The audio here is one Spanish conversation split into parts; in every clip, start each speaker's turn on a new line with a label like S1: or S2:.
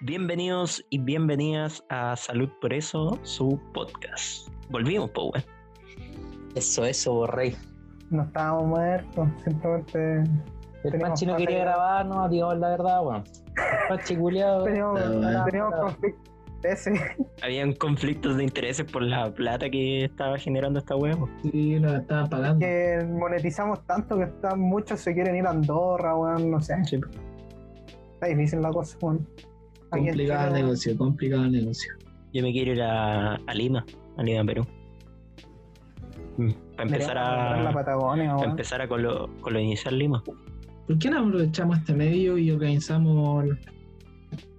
S1: Bienvenidos y bienvenidas a Salud por Eso, su podcast. Volvimos, po, weón.
S2: Eso, eso, rey.
S3: No estábamos muertos, simplemente
S2: El
S3: Tenemos
S2: Panchi no
S3: pata
S2: quería
S3: ya.
S2: grabar, no, digamos la verdad, weón. El Panchi culiado.
S3: teníamos,
S2: Ah.
S3: teníamos conflicto ese.
S1: Habían conflictos de intereses por la plata que estaba generando esta weá. po.
S4: Sí, lo estaban pagando.
S3: que monetizamos tanto que están, muchos se quieren ir a Andorra, weón, no sé.
S1: Sí, po.
S3: Está difícil la cosa, weón. Aquí en
S4: Complicado
S3: Chile,
S4: negocio, complicado negocio.
S1: Yo me quiero ir a, a Lima, a Lima, Perú. Mm, Para empezar
S3: deberíamos comprar La
S1: a,
S3: Patagonia,
S1: para
S3: weón.
S1: empezar a colo- colonizar Lima.
S4: ¿Por qué no aprovechamos este medio y organizamos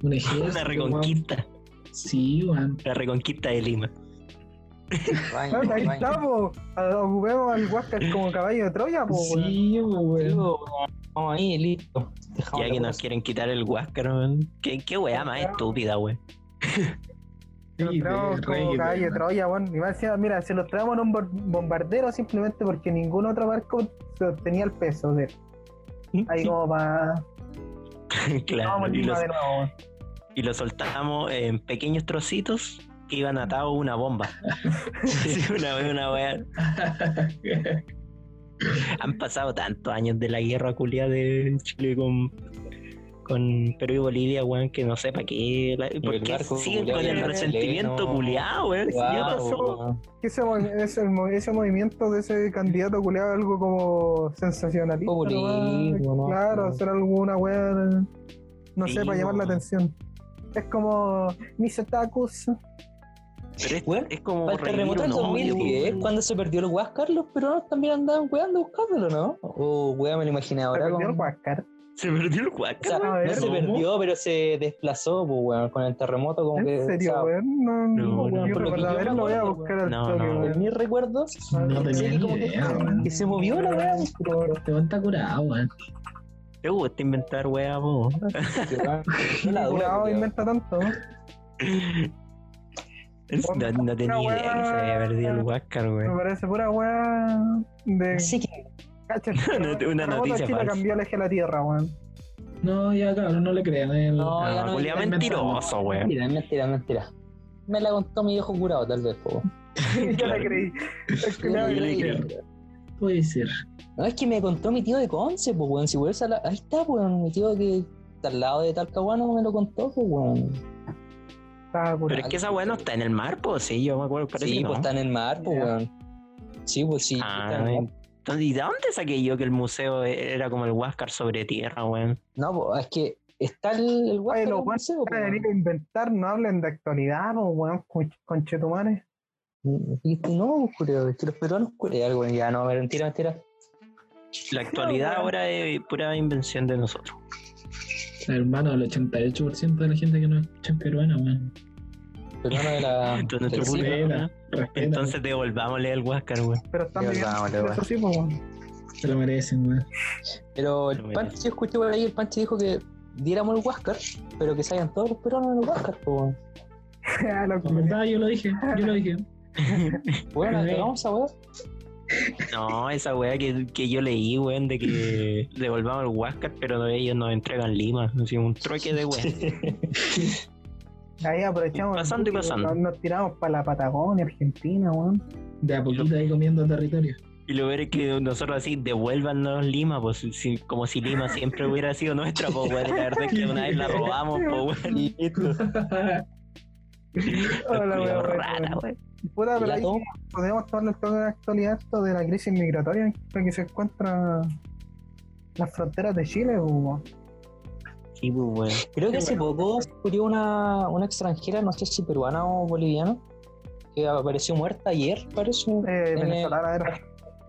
S4: un ejército?
S1: Una
S4: weón?
S1: reconquista,
S4: Sí, weón.
S1: la reconquista de Lima.
S2: Baño,
S3: Claro, ahí
S2: baño.
S3: estamos. Ocupemos al Huáscar como caballo de Troya, po, Oh, weón.
S4: Sí, weón.
S2: Digo, Vamos ahí, listo. Dejamos
S1: Ya
S2: la
S1: que nos
S2: cosa.
S1: quieren quitar el Huáscar, weón. ¿Qué, qué weá más estúpida, weón.
S3: Los
S4: Sí,
S3: traemos
S4: weón,
S3: como
S4: rey,
S3: caballo de
S4: weón.
S3: Troya, weón. Y más encima, mira, se los traemos en un bor- bombardero simplemente porque ningún otro barco tenía el peso de ahí como para
S1: claro, y los-
S3: de nuevo. weón.
S1: y lo soltamos en pequeños trocitos que iban atados a una bomba. Sí, una vez, una wea. Han pasado tantos años de la guerra culia de Chile con, con Perú y Bolivia, weón, que no sé para qué. la- ¿Por
S2: el
S1: qué
S2: barco
S1: siguen
S2: culiao
S1: con el
S3: chileno.
S1: resentimiento culiado, weón?
S3: Guau.
S1: Sí,
S2: Guau,
S3: pasó.
S2: weón.
S3: Que ese, mo- ese, el mo- ese movimiento de ese candidato culeado algo como sensacionalista.
S2: Populismo,
S3: nomás.
S2: ¿no?
S3: Claro, hacer alguna wea, no
S1: Sí,
S3: sé, para llamar la
S1: no.
S3: atención. Es como mis otakus.
S1: Pero es,
S2: Weón,
S1: es como
S2: Para el
S1: revivir
S2: terremoto del
S1: un odio,
S2: 2010,
S1: pues, weón.
S2: cuando se perdió el Huáscar, los peruanos también andaban weando buscándolo, ¿no? Oh, weón, me lo imaginé ahora.
S3: Pero
S2: con-
S3: perdió el Huáscar.
S1: Se perdió el
S2: O
S1: Huáscar.
S2: sea,
S3: A
S2: no
S3: ver.
S2: se perdió, pero se desplazó, pues, weón, con el terremoto, como que.
S3: ¿En
S2: o
S3: serio,
S2: sea,
S3: weón? No,
S1: no,
S3: no,
S1: no,
S3: yo
S2: por lo que
S3: recuerdo
S2: yo
S3: haberlo,
S2: me
S3: voy a
S2: acuerdo,
S3: buscar al
S1: no,
S3: toque,
S1: no.
S3: weón.
S2: en mis recuerdos,
S4: No
S2: pensé
S4: tenía
S2: que como
S4: ni
S2: que,
S4: idea, weón.
S2: que se movió la weá, pero
S4: Te van a curado, Este weón.
S1: Te gusta inventar weá, vos.
S2: que, weón, no la duda,
S3: Curado
S2: weón.
S3: inventa tanto. ¿no?
S1: No, no tenía
S3: Una
S1: idea que se había perdido el Huáscar,
S3: Me
S1: weón.
S3: parece pura wea de.
S2: Así que,
S3: Cacha,
S1: Una
S3: el terremoto
S1: noticia
S3: de Chile
S1: falsa.
S3: cambió el eje de la tierra, weón.
S4: No, ya cabrón, no le eh. Ah, crean. El...
S2: No, ya
S1: No,
S2: no,
S1: culiao
S2: ya
S1: mentiroso, weón.
S2: mentira, mentira, mentira. Me la contó mi viejo curado, tal vez, po, weón.
S3: Yo
S1: Claro.
S3: le creí. Es que
S2: Yo
S3: me-
S2: le
S1: le
S2: creí.
S4: Puede ser.
S2: No, es que me contó mi tío de Conce, pues, weón. Si vuelves a la... Ahí está, weón. Mi tío que está al lado de Talcahuano me lo contó, pues, weón.
S3: Estaba curado.
S1: Pero es que esa weá no está en el mar, po. Sí, yo me acuerdo, parece
S2: sí,
S1: que no.
S2: pues está en el mar, pues,
S3: Ya.
S2: weón. Sí, pues sí. está en
S1: Ah,
S2: el mar.
S1: entonces, ¿y de dónde saqué yo que el museo e-, era como el Huáscar sobre tierra, weón?
S2: No, pues, es que está el, el
S3: Oye,
S2: en
S3: los
S2: el
S3: guantes
S2: museo, pues,
S3: Para venir a inventar, no hablen de actualidad, po, weón, con- conchetumares.
S2: weón. Dijiste, no, curado, es que los peruanos culiao, algo, Ya, no, mentira, mentira.
S1: La actualidad
S3: weón.
S1: ahora es pura invención de nosotros.
S4: Hermano, el 88% de la gente que nos escucha es peruana, weón.
S2: Peruano de la.
S1: Entonces, nuestro
S2: del
S1: público,
S2: siglo.
S4: Respeta,
S1: ¿no?
S4: respeta,
S1: Entonces devolvámosle el Huáscar, weón.
S3: Pero están
S2: Qué
S3: viviendo
S2: bravo, la
S3: eso sí, po, weón.
S4: weón. se lo merecen, weón.
S2: Pero
S1: Lo
S2: el
S1: merece.
S2: Panchi, yo escuché por ahí, el Panchi dijo que diéramos el Huáscar, pero que salgan todos los peruanos en el Huáscar, pues, weón.
S3: Ah, loco.
S4: La verdad, yo lo dije, yo lo dije.
S2: Bueno,
S4: Sí.
S2: hagamos esa weón.
S3: Ah,
S1: No, esa weá que, que yo leí, weón, de que devolvamos el Huáscar, pero ellos nos entregan Lima. Así, un troque de weá.
S3: Ahí aprovechamos.
S1: Pasando y pasando.
S3: Nos, nos tiramos para la Patagonia, Argentina, weón.
S4: De a poquito ahí comiendo territorio.
S1: Y lo ver es que nosotros así, devuélvanos Lima, pues, si- como si Lima siempre hubiera sido nuestra, pues, weón. La verdad es que una vez la robamos, pues, weón.
S3: Hola,
S1: Culiao
S3: weón,
S1: rara,
S3: weón.
S1: weón.
S3: Puta, pero
S2: Ya
S3: ahí
S2: todo.
S3: podemos tomarle el toque de actualidad esto de la crisis migratoria en que se encuentra las fronteras de Chile, po, weón.
S1: Sí, pues, weón.
S2: Creo que
S3: Qué
S2: hace
S3: bueno.
S2: poco se murió una, una extranjera, no sé si peruana o boliviana, que apareció muerta ayer, parece.
S3: Eh,
S2: en el-
S3: venezolana era.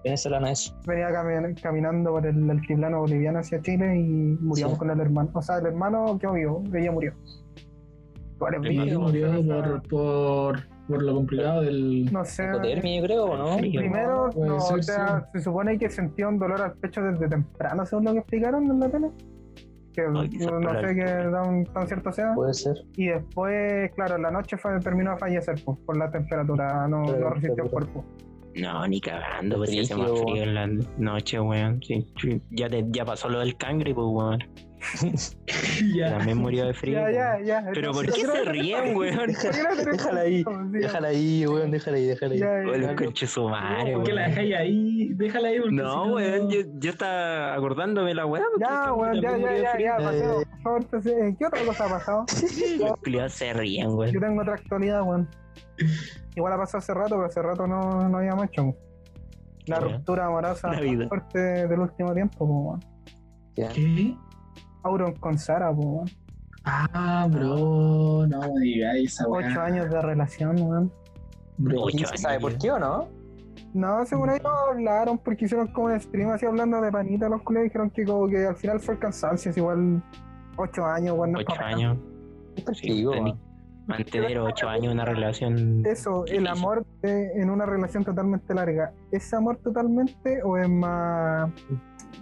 S2: venezolana es.
S3: venía cami- caminando por el altiplano boliviano hacia Chile y murió
S2: Sí.
S3: con el hermano. O sea, el hermano quedó vivo, ella murió. Igual es
S1: El
S3: brígido,
S4: Y
S1: hermano
S3: o
S4: murió
S3: sea,
S4: por, por, por lo complicado del.
S3: No sé.
S2: Hipotermia, yo creo, ¿no?
S1: Frío.
S3: Primero,
S4: Puede
S3: no,
S4: ser,
S3: o sea, se supone que sentía un dolor al pecho desde temprano, según lo que explicaron en la tele. Que
S1: Ay, quizás
S3: no
S1: por la
S3: sé qué tan, tan cierto sea.
S2: Puede ser.
S3: Y después, claro, en la noche fue, terminó de fallecer pues, por la temperatura, no,
S2: Por la
S3: no resistió el
S2: temperatura.
S3: cuerpo.
S1: No, ni cagando, pues si hace más
S2: Brígido,
S1: frío en la noche, weón. Sí, sí. ya, te- ya pasó lo del cangre, pues, weón.
S4: ya.
S1: También murió de frío.
S3: Ya, ya,
S1: weón.
S3: ya.
S1: pues. Pero ¿por
S3: Yo
S1: qué
S3: creo
S1: se
S3: que-
S1: ríen, weón?
S3: ¿Por qué no tenemos
S2: Déjala ahí,
S3: conversación? Sí,
S2: Déjala ahí, weón, déjala ahí, déjala ahí.
S3: ya, ya.
S1: Oh, los conchesumares,
S4: ¿Por qué la
S1: weón.
S4: dejáis ahí? Déjala ahí. porque
S1: No,
S4: si
S1: weón, yo, yo estaba acordándome la weá. porque
S3: Ya,
S1: también-
S3: weón, ya,
S1: también
S3: ya,
S1: murió de
S3: ya,
S1: frío.
S3: ya,
S2: frío.
S3: paseo.
S2: Eh.
S3: Por favor, entonces, ¿qué otra cosa ha pasado?
S1: Los culiados se ríen,
S3: Yo
S1: weón.
S3: tengo otra actualidad, weón. Igual ha pasado hace rato, pero hace rato no, no habíamos hecho. weón. La
S1: Ya.
S3: ruptura amorosa
S1: La vida.
S3: más fuerte del último tiempo, po, weón.
S2: Ya.
S4: ¿Qué?
S3: Auron con Sara, po, weón.
S4: Ah, bro, no me digáis esa weá.
S3: Ocho años de relación, weón.
S4: Bro,
S1: Ocho
S2: ¿Y se sabe
S1: años,
S2: por
S1: ya.
S2: qué o no?
S3: No, según ellos hablaron porque hicieron como un stream así hablando de panita los culiados y dijeron que como que al final fue el cansancio, es igual ocho años, weón. no es
S1: Ocho
S3: pa'
S1: años.
S2: Es
S1: Sí,
S2: perdido,
S1: tení-
S2: weón.
S1: Mantener ocho años una relación.
S3: Eso,
S1: Qué
S3: el
S1: difícil.
S3: amor de- en una relación totalmente larga, ¿es amor totalmente o es más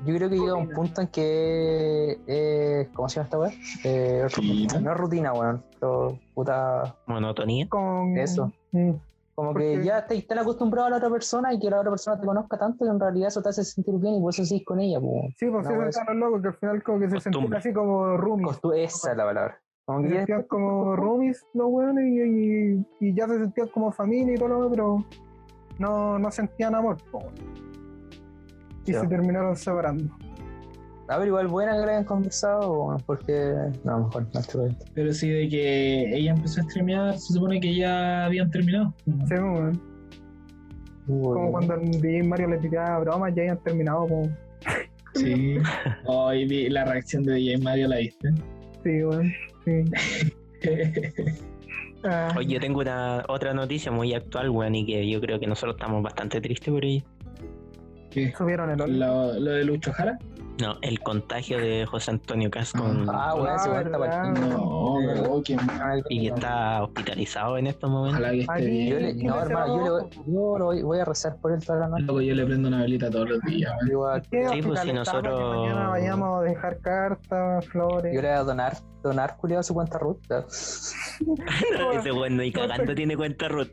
S2: Yo creo que llega un punto en que. eh, ¿Cómo se llama esta weá? Eh,
S4: ¿Rutina?
S2: no es rutina, weón. Pero, puta.
S1: Monotonía.
S3: con
S2: Eso.
S3: Mm.
S2: Como
S3: ¿Por
S2: que
S3: qué?
S2: ya estás tan acostumbrado a la otra persona y que la otra persona te conozca tanto que en realidad eso te hace sentir bien y por eso sigues con ella, weón.
S3: Sí, pues
S2: No,
S3: sí,
S2: weón,
S3: están los locos que al final como que se sentían
S1: Costumbre.
S3: así como roomies.
S2: Costu- Esa es la palabra. Como
S3: Se
S2: que ya-
S3: sentían como roomies los weones y, y- y ya se sentían como familia y todo lo demás, pero no, no sentían amor. po, weón. Y
S2: Sí.
S3: se terminaron separando.
S2: A ver, igual buena que la hayan conversado, weón, porque. No, mejor no estuve.
S4: Pero sí, de que ella empezó a streamear, se supone que ya habían terminado.
S3: Sí, weón. como cuando el DJ Mario le tiraba bromas ya habían terminado. po.
S4: Sí. Hoy vi la reacción de DJ Mario, ¿la viste?
S3: Sí, weón. Sí. Ah,
S1: Oye, yo tengo una otra noticia muy actual, weón, y que yo creo que nosotros estamos bastante tristes por ella.
S3: subieron el olor.
S4: lo, lo de Lucho Jara.
S1: No, el contagio de José Antonio Cas con.
S2: Ah, weón, ese weón está
S3: Ah,
S2: partiendo.
S3: verdad.
S4: No, bro, que
S1: y que está hospitalizado en estos momentos.
S4: ojalá que esté
S3: Aquí.
S2: Yo
S4: bien.
S2: le- no, hermano, yo, le voy, yo lo voy, voy a rezar por él toda la noche.
S4: Loco, yo le prendo una velita todos los días, man.
S2: Yo, voy a-
S1: Sí,
S3: ¿Qué
S1: pues, si
S3: hospital estamos? Que
S1: nosotros-
S3: Mañana vayamos a dejar cartas,
S2: yo le
S3: flores.
S2: voy a donar, donar culiado su cuenta Ruth. ya.
S1: No, ese weón ni cagando tiene cuenta Ruth.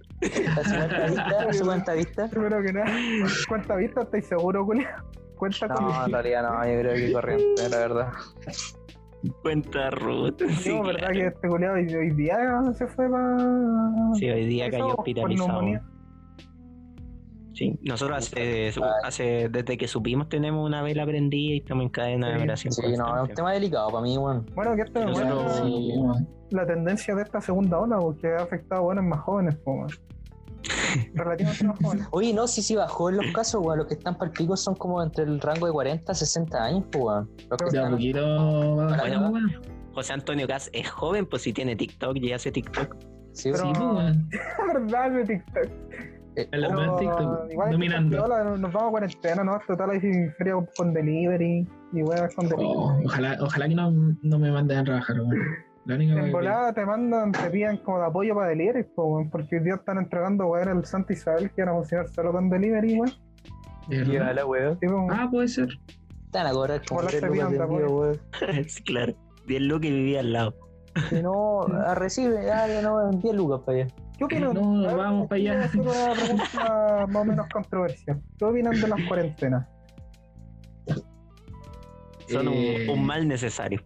S2: A su cuenta vista, a su cuenta vista.
S3: Primero que nada, ¿cuánta vista estáis seguro, culia? Cuenta con
S2: No, en realidad no, yo creo que corriente, la verdad.
S1: Cuenta Ruth. Sí,
S3: Digo, verdad
S1: claro.
S3: que este culiado hoy, hoy día se fue para.
S1: Sí, hoy día cayó hospitalizado.
S3: neumonía.
S1: Sí, nosotros hace, hace- desde que supimos tenemos una vela prendida y estamos en cadena de
S3: Sí,
S1: oración.
S2: Sí, no, es un
S1: constante.
S2: tema delicado para mí, weón.
S3: Bueno, que
S1: Yo
S3: esto demuestra
S1: solo-
S4: Claro, sí, man.
S3: la tendencia de esta segunda ola, porque ha afectado a buenos más jóvenes, po, man. Relativamente más jóvenes.
S2: Oye, no, sí, sí bajó en los casos, weón. Los que están para el pico son como entre el rango de 40 a 60 años, pues, weón. Los que
S4: De a
S2: están-
S4: poquito va
S2: Bueno,
S4: bajando, man.
S1: José Antonio Cas es joven, pues si tiene TikTok y hace TikTok.
S2: sí,
S3: pero-
S2: sí.
S4: Sí, pues, man.
S3: La verdad, de TikTok.
S2: Eh,
S4: El
S3: Pero
S4: hombre de TikTok
S3: igual
S4: dominando.
S3: Hola, nos vamos a cuarentena, ¿no? Total, hay feria con delivery y huevas con delivery.
S4: Oh, ojalá, ojalá que no, no me manden a trabajar, man. La única
S3: En
S4: cosa
S3: volada te mandan, te piden como de apoyo para delivery, po, weón, porque hoy día están entregando, weón, el Santa Isabel que van a funcionar solo con delivery, weón.
S4: que- de verdad.
S2: weón.
S3: Sí, po,
S4: Ah, puede ser.
S2: Están a cobrar como
S3: Hola,
S2: tres
S3: se
S2: lucas
S3: pidan
S2: de envío,
S3: tapones.
S2: weón.
S1: Sí, claro. Bien lo que vivía al lado.
S2: Si no, ah, recibe, ah, ya no, 10 lucas para allá.
S3: ¿Qué opinan?
S4: No, nos
S3: A ver,
S4: vamos para
S3: quiero
S4: allá.
S3: hacer una pregunta más o menos controversial. ¿Qué opinan de las cuarentenas?
S1: Son un-
S4: Eh,
S1: un, mal necesario.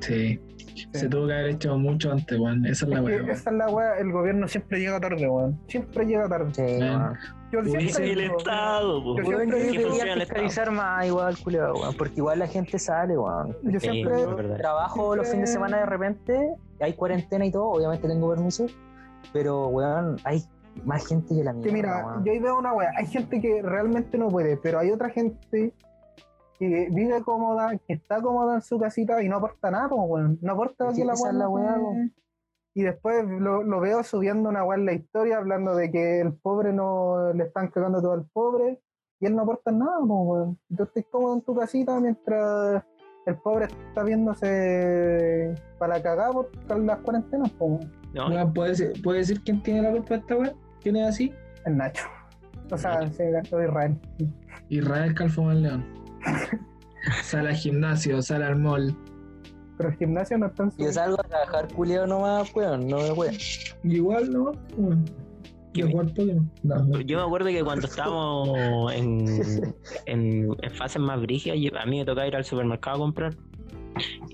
S4: Sí. Se tuvo que haber hecho mucho antes, weón. Esa es la
S3: Es que
S4: weá, weón.
S3: esa es la weá, el gobierno siempre llega tarde, weón. Siempre llega tarde.
S2: Sí,
S4: Man.
S2: weón.
S3: Yo
S1: Porque es
S3: siempre
S1: el
S3: digo,
S1: Estado, pues,
S3: Yo
S2: Weón,
S1: weón,
S2: yo
S3: siempre
S1: que
S3: digo,
S1: funciona
S2: debería
S1: el Estado.
S2: fiscalizar más igual, culiado, weón, porque igual la gente sale, weón.
S3: Yo
S1: Sí,
S3: siempre,
S1: es verdad.
S2: Trabajo los fines de semana de repente, hay cuarentena y todo, obviamente tengo permiso, pero, weón, hay más gente que la mía.
S3: que mira,
S2: ah.
S3: yo ahí veo una weá. Hay gente que realmente no puede, pero hay otra gente que vive cómoda, que está cómoda en su casita y no aporta nada, po, weón. No aporta
S2: Es
S3: que
S2: que
S3: la
S2: esa
S3: weá.
S2: es la
S3: no
S2: weá,
S3: se-
S2: weón.
S3: Y después lo, lo veo subiendo una weá en la historia, hablando de que el pobre no le están cagando todo al pobre y él no aporta nada, po, weón. Y Tú estás cómodo en tu casita mientras el pobre está viéndose para la cagada por las cuarentenas, po, weón.
S1: No,
S4: Weón, ¿puede, ser- puede decir quién tiene la culpa de esta weá? ¿Quién es así?
S3: El Nacho. O sea, sí, el Nacho de Israel.
S4: Israel Calfomán León. Sale al gimnasio, sale al mall.
S3: Pero el gimnasio no está en su.
S2: Yo salgo a trabajar culiado nomás, weón, no me weón.
S4: Igual, ¿no? Weón.
S1: ¿Qué?
S4: Y el cuarto, weón. No, no.
S1: Yo me acuerdo que cuando estábamos en, en, en fases más brígidas, yo- a mí me tocaba ir al supermercado a comprar.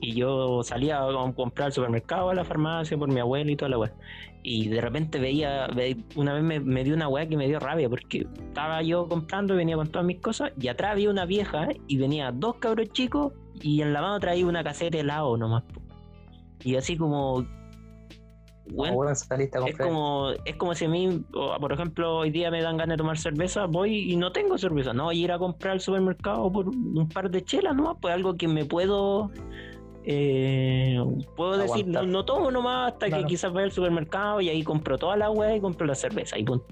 S1: Y yo salía a comprar al supermercado, a la farmacia, por mi abuelo y toda la weá. Y de repente veía, ve- una vez me, me dio una weá que me dio rabia, porque estaba yo comprando y venía con todas mis cosas, y atrás había una vieja y venía dos cabros chicos, y en la mano traía una caseta de helado nomás. po. Y así como...
S2: Bueno,
S1: weón,
S2: saliste a
S1: es
S2: comprar.
S1: como, es como si a mí, o, por ejemplo, hoy día me dan ganas de tomar cerveza, voy y no tengo cerveza. No, voy a ir a comprar al supermercado por un par de chelas nomás, pues algo que me puedo. eh, puedo decir, no,
S2: Aguantar.
S1: no tomo nomás hasta
S3: Claro.
S1: que quizás vaya al supermercado y ahí compro toda la weá y compro la cerveza y punto.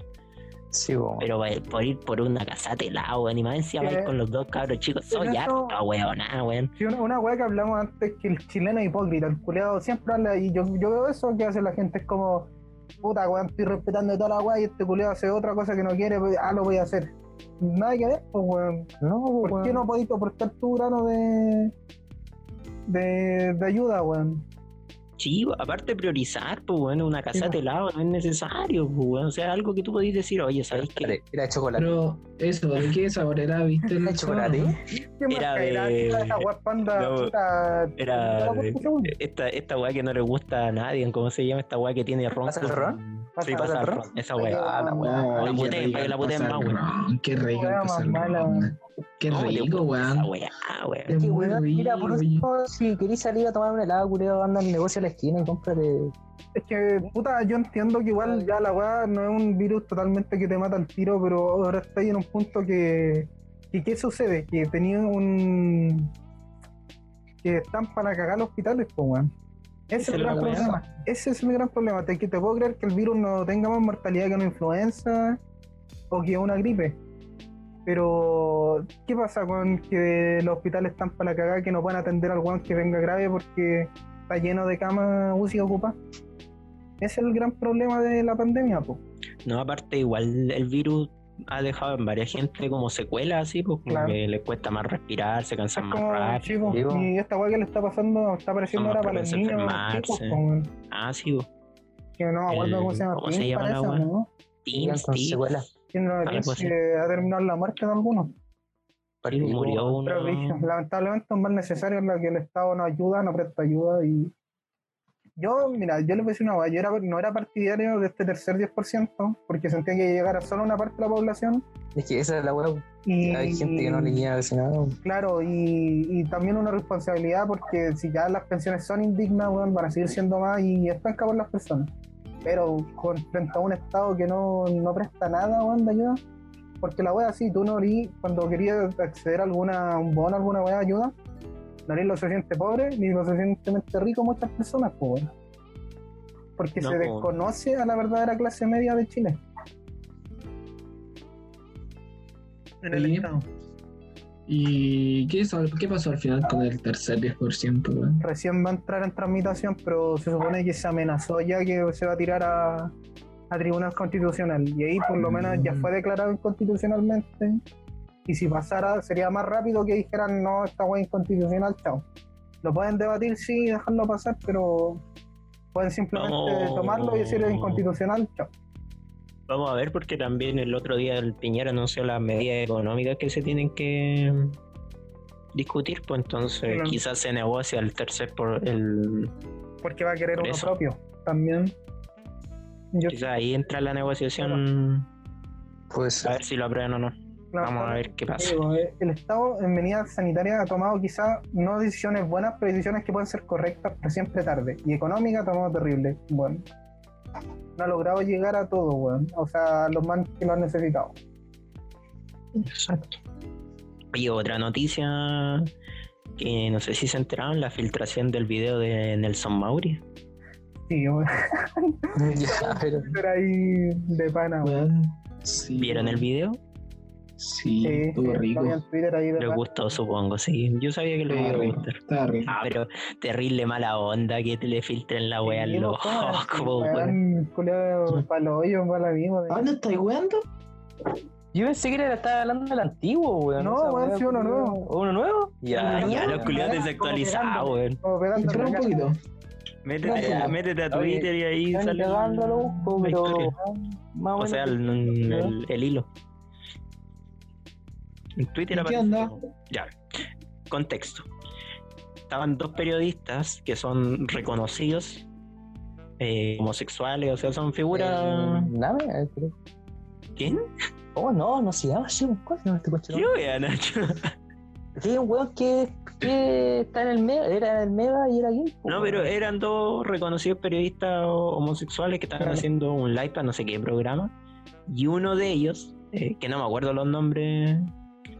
S2: Sí,
S3: Oh.
S2: po.
S1: Pero va- por ir por una casa de helado, weón, y más encima
S3: Que-
S1: vais con los dos cabros chicos, soy
S3: Eh, en eso-
S1: harta, weón, ah, weón.
S3: Sí, una, una weá que hablamos antes que el chileno es hipócrita, el culeado siempre habla, y yo, yo veo eso que hace la gente, es como, puta weón, estoy respetando toda la weá y este culeado hace otra cosa que no quiere, pues, ah, lo voy a hacer. Nada que ver, pues weón.
S2: no, po,
S3: ¿Por qué
S2: weón.
S3: no podéis aportar tu grano de, de, de ayuda, weón?
S1: Sí, aparte priorizar, pues weón, una casa de helado no es necesario, pues weón. O sea, algo que tú podís decir, oye, ¿sabes qué?
S2: Dale, Era chocolate.
S4: Pero eso, ¿de qué sabor era? ¿Viste el
S2: Era chocolate.
S3: ¿Qué
S1: Era
S3: marca era?
S1: de-
S3: Era esa weá panda,
S1: No,
S3: puta,
S1: era
S3: ¿por qué,
S1: de-
S3: weón?
S1: Esta, esta weá que no le gusta a nadie, ¿cómo se llama esta weá que tiene ron?
S2: ¿Pasa el
S1: con-
S2: ron?
S1: Sí,
S3: ¿Pasa
S1: pasa
S2: el
S1: el ron.
S2: ron?
S1: Esa weá.
S3: Ah, la weá.
S4: Ay,
S1: La
S4: qué
S1: puteen,
S4: rico
S1: para que la
S4: el
S1: puteen
S4: pasar
S1: más, weón.
S4: ron, Qué rico
S3: Weá
S4: el pasar
S3: más mala,
S4: ron.
S3: weón.
S4: Qué
S1: No, le
S4: rico,
S1: gusta Esa
S4: weón.
S1: weá,
S4: Es
S1: weón.
S2: Que,
S4: muy
S2: weón, mira, por
S4: rico.
S2: último, si querís salir a tomar un helado, culiao, anda al negocio a la esquina y cómprate.
S3: Es que, puta, yo entiendo que igual ya la weá no es un virus totalmente que te mata al tiro, pero ahora estáis en un punto que, que ¿qué sucede? Que tenían un... que están para cagar los hospitales, pues, weón. Ese
S1: Esa
S3: es el
S1: es la
S3: gran
S1: weá.
S3: problema. Ese es el gran problema. Te, que te puedo creer que el virus no tenga más mortalidad que una influenza o que una gripe. Pero, ¿qué pasa con que los hospitales están para la cagada que no pueden atender al weón que venga grave porque está lleno de camas UCI ocupadas? Ese es el gran problema de la pandemia, po.
S1: No, aparte, igual el virus ha dejado en varias gente como secuelas, así, pues como
S3: Claro.
S1: que les cuesta más respirar, se
S3: Es
S1: cansan más
S3: como,
S1: rápido.
S3: sí, po,
S2: digo.
S3: y esta weá que le está pasando, está apareciendo
S1: Son
S3: ahora
S1: más
S3: para los
S1: propensos a
S3: niños, más chicos,
S1: enfermarse.
S3: po, weón.
S1: Ah, sí, pues.
S3: que no me acuerdo cómo se llama.
S1: ¿cómo se
S3: Tim,
S1: llama la
S3: parece,
S1: weá?
S3: ¿no?
S2: Iban
S1: Teams,
S2: con
S1: sí.
S2: secuelas.
S3: Que no-
S1: Algo
S2: pues.
S3: que
S1: así.
S3: ha terminado la muerte de algunos.
S1: Sí, Murió
S3: Pero, brillo,
S1: uno.
S3: lamentablemente es más necesario en la que el Estado no ayuda, no presta ayuda y yo, mira, yo le voy a decir una cosa, yo era- no era partidario de este tercer 10% porque sentía que llegara solo una parte de la población
S2: Es que esa es la weá.
S3: y
S2: Hay gente que no le guía al Senado.
S3: Claro, y, y también una responsabilidad porque si ya las pensiones son indignas, weón, van a seguir siendo más y están por las personas. Pero con, frente a un Estado que no, no presta nada, weón, de ayuda. Porque la wea, sí, tú no eres, cuando querías acceder a alguna, un bono, alguna wea de ayuda, no eres lo suficiente pobre ni lo suficientemente rico muchas personas, pues, weón. Porque
S1: No,
S3: se
S1: pues.
S3: desconoce a la verdadera clase media de Chile. En el
S4: Oye,
S3: Estado.
S4: ¿Y qué, sal- qué pasó al final con el tercer 10%, weón?
S3: recién va a entrar en transmitación, pero se supone que se amenazó ya que se va a tirar a, a tribunal constitucional. Y ahí por lo menos ya fue declarado inconstitucionalmente. Y si pasara, sería más rápido que dijeran, no, esta hueá es inconstitucional, chao. Lo pueden debatir, sí, dejarlo pasar, pero pueden simplemente
S1: No.
S3: tomarlo y decir es inconstitucional, chao.
S1: Vamos a ver, porque también el otro día el Piñera anunció las medidas económicas que se tienen que discutir, pues entonces
S3: Claro.
S1: quizás se negocia el tercer por el
S3: Porque va a querer
S1: Por
S3: uno
S1: eso.
S3: propio también. Yo,
S1: quizás ahí entra la
S2: mm.
S1: negociación
S2: Pues
S1: a ver si lo aprueban o no. Vamos a ver qué pasa.
S3: Digo, eh, El Estado en medidas sanitarias ha tomado quizás no decisiones buenas, pero decisiones que pueden ser correctas, pero siempre tarde. Y económica ha tomado terrible. Bueno, no ha logrado llegar a todo, weón. O sea, a los más que lo han necesitado.
S1: Oye, otra noticia que no sé si se enteraron, la filtración del video de Nelson Mauri.
S3: Sí, weón.
S2: ya, pero.
S3: Era ahí de pana, weón.
S4: Weón, sí,
S1: ¿Vieron el video?
S4: Sí,
S3: Sí, eh,
S4: estuvo
S3: sí, lo vi
S4: rico.
S3: en Twitter ahí de
S1: Les
S3: pana.
S1: gustó, supongo, sí. Yo sabía que le iba a
S4: Estaba rico.
S1: gustar.
S4: Estaba rico.
S1: Ah, pero terrible mala onda que te le filtren la wea
S3: Sí,
S1: al loco.
S3: pues,
S1: como, weón.
S3: weón, culiao, pa' los hoyos, pa' la misma, weón.
S4: ¿Ahora Ah, estáis weando?
S2: Yo pensé que era estaba hablando del antiguo, weón.
S3: No,
S2: Esa
S3: weón,
S2: weá,
S3: sí, uno
S2: culiao.
S3: nuevo.
S2: ¿Uno nuevo? Ya.
S1: Ah, ya,
S3: no,
S1: los
S3: no,
S1: culiados
S3: no,
S1: desactualizados,
S3: no,
S1: weón.
S3: Como pegando
S4: Espera
S3: la
S4: un
S3: caja.
S4: poquito.
S1: Métete,
S2: Ya.
S1: métete a
S2: Oye,
S1: Twitter y ahí
S2: Están
S1: sale.
S2: cagando, lo busco,
S1: la
S2: pero.
S1: historia.
S2: Más
S4: Ah,
S1: O
S2: menos-
S1: sea,
S4: pues,
S1: el, el- el hilo. En Twitter
S4: ¿Y qué
S1: aparece.
S4: onda?
S1: Ya. Contexto. estaban dos periodistas que son reconocidos eh, homosexuales, o sea, son figuras.
S2: Eh, Name, creo.
S1: ¿Quién?
S2: Oh, no, no se llama así, ¿cuál se llama este coche?
S1: Yo, ya, Nacho.
S2: Tiene un weón que, que está en el Mega, era en el Mega y era gay. po,
S1: No,
S2: weón.
S1: pero eran dos reconocidos periodistas ho- homosexuales que estaban
S2: Claro.
S1: haciendo un live para no sé qué programa. Y uno de ellos, eh, que no me acuerdo los nombres,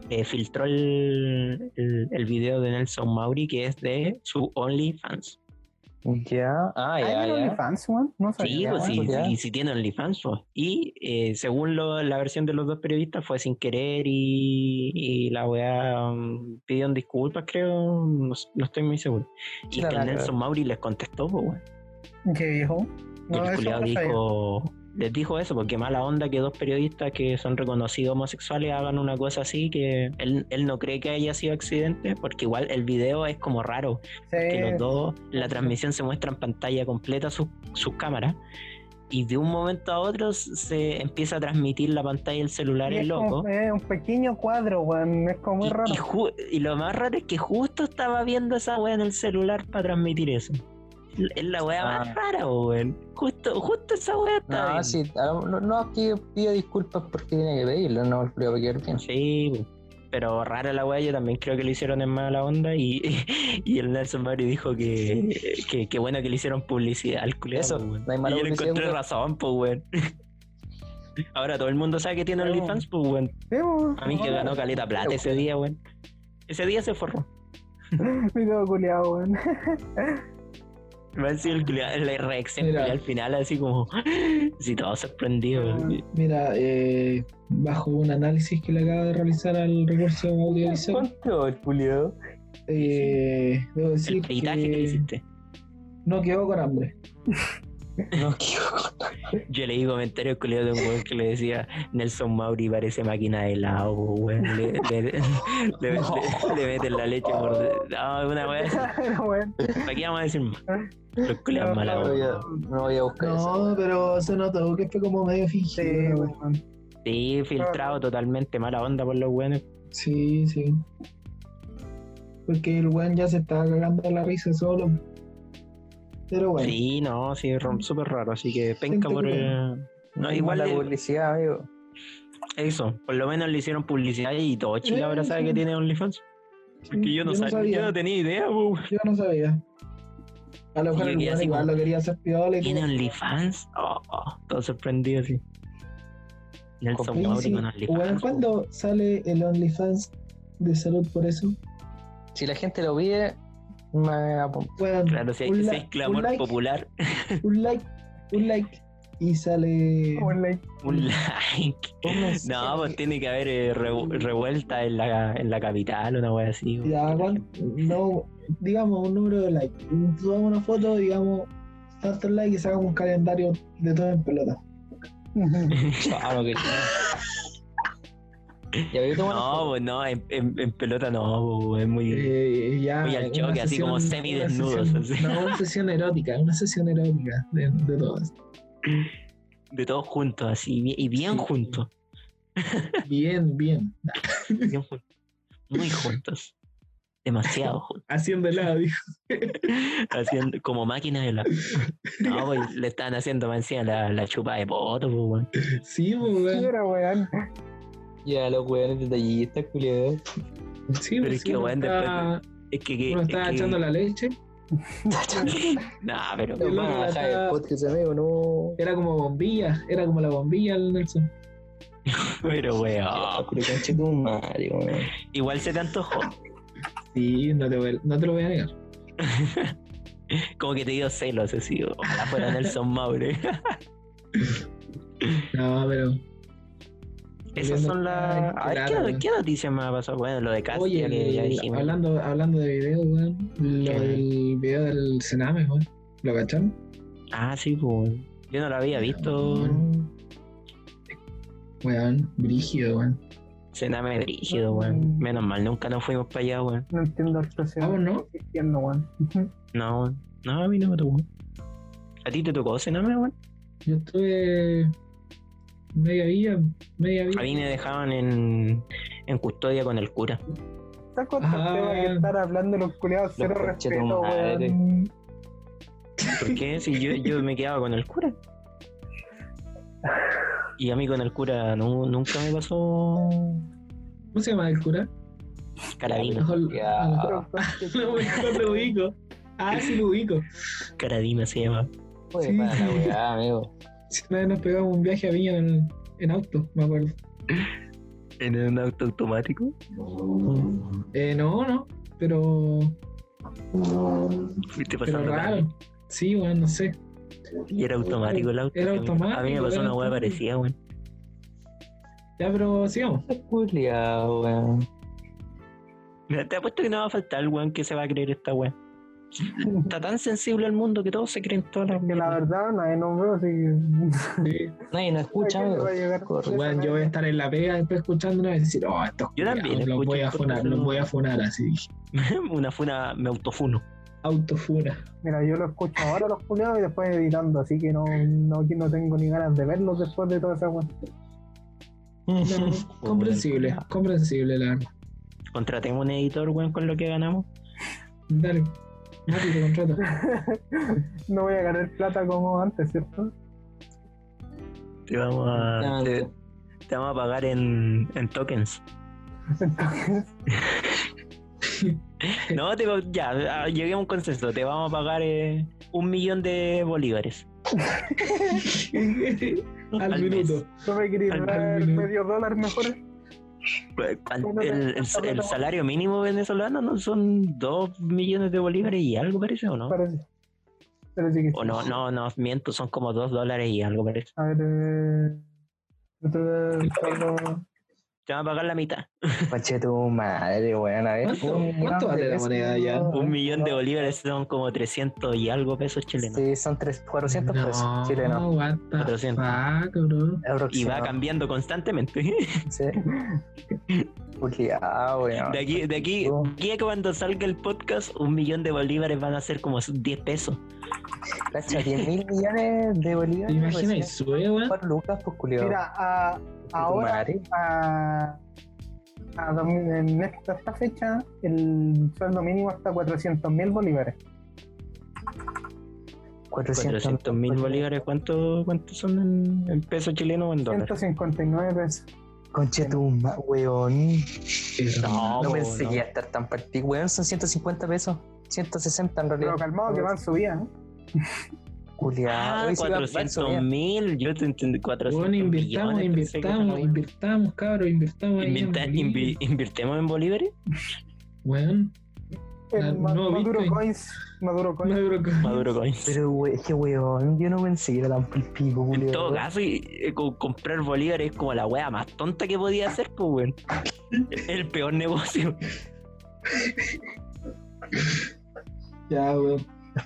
S1: eh, filtró el, el- el video de Nelson Mauri, que es de su OnlyFans.
S2: Ya, ah,
S3: ¿Hay
S2: ya,
S3: en
S2: ya.
S3: OnlyFans, weón? No
S1: Sí,
S3: sabía.
S1: pues
S3: weón.
S1: sí,
S2: bueno, Ah, ya.
S1: y sí tiene OnlyFans. pues. Y eh, según lo- la versión de los dos periodistas, fue sin querer y, y la weá mm, pidieron disculpas, creo. No, s- no estoy muy seguro. Y
S2: Claro,
S1: que el
S2: claro.
S1: Nelson Mauri les contestó, pues, weón.
S3: ¿Qué dijo?
S1: Y
S3: No,
S1: el
S3: eso
S1: culiao
S3: no sabía.
S1: dijo, les dijo eso, porque mala onda que dos periodistas que son reconocidos homosexuales hagan una cosa así, que él, él no cree que haya sido accidente, porque igual el video es como raro, que los
S3: Sí.
S1: dos, la transmisión se muestra en pantalla completa sus sus cámaras, y de un momento a otro se empieza a transmitir la pantalla del celular
S3: Y
S1: el
S3: Es
S1: loco.
S3: como- es un pequeño cuadro, weón. Es como muy
S1: Y-
S3: raro.
S1: Y, ju- y lo más raro es que justo estaba viendo esa wea en el celular para transmitir eso. L- Es la wea
S2: Ah.
S1: más rara, weón. Justo, justo esa wea estaba.
S2: No,
S1: viendo.
S2: sí, a lo- no, no, que pido disculpas porque tiene que pedirlo, no el culiao va a quedar bien.
S1: Sí, bu. pero rara la weá, yo también creo que lo hicieron en mala onda y, y el Nelson Mari dijo que, que, que bueno que le hicieron publicidad al culiao,
S2: Eso,
S1: po, weón.
S2: no hay mala
S1: Y yo le
S2: publicidad,
S1: encontré
S2: weón.
S1: razón, pues weón. Ahora todo el mundo sabe que tiene
S3: Pero-
S1: OnlyFans, pues weón.
S3: Sí, weón.
S1: A mí que ganó caleta plata ese día, weón. Ese día se forró.
S3: Video culiao, weón.
S1: Me ha sido el culiao- la reacción
S4: Mira.
S1: culiao al final, así como, si todo sorprendido,
S2: Ah,
S1: weón.
S4: Mira, eh, bajo un análisis que le acaba de realizar al recurso audiovisual,
S2: ¿Cuánto, el culiao?
S4: eh, debo
S1: El
S4: decir
S1: peitaje que le
S4: que
S1: hiciste.
S4: no quedó con hambre.
S2: No, que-
S1: Yo leí comentarios culiao de un weón que le decía Nelson Mauri parece máquina de helado, po, weón. Le, le, le- le- le- le meten la leche por. de- No, una weón.
S3: Era, weón.
S1: ¿Para qué vamos a decir más? Los culiados
S3: No,
S1: malos,
S2: no voy
S1: weón.
S2: a, no voy a buscar eso.
S4: No, pero se notó que fue como medio
S3: Sí,
S4: fingido. güey.
S3: weón.
S1: Sí, filtrado totalmente, mala onda por los weones.
S4: Sí, sí. Porque el weón ya se estaba cagando la risa solo. Pero bueno.
S1: Sí, no, sí, rom- súper raro, así que penca
S4: Gente
S1: por.
S4: culiao.
S1: eh, No, igual
S2: la
S1: eh,
S2: publicidad, amigo.
S1: eso, por lo menos le hicieron publicidad y todo Chile
S4: Eh,
S1: ahora sabe
S4: sí.
S1: que tiene OnlyFans. Porque
S4: Sí,
S1: yo no, sab- yo no tenía idea, po, weón.
S4: Yo no sabía. A lo mejor
S1: Yo
S4: el
S1: quedé
S4: weón
S1: así
S4: igual
S1: como-
S4: lo quería hacer piola. y
S1: ¿Tiene
S4: como-
S1: OnlyFans? Oh, oh, todo sorprendido, sí. Nelson
S4: Oye,
S1: Mauri
S4: sí,
S1: con
S4: weón,
S1: OnlyFans.
S4: ¿cuándo sale el OnlyFans de salud por eso?
S2: Si la gente lo pide, me apunto.
S4: Weón,
S1: Claro, si hay,
S4: un,
S1: si
S4: li-
S1: hay clamor
S4: un like,
S1: popular,
S4: un like, un like y sale...
S3: Como en la-
S4: Mm.
S1: un like.
S4: un mensaje.
S1: No, pues tiene que haber eh, revu- revuelta en la, en la capital, una wea así.
S4: Mm. Ya, weón, no, digamos un número de like. Subamos una foto, digamos, tantos likes y sacamos un calendario de todo en pelota. Ah,
S2: Claro que Ya vi cómo
S1: No, pues no, en, en- en pelota no, pues, es muy.
S4: Eh, ya,
S1: Voy al
S4: una
S1: choque, así como
S4: sesión-
S1: semidesnudos,
S4: una sesión-
S1: así.
S4: No, una sesión erótica, una sesión erótica de, de todas.
S1: De todos juntos, así, bi- y bien
S4: Sí.
S1: juntos.
S4: Bien, bien.
S1: bien juntos. Muy juntos. Demasiado juntos.
S4: Haciendo helado, dijo.
S1: haciendo como máquinas de la. No, pues, le están haciendo más encima la, la chupa de poto, pues, weón.
S4: Sí, pues, weón.
S3: Era, weón.
S2: Ya, este los weones detallistas, culiados.
S4: Sí,
S1: Pero
S4: pues,
S1: es
S4: sí,
S1: que,
S4: uno
S1: weón, después-
S4: estaba-
S1: Es que. que
S4: uno
S1: es
S4: estaba
S1: que-
S4: echando la leche.
S1: Nah, pero.
S4: Yo
S2: Los
S4: lo
S2: van a bajar
S4: relataba-
S2: el podcast, amigo, no.
S4: Era como bombilla, era como la bombilla el Nelson.
S1: Pero,
S2: Ah,
S1: weón.
S2: pero conche tu madre, weón.
S1: Igual se te antojó.
S4: Sí, no te, voy- no te lo voy a negar.
S1: Como que te dio celos, así. Ojalá fuera Nelson Maure.
S4: No, pero.
S1: Esas son las. A ver, ¿qué,
S4: Claro.
S1: qué noticias más ha pasado? Bueno, lo de Cast,
S4: Oye,
S1: ya que ya dijimos.
S4: hablando, hablando de video, weón. Lo
S1: ¿Qué?
S4: del video del Sename, weón. ¿Lo cacharon?
S1: Ah, sí, pues. Yo no lo había visto.
S4: Weón, brígido, weón.
S1: Cename brígido, weón. Menos mal, nunca nos fuimos para allá, weón.
S3: No entiendo el proceso.
S4: Vamos, Ah, ¿no?
S3: Entiendo, weón.
S1: No, weón. No, a mí no me tocó. ¿A ti te tocó cename, weón?
S4: Yo estuve. Media vía, media vía.
S1: A mí me dejaban en, en custodia con el cura.
S3: ¿Estás con el
S4: Ah.
S3: este tema que estar hablando los culiados cero respeto,
S2: conchetumadres.
S3: weón?
S1: ¿Por qué? Si yo, yo me quedaba con el cura. Y a mí con el cura nu- nunca me pasó
S4: ¿Cómo se llama el cura?
S1: carabina.
S4: Mejor- Ah.
S2: Ya.
S3: Pero, conchetum-
S4: Lo mejor lo ubico. Ah, sí lo ubico.
S1: Carabina se llama.
S2: Oye,
S4: Sí.
S2: para la weá, amigo.
S4: Si una vez nos pegamos un viaje a Viña en, en auto, me acuerdo.
S1: ¿En un auto automático?
S4: Eh, no, no, pero.
S1: Fuiste
S4: Pero
S1: pasando
S4: raro. Sí, weón, no sé.
S1: Y era automático el auto.
S4: Era
S1: a mí- A mí me
S4: automático,
S1: pasó
S4: era
S1: una hueá
S4: automático.
S1: parecida, weón.
S4: Ya, pero sigamos.
S2: Culiao, weón.
S1: Mira, Te apuesto que no va a faltar el weón que se va a creer esta weá. Está tan sensible al mundo que todos se creen todas las
S3: Que la verdad, nadie nos veo, así que.
S4: Sí.
S2: Nadie nos escucha,
S3: ¿Quién le
S2: amigo.
S3: va a llegar con
S2: Corre.
S3: esa
S4: Weón, yo voy a estar en la pega después escuchándonos y decir, oh, estos
S1: Yo también
S4: culiados, los
S1: escucho
S4: voy a
S1: estos
S4: funar,
S1: culiados.
S4: los voy a funar así.
S1: Una funa, me autofuno.
S4: Autofuna.
S3: Mira, yo lo escucho ahora los culiados y después editando, así que no, no, aquí no tengo ni ganas de verlos después de toda esa weón.
S4: No, comprensible, comprensible, la verdad.
S1: Contratemos un editor, weón, con lo que ganamos.
S4: Dale. Mati, te contrato.
S3: No voy a ganar plata como antes, ¿cierto?
S1: Te vamos
S4: Ah,
S1: a, te, te vamos a pagar en, en tokens.
S3: Entonces,
S1: No, te, ya, ah, llegué a un consenso. Te vamos a pagar eh, un millón de bolívares.
S4: Al
S1: Al
S4: minuto.
S3: no me quería
S1: Al-
S3: dar
S4: al minuto.
S3: medio dólar mejor.
S1: Pues, cuan- El, el- el salario mínimo venezolano no son dos millones de bolívares y algo, parece, ¿o no?
S3: Parece. Parece que sí.
S1: O no, no, no, miento, son como dos dólares y algo, parece.
S3: A ver. Eh... otro- otro-
S1: Te van a pagar la mitad.
S2: Pache tu madre, weón. A ver,
S4: ¿Cuánto-
S2: un millón
S4: cuánto
S2: de
S4: vale la
S2: pesos.
S4: moneda ya?
S2: Ah,
S1: Un millón de bolívares son como 300 y algo pesos chilenos.
S2: Sí, son tres- 400
S4: No,
S2: pesos chilenos.
S4: what the
S1: 400.
S4: fuck, bro.
S1: Y va cambiando constantemente. De
S2: Sí. Culiao, ah, weón.
S1: aquí, de aquí, de aquí a cuando salga el podcast, un millón de bolívares van a ser como 10 pesos.
S2: Cacha, 10 mil millones de
S4: ¿Te
S2: bolívares.
S4: imaginas? Y
S2: recién
S4: sube, weón.
S2: por lucas, pues culiao.
S3: Mira, a,
S2: Tu
S3: ahora,
S2: madre.
S3: a, a dos mil- en esta, esta fecha, el sueldo mínimo está 400 mil bolívares.
S1: 400 mil bolívares, ¿cuánto, cuánto son en, en pesos chilenos o en dólares?
S3: 159 pesos.
S2: Conchetumba, weón.
S1: No,
S2: No pues,
S1: po,
S2: pensé
S1: no.
S2: que iba a estar tan partido. Weón, son 150 pesos. 160 en
S3: Pero
S2: realidad.
S3: calmado que van subidas. ¿eh?
S2: Culiao.
S1: Ah,
S2: Hoy sí va- va a
S1: 400
S2: subir.
S1: mil, yo te entendí, 400
S4: Bueno, invirtamos,
S1: millones, pensé que era
S4: invirtamos,
S1: la wea.
S4: invirtamos, cabros, invirtamos. ahí en
S1: Inventa-
S4: Bolivia.
S1: invi- ¿Invirtemos en bolívares?
S4: Weón, Ah,
S3: El Ma-
S4: no,
S3: Maduro
S4: Bitcoin.
S3: Coins. Maduro Coins.
S4: Maduro Coins.
S1: Maduro Coins.
S2: Pero, we- es que weón, yo no pensé que era tan por el pico,
S1: En
S2: culiao.
S1: todo caso, y, eh, co- comprar bolívares es como la wea más tonta que podía hacer, pues, weón. El peor negocio.
S4: Ya, weón.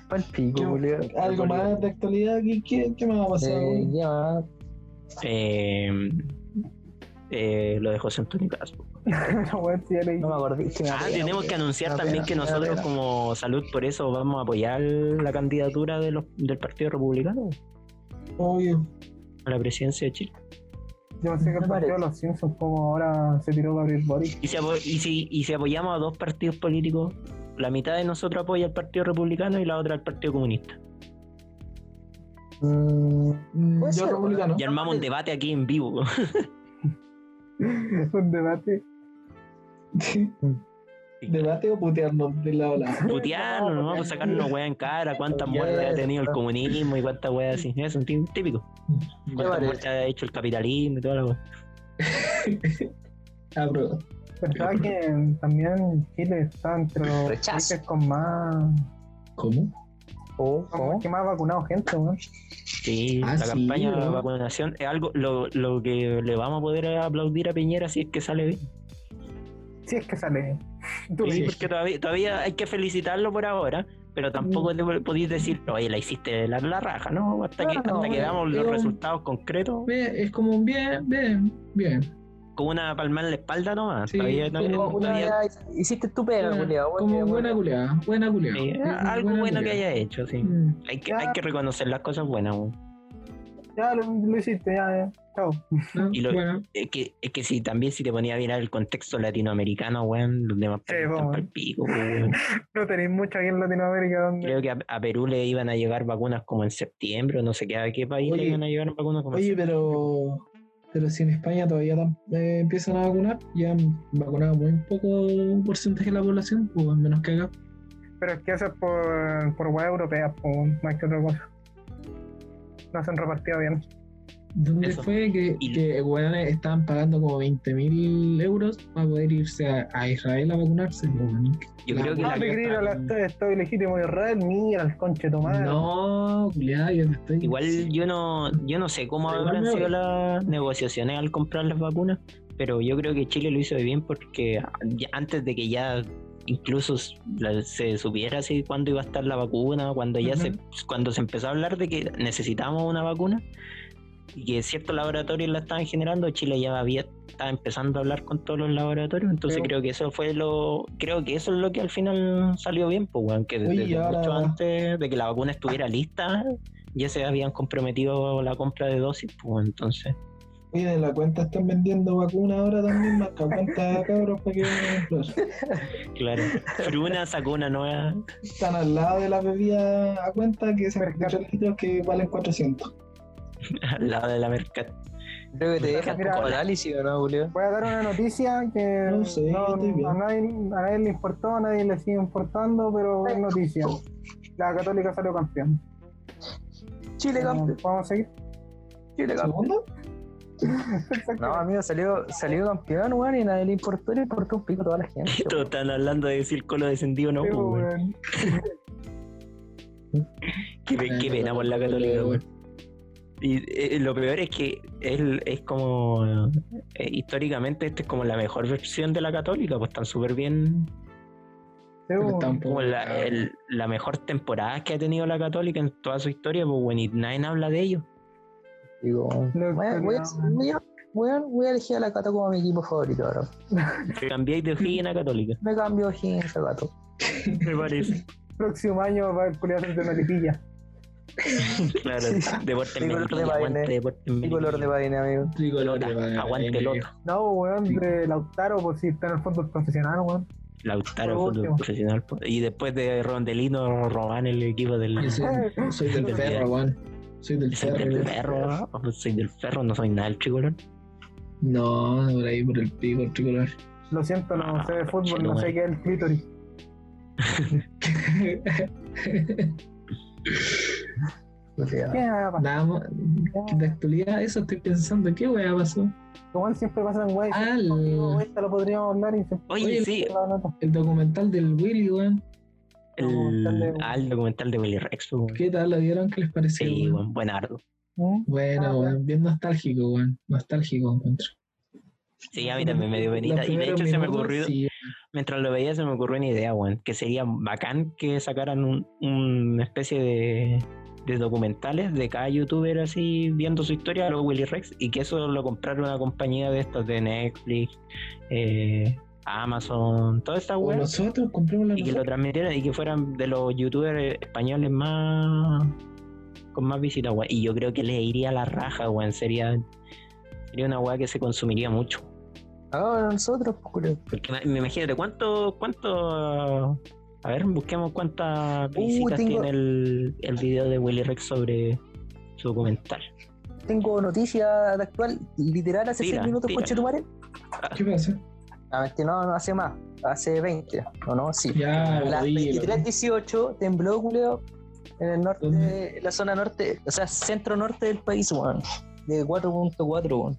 S2: Pa'l pico, culiao.
S4: Algo más de actualidad, ¿qué, qué, qué más ha pasado?
S2: Eh,
S4: weón?
S2: ya,
S1: Eh, eh, lo dejó sin túnicas.
S3: La wea, sí, ya leí.
S2: no me acordé. es que me
S1: Ah,
S2: acuerdo,
S1: tenemos que
S2: weón.
S1: anunciar
S2: Me da
S1: también
S2: pena,
S1: que
S2: me da
S1: nosotros
S2: pena.
S1: como salud por eso vamos a apoyar la candidatura de los, del Partido Republicano
S4: Obvio.
S1: a la presidencia de Chile.
S3: Yo pensé que el partido
S2: Me parece.
S3: de los Simpsons como ahora se tiró Gabriel Boric.
S1: Y si, apo- y si, y si apoyamos a dos partidos políticos, la mitad de nosotros apoya al Partido Republicano y la otra al Partido Comunista.
S2: Mm,
S4: Mm,
S2: Puede
S4: Yo
S2: ser,
S4: republicano.
S1: Y armamos un debate aquí en vivo.
S3: Es un debate.
S4: Debate o putearnos de lado a lado.
S1: putearnos, ¿no? Pues sacarnos weá en cara, cuántas
S2: Ya,
S1: muertes ha tenido el
S2: ya.
S1: comunismo y cuántas weas así. Es un tí- típico. Cuántas
S2: parece.
S1: muertes ha hecho el capitalismo y toda la wea.
S4: Ah, bro.
S3: Pensaba que también Chile está entre los
S2: Rechazo.
S3: países con más,
S4: ¿Cómo?
S2: oh,
S3: con-
S2: oh.
S3: que más ha vacunado gente, weón.
S1: Sí,
S4: Ah,
S1: la
S4: sí,
S1: campaña de
S4: ¿verdad?
S1: vacunación es algo, lo, lo que le vamos a poder aplaudir a Piñera si es que sale bien.
S3: Si es que sale. Tú
S1: Sí,
S3: leí.
S1: porque todavía, todavía hay que felicitarlo por ahora, pero tampoco le podéis decir, oye, la hiciste la, la raja, ¿no? Hasta que,
S3: Claro,
S1: hasta que
S4: bueno,
S1: damos los
S4: pero-
S1: resultados concretos,
S4: Ve, Es como un bien, bien, bien.
S1: con una palma en la espalda nomás.
S4: Sí,
S1: todavía,
S4: pero
S1: todavía-
S2: Una
S1: todavía-
S2: vez hiciste tu pega, culiao.
S4: Como buena culeada, buena culeada. Mm.
S1: sí, algo bueno que haya hecho, sí. Hay que, hay
S3: Ya.
S1: que reconocer las cosas buenas, weón.
S3: Ya lo, lo hiciste, ya, ya. Chao.
S4: ¿no?
S1: Y lo-
S4: Bueno,
S1: Es que, es que si también si te ponía a mirar el contexto latinoamericano, weón, los demás
S3: Sí,
S1: países están
S3: weón.
S1: pa'l pico, weón.
S3: No tenéis mucho aquí en Latinoamérica donde.
S1: Creo que a, a Perú le iban a llegar vacunas como en septiembre, o no sé qué, a qué país le
S4: Oye,
S1: iban a llegar vacunas como en
S4: oye, pero. Pero si en España todavía tam- eh, empiezan a vacunar, ya han vacunado muy poco porcentaje de la población, pues menos que acá.
S3: Pero es que eso es por, por web europea, po, más que otra cosa. No se han repartido bien.
S4: ¿Dónde
S1: Eso.
S4: fue que,
S1: Y-
S4: que eh, weones estaban pagando como 20 mil euros para poder irse a, a Israel a vacunarse? pues, weón?
S1: Yo creo que
S3: Ah,
S1: la
S3: te
S1: que-
S3: quería ir a la Estado ilegítimo de Israel, mira el conche de tu madre.
S4: No, culiado, yo te estoy.
S1: Igual yo no, yo no sé cómo
S4: Igual
S1: habrán
S4: me-
S1: sido las negociaciones al comprar las vacunas, pero yo creo que Chile lo hizo bien porque ya- antes de que ya incluso s- la- se supiera si cuándo iba a estar la vacuna, cuando ya se, cuando se empezó a hablar de que necesitábamos una vacuna y que ciertos laboratorios la estaban generando, Chile ya había estaba empezando a hablar con todos los laboratorios, entonces
S4: Pero-
S1: creo que eso fue lo, creo que eso es lo que al final salió bien, pues weón, que desde
S4: Oye, y ahora-
S1: mucho antes de que la vacuna estuviera lista, ya se habían comprometido la compra de dosis, pues entonces.
S4: Oye, de la cuenta están vendiendo vacunas ahora también, marca cuenta cabros para que
S1: Claro. Fruna sacó una nueva.
S4: están al lado de la bebida a cuenta que se de 3 litros que valen 400.
S1: al lado de la mercat.
S2: Creo que te dejan
S3: Mira,
S2: con
S3: mira.
S2: análisis, ¿o ¿no, Julio?
S3: Voy a dar una noticia que
S4: No sé,
S3: no-
S4: estoy bien.
S3: a, nadie, a nadie le importó, a nadie le sigue importando, pero es noticia. La Católica salió campeón.
S2: Chile campeón,
S3: Vamos a seguir.
S2: Chile campeón.
S4: ¿Segundo?
S2: No, amigo, salió, salió campeón, weón, y nadie le importó, le importó un pico a toda la gente.
S1: Todos están hablando de decir colo descendido, no,
S3: Sí,
S1: pues, weón.
S3: weón.
S1: Qué, pe- qué pena por la católica, weón. Y eh, lo peor es que es, es como. eh, históricamente, esta es como la mejor versión de la católica, pues están súper bien.
S3: Sí,
S4: Pero
S3: weón.
S4: tampoco-
S1: Como la, el- la mejor temporada que ha tenido la católica en toda su historia, pues, bueno, y nadie habla de ellos.
S2: Digo,
S3: No,
S2: weón, voy a,
S3: no.
S2: voy a- weón, voy a elegir a la Cato como mi equipo favorito ahora.
S1: Cambiáis de origen a católica.
S2: Me cambio de Higgins a Cato.
S1: Mm. Me parece.
S3: Próximo año va a culiar de una lipilla.
S1: Claro, deporte en
S2: Sí, color de
S1: Melipilla,
S2: baile.
S1: aguante deporte en
S2: Mi color de
S1: Melipilla.
S2: vaina, amigo.
S4: Tricolor,
S1: Lota, Ah, Aguante
S4: loco.
S1: Lota.
S3: No, weón, de Lautaro, por si está en el fondo profesional, weón.
S1: Lautaro
S3: Por
S1: fútbol
S3: último.
S1: profesional. po. Y después de Rondelino, Robán, el equipo
S4: Yo
S1: del,
S4: soy, soy del perro, weón. Soy del
S1: soy
S4: perro.
S1: del
S4: weón.
S1: perro. oh, Soy del perro, no soy nada del tricolor.
S4: No, por ahí por el pico, el tricolor.
S3: Lo siento, no
S1: Ah,
S3: sé de fútbol,
S1: chino,
S3: no sé
S1: weón.
S3: qué es el clítoris.
S2: Ah,
S3: ¿Qué va
S1: Ah.
S3: a
S4: Nada más. De actualidad, eso estoy pensando. ¿Qué weá pasó?
S3: Igual siempre pasan weas.
S4: Ah,
S3: y conmigo,
S4: el,
S3: Esta lo podríamos hablar y siempre
S1: Oye,
S4: Oye,
S1: sí,
S3: la nota.
S4: el documental del Willy, weón.
S1: el, ah, el documental de Willy Rex. po, weón.
S4: ¿Qué tal lo vieron? ¿Qué les pareció?
S1: Sí,
S4: weón?
S1: buen, buenardo.
S3: ¿Mm?
S4: Bueno,
S3: Ah,
S4: weón, bien nostálgico, weón. Nostálgico encuentro.
S1: Sí, a mí también me dio penita.
S4: Los
S1: Y de hecho
S4: primeros
S1: se me
S4: minutos,
S1: ocurrió,
S4: sí.
S1: mientras lo veía, se me ocurrió una idea, weón. Que sería bacán que sacaran un- una especie de, de documentales de cada youtuber así viendo su historia, luego Willy Rex, y que eso lo comprara una compañía de estas de Netflix, eh, Amazon, toda esta
S4: O
S1: weón.
S4: nosotros compramos la
S1: Y que lo transmitieran y que fueran de los youtubers españoles más. con más visitas, weón. Y yo creo que le iría a la raja, weón. Sería, sería una weá que se consumiría mucho.
S2: Ahora nosotros, pues, culo.
S1: Porque me- me imagínate, ¿cuánto, cuánto... A ver, busquemos cuántas visitas
S2: Uh, tengo-
S1: tiene el, el video de Willy Rex sobre su documental.
S2: Tengo noticia de actual, literal, hace
S1: Tira,
S2: 6 minutos,
S1: tira.
S2: coche tu madre.
S4: ¿Qué pasa?
S2: No, mentira, no, no hace más. Hace 20, ¿o no? Sí.
S4: Ya,
S2: A las
S4: lo vi, lo vi.
S2: 23.18 tembló, culeo, en el norte,
S4: ¿Dónde?
S2: en la zona norte, o sea, centro norte del país, weón. De 4.4, weón.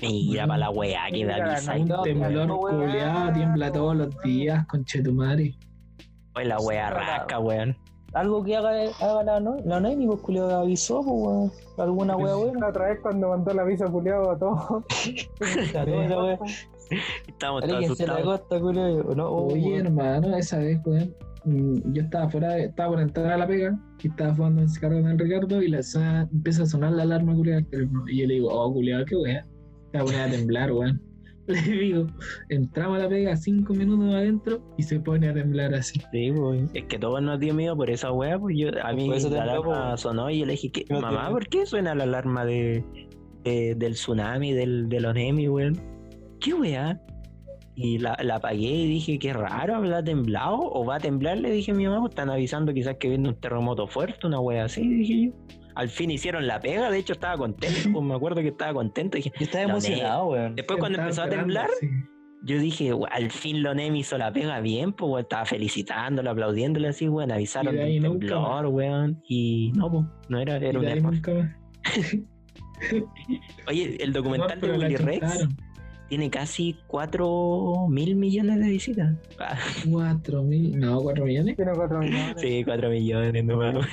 S1: Mira
S4: Mm.
S1: para la weá que da
S3: Mira,
S1: avisa.
S3: no,
S1: ahí.
S4: Un temblor
S3: no, weón.
S4: culeado, tiembla todos los días, conchetumare.
S1: Fue la weá
S2: no, no.
S1: rasca, weón.
S2: Algo que haga, haga la, no, la Noemi, pues, culeo, avisó, pues, weón. Alguna wea buena.
S3: La otra vez cuando mandó la visa culiado a todos.
S2: la wea.
S1: Estamos todos
S2: Alguien se la
S1: asustados.
S2: costa, culeo. o No, oh,
S4: Oye,
S2: weón.
S4: hermano, esa vez, weón, mm, yo estaba fuera, de- estaba por entrar a la pega y estaba jugando en carro con el Ricardo y la suena- empieza a sonar la alarma culiada del teléfono. Y yo le digo, oh, culiado, qué weá. Esta weá a temblar, weón. le digo, entramos a la pega cinco minutos adentro y se pone a temblar así.
S1: Sí, pues. Es que todos nos dio miedo por esa wea, pues yo, a mí
S2: Por eso
S1: la
S2: tembló,
S1: alarma
S2: pues.
S1: sonó y yo le dije, que,
S2: No
S1: mamá,
S2: tiene-
S1: ¿por qué suena la alarma de, de- del tsunami, del, del onemi, weón? ¿Qué wea? Y la, la apagué y dije, qué raro, ¿habrá temblado? ¿O va a temblar? Le dije a mi mamá, pues, están avisando quizás que viene un terremoto fuerte, una wea así, dije yo. Al fin hicieron la pega, de hecho estaba contento, pues, me acuerdo que estaba contento. Dije,
S2: Yo estaba
S1: La
S2: emocionado, weón.
S1: después cuando
S4: Estaba
S1: empezó a
S4: esperando,
S1: temblar,
S4: sí.
S1: yo dije, "Gua- al fin Lonemi hizo la pega bien, pues weón, estaba felicitándolo, aplaudiéndole así, weón, avisaron
S4: Y de
S1: del
S4: ahí nunca
S1: temblor, weón, y no, pues, no era,
S4: Y
S1: era un
S4: de ahí
S1: error.
S4: nunca más.
S1: Oye, el documental de
S4: Pero la
S1: Willy Rex
S4: chuntaron.
S1: tiene casi 4 mil millones de visitas. Ah,
S4: Cuatro mil, no, cuatro millones.
S3: Tiene 4 millones.
S1: sí, 4 millones, no mames.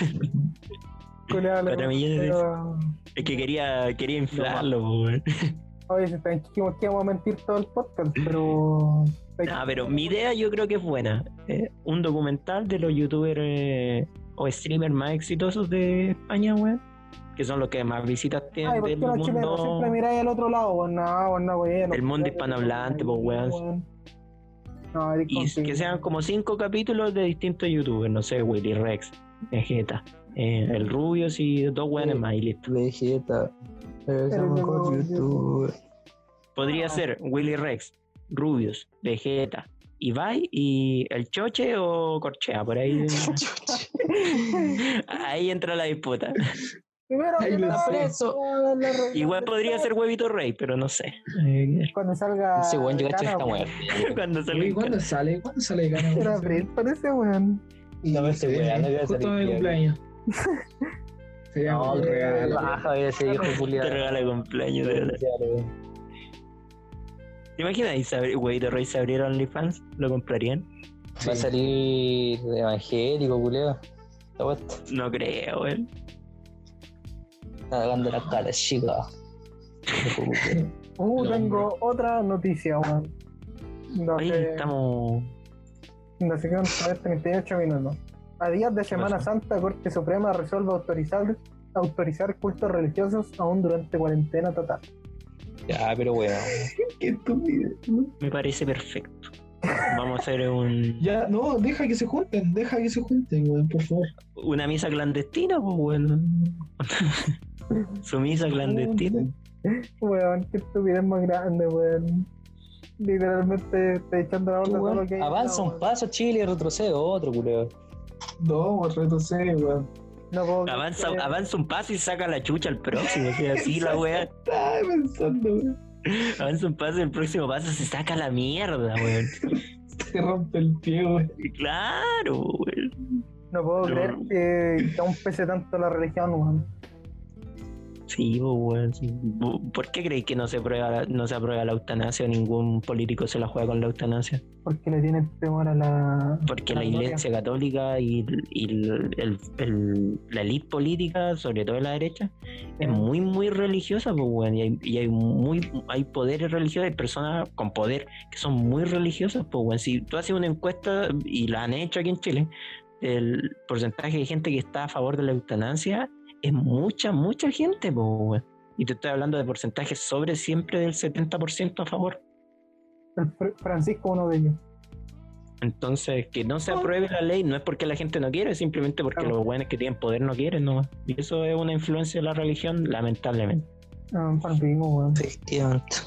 S3: Culeado, le-
S1: Cuatro millones de-
S3: pero-
S1: Es que quería, quería inflarlo, pues, weón.
S3: Oye, si están chiquimos que vamos a mentir todo el podcast, pero.
S1: Ah, pero mi idea yo creo que es buena. Eh, un documental de los youtubers eh, o streamers más exitosos de España, weón. Que son los que más visitas tienen
S3: Ay, ¿por qué
S1: del
S3: los chilenos siempre
S1: mundo.
S3: miráis al otro lado? Pues no, pues no, pues
S1: El mundo hispanohablante, pues, weón.
S3: No, eres
S1: Y
S3: consciente.
S1: que sean como cinco capítulos de distintos youtubers. No sé, Willy Rex, Vegeta, eh, el Rubio, y dos weones
S2: Sí.
S1: más y listo.
S2: Vegeta.
S3: Regresamos
S2: Regresamos
S3: con
S2: con YouTube.
S1: Podría ser Willy Rex, Rubius, Vegeta, Ibai y el Choche o Corchea. Por ahí, ahí entra la disputa.
S3: Primero,
S4: Ay,
S3: que
S4: lo
S3: nada,
S4: sé.
S3: preso. Ah, la re-
S1: Igual podría ser Huevito Rey, pero no sé.
S4: Eh,
S3: Cuando salga.
S2: Ese weón, yo cacho
S3: Cana,
S2: esta
S3: pues.
S2: weón.
S1: Cuando salga
S4: Oye,
S1: en
S4: ¿cuándo sale? ¿Cuándo sale Gana?
S3: Era abril, parece, weón.
S2: No me estoy weando, que va a
S4: Justo
S2: salir
S4: de
S2: bien.
S4: cumpleaños. Sería
S2: No,
S4: un
S2: que
S4: regalo.
S2: baja ese hijo
S1: Te
S2: culiado.
S1: regala cumpleaños. de verdad. ¿Te imaginas? Y se abri- Huevito Rey se abriera OnlyFans, ¿lo comprarían?
S2: Va a salir evangélico, culiado. Está puesto.
S1: No creo, ¿eh? weón.
S2: Está dando la cara, chica. Hijo culiao.
S3: Uh,
S4: El
S3: tengo otra noticia, weón. No sé-
S1: Oye, estamos.
S3: No sé qué van a ver 38 minutos. este A días de Semana
S1: Gracias.
S3: Santa, Corte Suprema resuelve autorizar, autorizar cultos religiosos aún durante cuarentena total.
S2: Ya, pero weón.
S4: Qué estúpido.
S1: Me parece perfecto. Vamos a hacer un,
S4: Ya, no, deja que se junten, deja que se junten, weón, por favor.
S1: una misa clandestina, pues, weón. Su misa clandestina.
S3: Weón, qué estupidez más grande, weón. Literalmente te echando la
S2: Tú,
S3: onda todo lo
S2: weón,
S3: que hay.
S2: Avanza un
S3: weón.
S2: paso, Chile, y retrocede otro, culiao.
S4: No, retrocede, weón.
S3: No puedo creer
S1: Avanza,
S3: que-
S1: avanza un paso y saca la chucha al próximo. o sea, así la wea.
S4: Estaba pensando, weón.
S1: Avanza un paso y el próximo paso se saca la mierda, weón.
S4: Se rompe el pie, weón.
S1: Y Claro, weón.
S3: No puedo
S1: Yo-
S3: creer que, que aún pese tanto la religión, weón.
S1: Sí, pues, weón. sí. Bu- ¿Por qué creéis que no se, aprueba, la- no se aprueba la eutanasia o ningún político se la juega con la eutanasia?
S3: Porque le tienen temor a la.
S1: Porque la
S3: Ah, no,
S1: iglesia católica y, y el- el- el- la elite política, sobre todo la derecha, es muy, muy religiosa, pues, weón. Y hay, y hay muy, hay poderes religiosos, hay personas con poder que son muy religiosas, pues, weón. Si tú haces una encuesta, y la han hecho aquí en Chile, el porcentaje de gente que está a favor de la eutanasia es mucha, mucha gente, pues, weón. Y te estoy hablando de porcentajes sobre siempre del 70% a favor.
S3: El Fr- Francisco, uno de ellos.
S1: Entonces, que no se apruebe la ley no es porque la gente no quiere, es simplemente porque
S3: Claro.
S1: los buenos que tienen poder no quieren, nomás. Y eso es una influencia de la religión, lamentablemente.
S3: Ah, Francisco, weón.
S2: Efectivamente.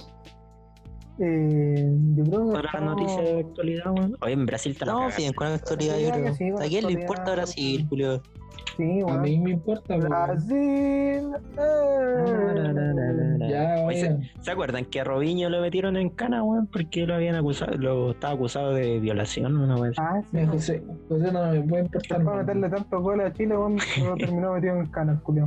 S3: Eh, yo creo que.
S1: Otra
S3: estamos-
S1: noticia de actualidad, weón. Hoy en Brasil está la
S2: No,
S1: cagada.
S2: sí, con la actualidad,
S3: Yo
S2: yo
S3: creo que sí,
S2: creo.
S3: con
S2: ¿A quién le
S3: actualidad,
S2: importa Brasil,
S3: sí.
S2: culiao?
S3: Sí,
S4: A
S3: weón.
S4: mí me importa,
S3: Ah,
S4: weón.
S3: Brasil. eh.
S1: Oye,
S4: Ya, oye.
S1: ¿se, se acuerdan que a Robinho lo metieron en cana, weón? Porque lo habían acusado, lo estaba acusado de violación, una weón.
S3: Ah, sí.
S4: Me José, José no me puede importar.
S3: Para
S4: weón.
S3: meterle tantos goles a Chile, weón, pero terminó metido en el canal, culiao.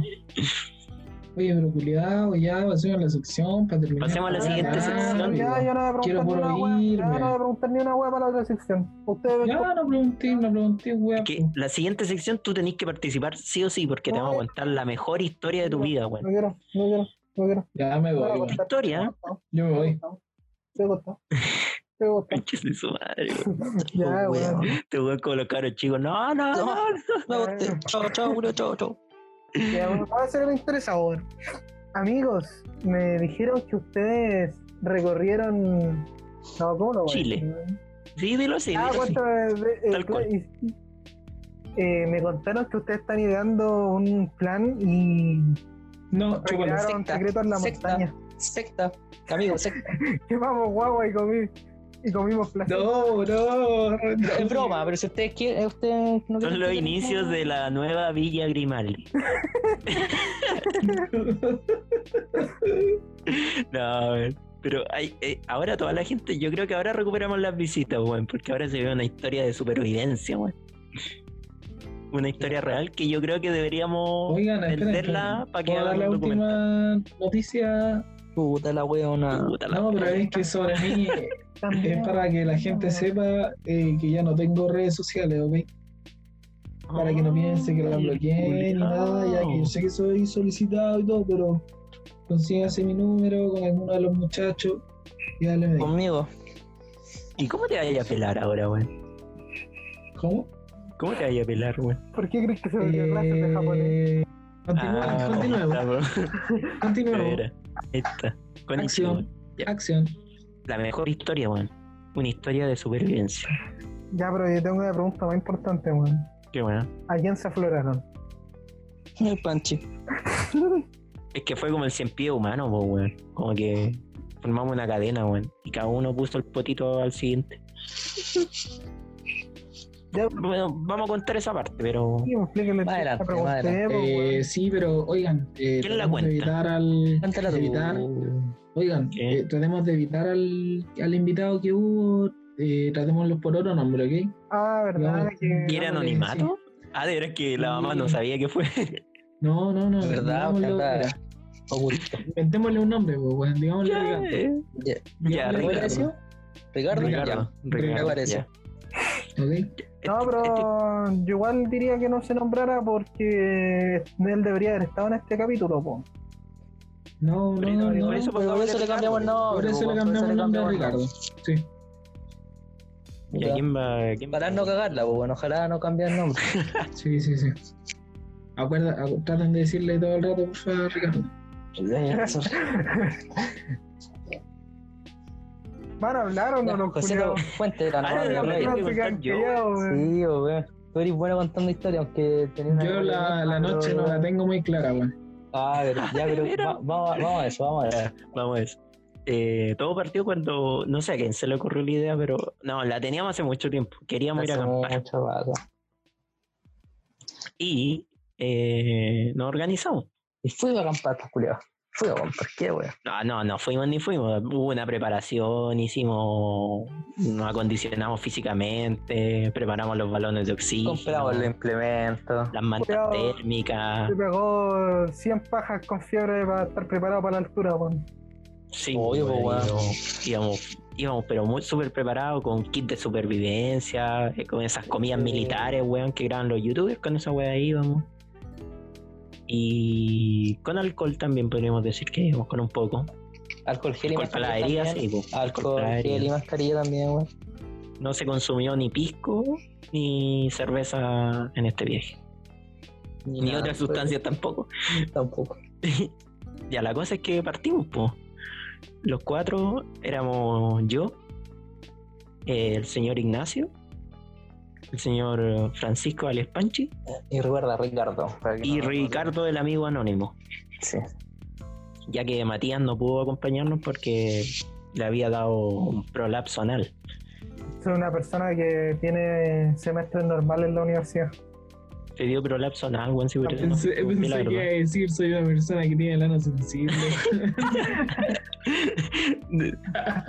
S4: Oye, pero culiado, ya pasemos a la sección para terminar.
S1: Pasemos a la
S4: Ah,
S1: siguiente
S4: ya,
S1: sección.
S3: Ya, yo no voy a preguntar ni
S4: Quiero
S3: una
S4: puro
S3: wea. Ya
S4: irme.
S3: no voy a preguntar ni una wea para la otra sección. Ustedes ven
S4: Ya, no pregunté, no pregunté, weón.
S1: Que la siguiente sección tú tenés que participar sí o sí, porque te
S3: No,
S1: vamos a
S3: eh.
S1: contar la mejor historia de tu vida,
S3: No
S1: weón.
S3: quiero, no quiero, no quiero.
S4: Ya me voy, weón.
S1: Esta historia,
S4: Yo me voy.
S3: Te gustó. Te gustó.
S1: pinches de su madre, weón.
S3: Ya,
S2: Oh,
S3: weón.
S2: weón.
S1: Te voy a colocar a chicos. No, no,
S2: No.
S1: no,
S2: Me gusta. Chao, chao, culiao, chao, chao.
S3: Ya, bueno, Vamos a hacer un interesador. Amigos, me dijeron que ustedes recorrieron. No, ¿cómo lo voy a
S1: Chile.
S3: decir?
S1: Sí, dilo así.
S3: Ah,
S1: dilo así.
S3: cuánto de- de-
S1: Tal cual.
S3: eh, eh, me contaron que ustedes están ideando un plan y
S4: No, chúpalo.
S3: crearon
S2: secta,
S3: secretos en la
S2: secta.
S3: montaña.
S2: Secta, amigo, secta.
S3: Quemamos guagua y, comí, y comimos plástico.
S4: No, no.
S2: es broma, pero si ustedes quieren, eh, ustedes no
S1: Son
S2: quieren
S1: los
S2: que-
S1: inicios de la nueva Villa Grimaldi. No, a ver, Pero hay, eh, ahora toda la gente, yo creo que ahora recuperamos las visitas, weón, porque ahora se ve una historia de supervivencia, weón. Una historia real que yo creo que deberíamos
S4: Oigan, esperen,
S1: venderla
S4: esperen.
S1: para que
S4: ¿Puedo dar
S1: hagan
S4: la
S1: un documental.
S4: última noticia.
S2: Puta la weona.
S1: Puta la-
S4: No, pero es que sobre mí
S3: También.
S4: es para que la gente sepa eh, que ya no tengo redes sociales, ¿ok? Para que no piense que la
S1: Ay,
S4: bloqueen ni nada, ya que yo sé que soy solicitado y todo, pero consíganse mi número con alguno de los muchachos y dale me
S2: Conmigo.
S1: ¿Y cómo te vayas a pelar ahora, weón?
S4: ¿Cómo?
S1: ¿Cómo te vayas a pelar, weón?
S3: ¿Por qué crees que se volvió clases de japonés?
S4: Eh, Continuemos,
S1: Ah,
S4: continuemos, continuemos.
S1: Era. Esta. Con
S4: Acción, acción.
S1: La mejor historia, weón. Una historia de supervivencia.
S3: Ya, pero yo tengo una pregunta más importante, weón.
S1: Qué bueno.
S3: ¿A quién se afloraron?
S2: El panchi.
S1: Es que fue como el cien pies humano, po, weón. Como que formamos una cadena, weón. Y cada uno puso el potito al siguiente.
S3: Ya.
S1: Bueno, vamos a contar esa parte, pero.
S3: Sí, explícale
S2: Más adelante, más adelante.
S3: po,
S4: Eh,
S3: weón.
S4: sí, pero oigan, eh,
S1: ¿Quién la
S4: tratemos de
S1: cuenta?
S4: evitar al.
S2: Cántala tú.
S4: evitar, oigan,
S1: ¿Qué?
S4: eh, tratemos de evitar al, al invitado que hubo, eh, tratémoslos por otro nombre, ¿ok?
S3: Ah, verdad.
S4: no.
S3: Que...
S1: ¿Y era
S4: dándole,
S1: anonimato? Ah, de verdad que la mamá no
S4: Sí.
S1: sabía que fue.
S4: No, no, no.
S2: ¿Verdad?
S4: digámoslo-
S2: Cántala.
S4: mira,
S2: Augusto.
S4: inventémosle un nombre, pues, weón, digámosle Ricardo.
S2: Ya.
S1: Ya,
S4: Digámosle
S2: ¿Cómo le
S1: Ricardo.
S2: pareció? Ricardo.
S1: Ricardo.
S2: Ricardo, parece.
S1: ya.
S4: ¿ok?
S1: Este-
S3: No,
S1: este-
S3: pero yo igual diría que no se nombrara porque él debería haber estado en este capítulo, po.
S4: No, no, no.
S1: Por
S4: no.
S1: eso,
S2: Pero por eso le cambiamos el
S4: pues, Por
S2: nombre.
S4: eso
S2: po,
S4: le cambiamos el nombre a
S2: cambiamos
S4: Ricardo. Sí.
S1: ¿Y a quién va? quién va?
S2: Para no cagarla, po, bueno, ojalá no cambie el nombre.
S4: Sí, sí, sí. Acuerda, acu- traten de decirle todo el rato, por favor, Ricardo.
S3: ¿Van a hablar o no los
S2: José,
S3: culiados?
S2: cuéntela, no,
S1: Ah,
S2: no,
S1: ya,
S2: no,
S1: ya,
S2: no.
S1: ya. que contar yo.
S2: Sí, po, weón. Tú eres bueno contando historias, aunque tenés una.
S4: Yo la, la noche no la tengo muy clara, weón.
S2: Ah, pero, ya, pero va- vamos, a- vamos a eso, vamos a eso.
S1: Vamos a eso. Eh, todo partió cuando, no sé a quién se le ocurrió la idea, pero no, la teníamos hace mucho tiempo. Queríamos ir a
S2: Hace
S1: acampar.
S2: mucho rato.
S1: y eh, nos organizamos.
S2: Y fuimos a acampar, pues, culiao. Fuimos a acampar, qué weón.
S1: No, no, no fuimos ni fuimos. Hubo una preparación, hicimos, nos acondicionamos físicamente, preparamos los balones de oxígeno,
S2: Compramos los implementos.
S1: las mantas
S3: Pero-
S1: térmicas.
S3: Se pagó 100 pajas con fiebre para estar preparado para la altura, po.
S1: Sí,
S2: Obvio,
S1: pues,
S2: pues, weón.
S1: íbamos- íbamos, íbamos, pero muy súper preparados con kit de supervivencia, eh, con esas comidas
S2: Sí.
S1: militares, weón, que graban los youtubers, con esa weá íbamos. Y con alcohol también podríamos decir que íbamos con un poco.
S2: Alcohol gel y
S1: Alcohol para las heridas,
S2: también.
S1: sí, pues, alcohol
S2: Alcohol
S1: para las
S2: gel y
S1: heridas.
S2: mascarilla también, weón.
S1: No se consumió ni pisco ni cerveza en este viaje, ni
S2: nada,
S1: otras
S2: pues,
S1: sustancias tampoco.
S2: Tampoco.
S1: ya, la cosa es que partimos, po. Los cuatro éramos yo, eh, el señor Ignacio, el señor eh, Francisco Alespanchi
S2: Y recuerda, Ricardo. para que
S1: y
S2: no- no-
S1: Ricardo, el amigo anónimo,
S2: Sí.
S1: ya que Matías no pudo acompañarnos porque le había dado un prolapso anal.
S3: Soy una persona que tiene semestres normales en la universidad.
S1: Te dio prolapso anal, buen si hubiera-
S4: Ah, Pensé,
S1: no,
S4: pensé
S1: milagro.
S4: que iba a decir, soy una persona que tiene lana sensible.
S1: Hubiera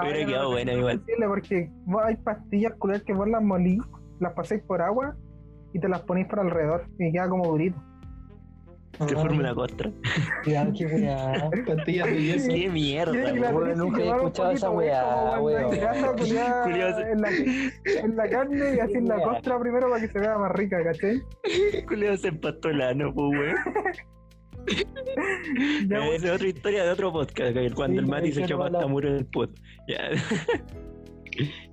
S3: Ahora,
S1: quedado
S3: no
S1: bueno
S3: tengo
S1: igual.
S3: que decirle Porque vos hay pastillas culiadas que vos las molís, las pasáis por agua y te las ponéis por alrededor y queda como durito.
S1: Te forma una costra.
S2: Cuidado, qué weá.
S4: Pastillas de yeso.
S1: ¡Qué mierda!
S3: Y ahí la
S1: weón!
S2: weón,
S3: tenés que
S2: nunca he
S3: llevar un
S2: escuchado esa
S3: poquito,
S2: weá,
S3: como cuando
S2: weón.
S3: hay grasa culiada
S1: Curioso.
S3: en la, en la carne y así en la costra primero para que se vea más rica, ¿cachai?
S1: Culeo se empastó el ano, po, weón.
S3: Ya,
S1: Eh,
S2: Eh,
S1: Esa es otra historia de otro podcast, que cuando
S2: Sí,
S1: el Mati se
S2: que
S1: echó
S2: no
S1: hasta
S2: la-
S1: muro del puto. Ya.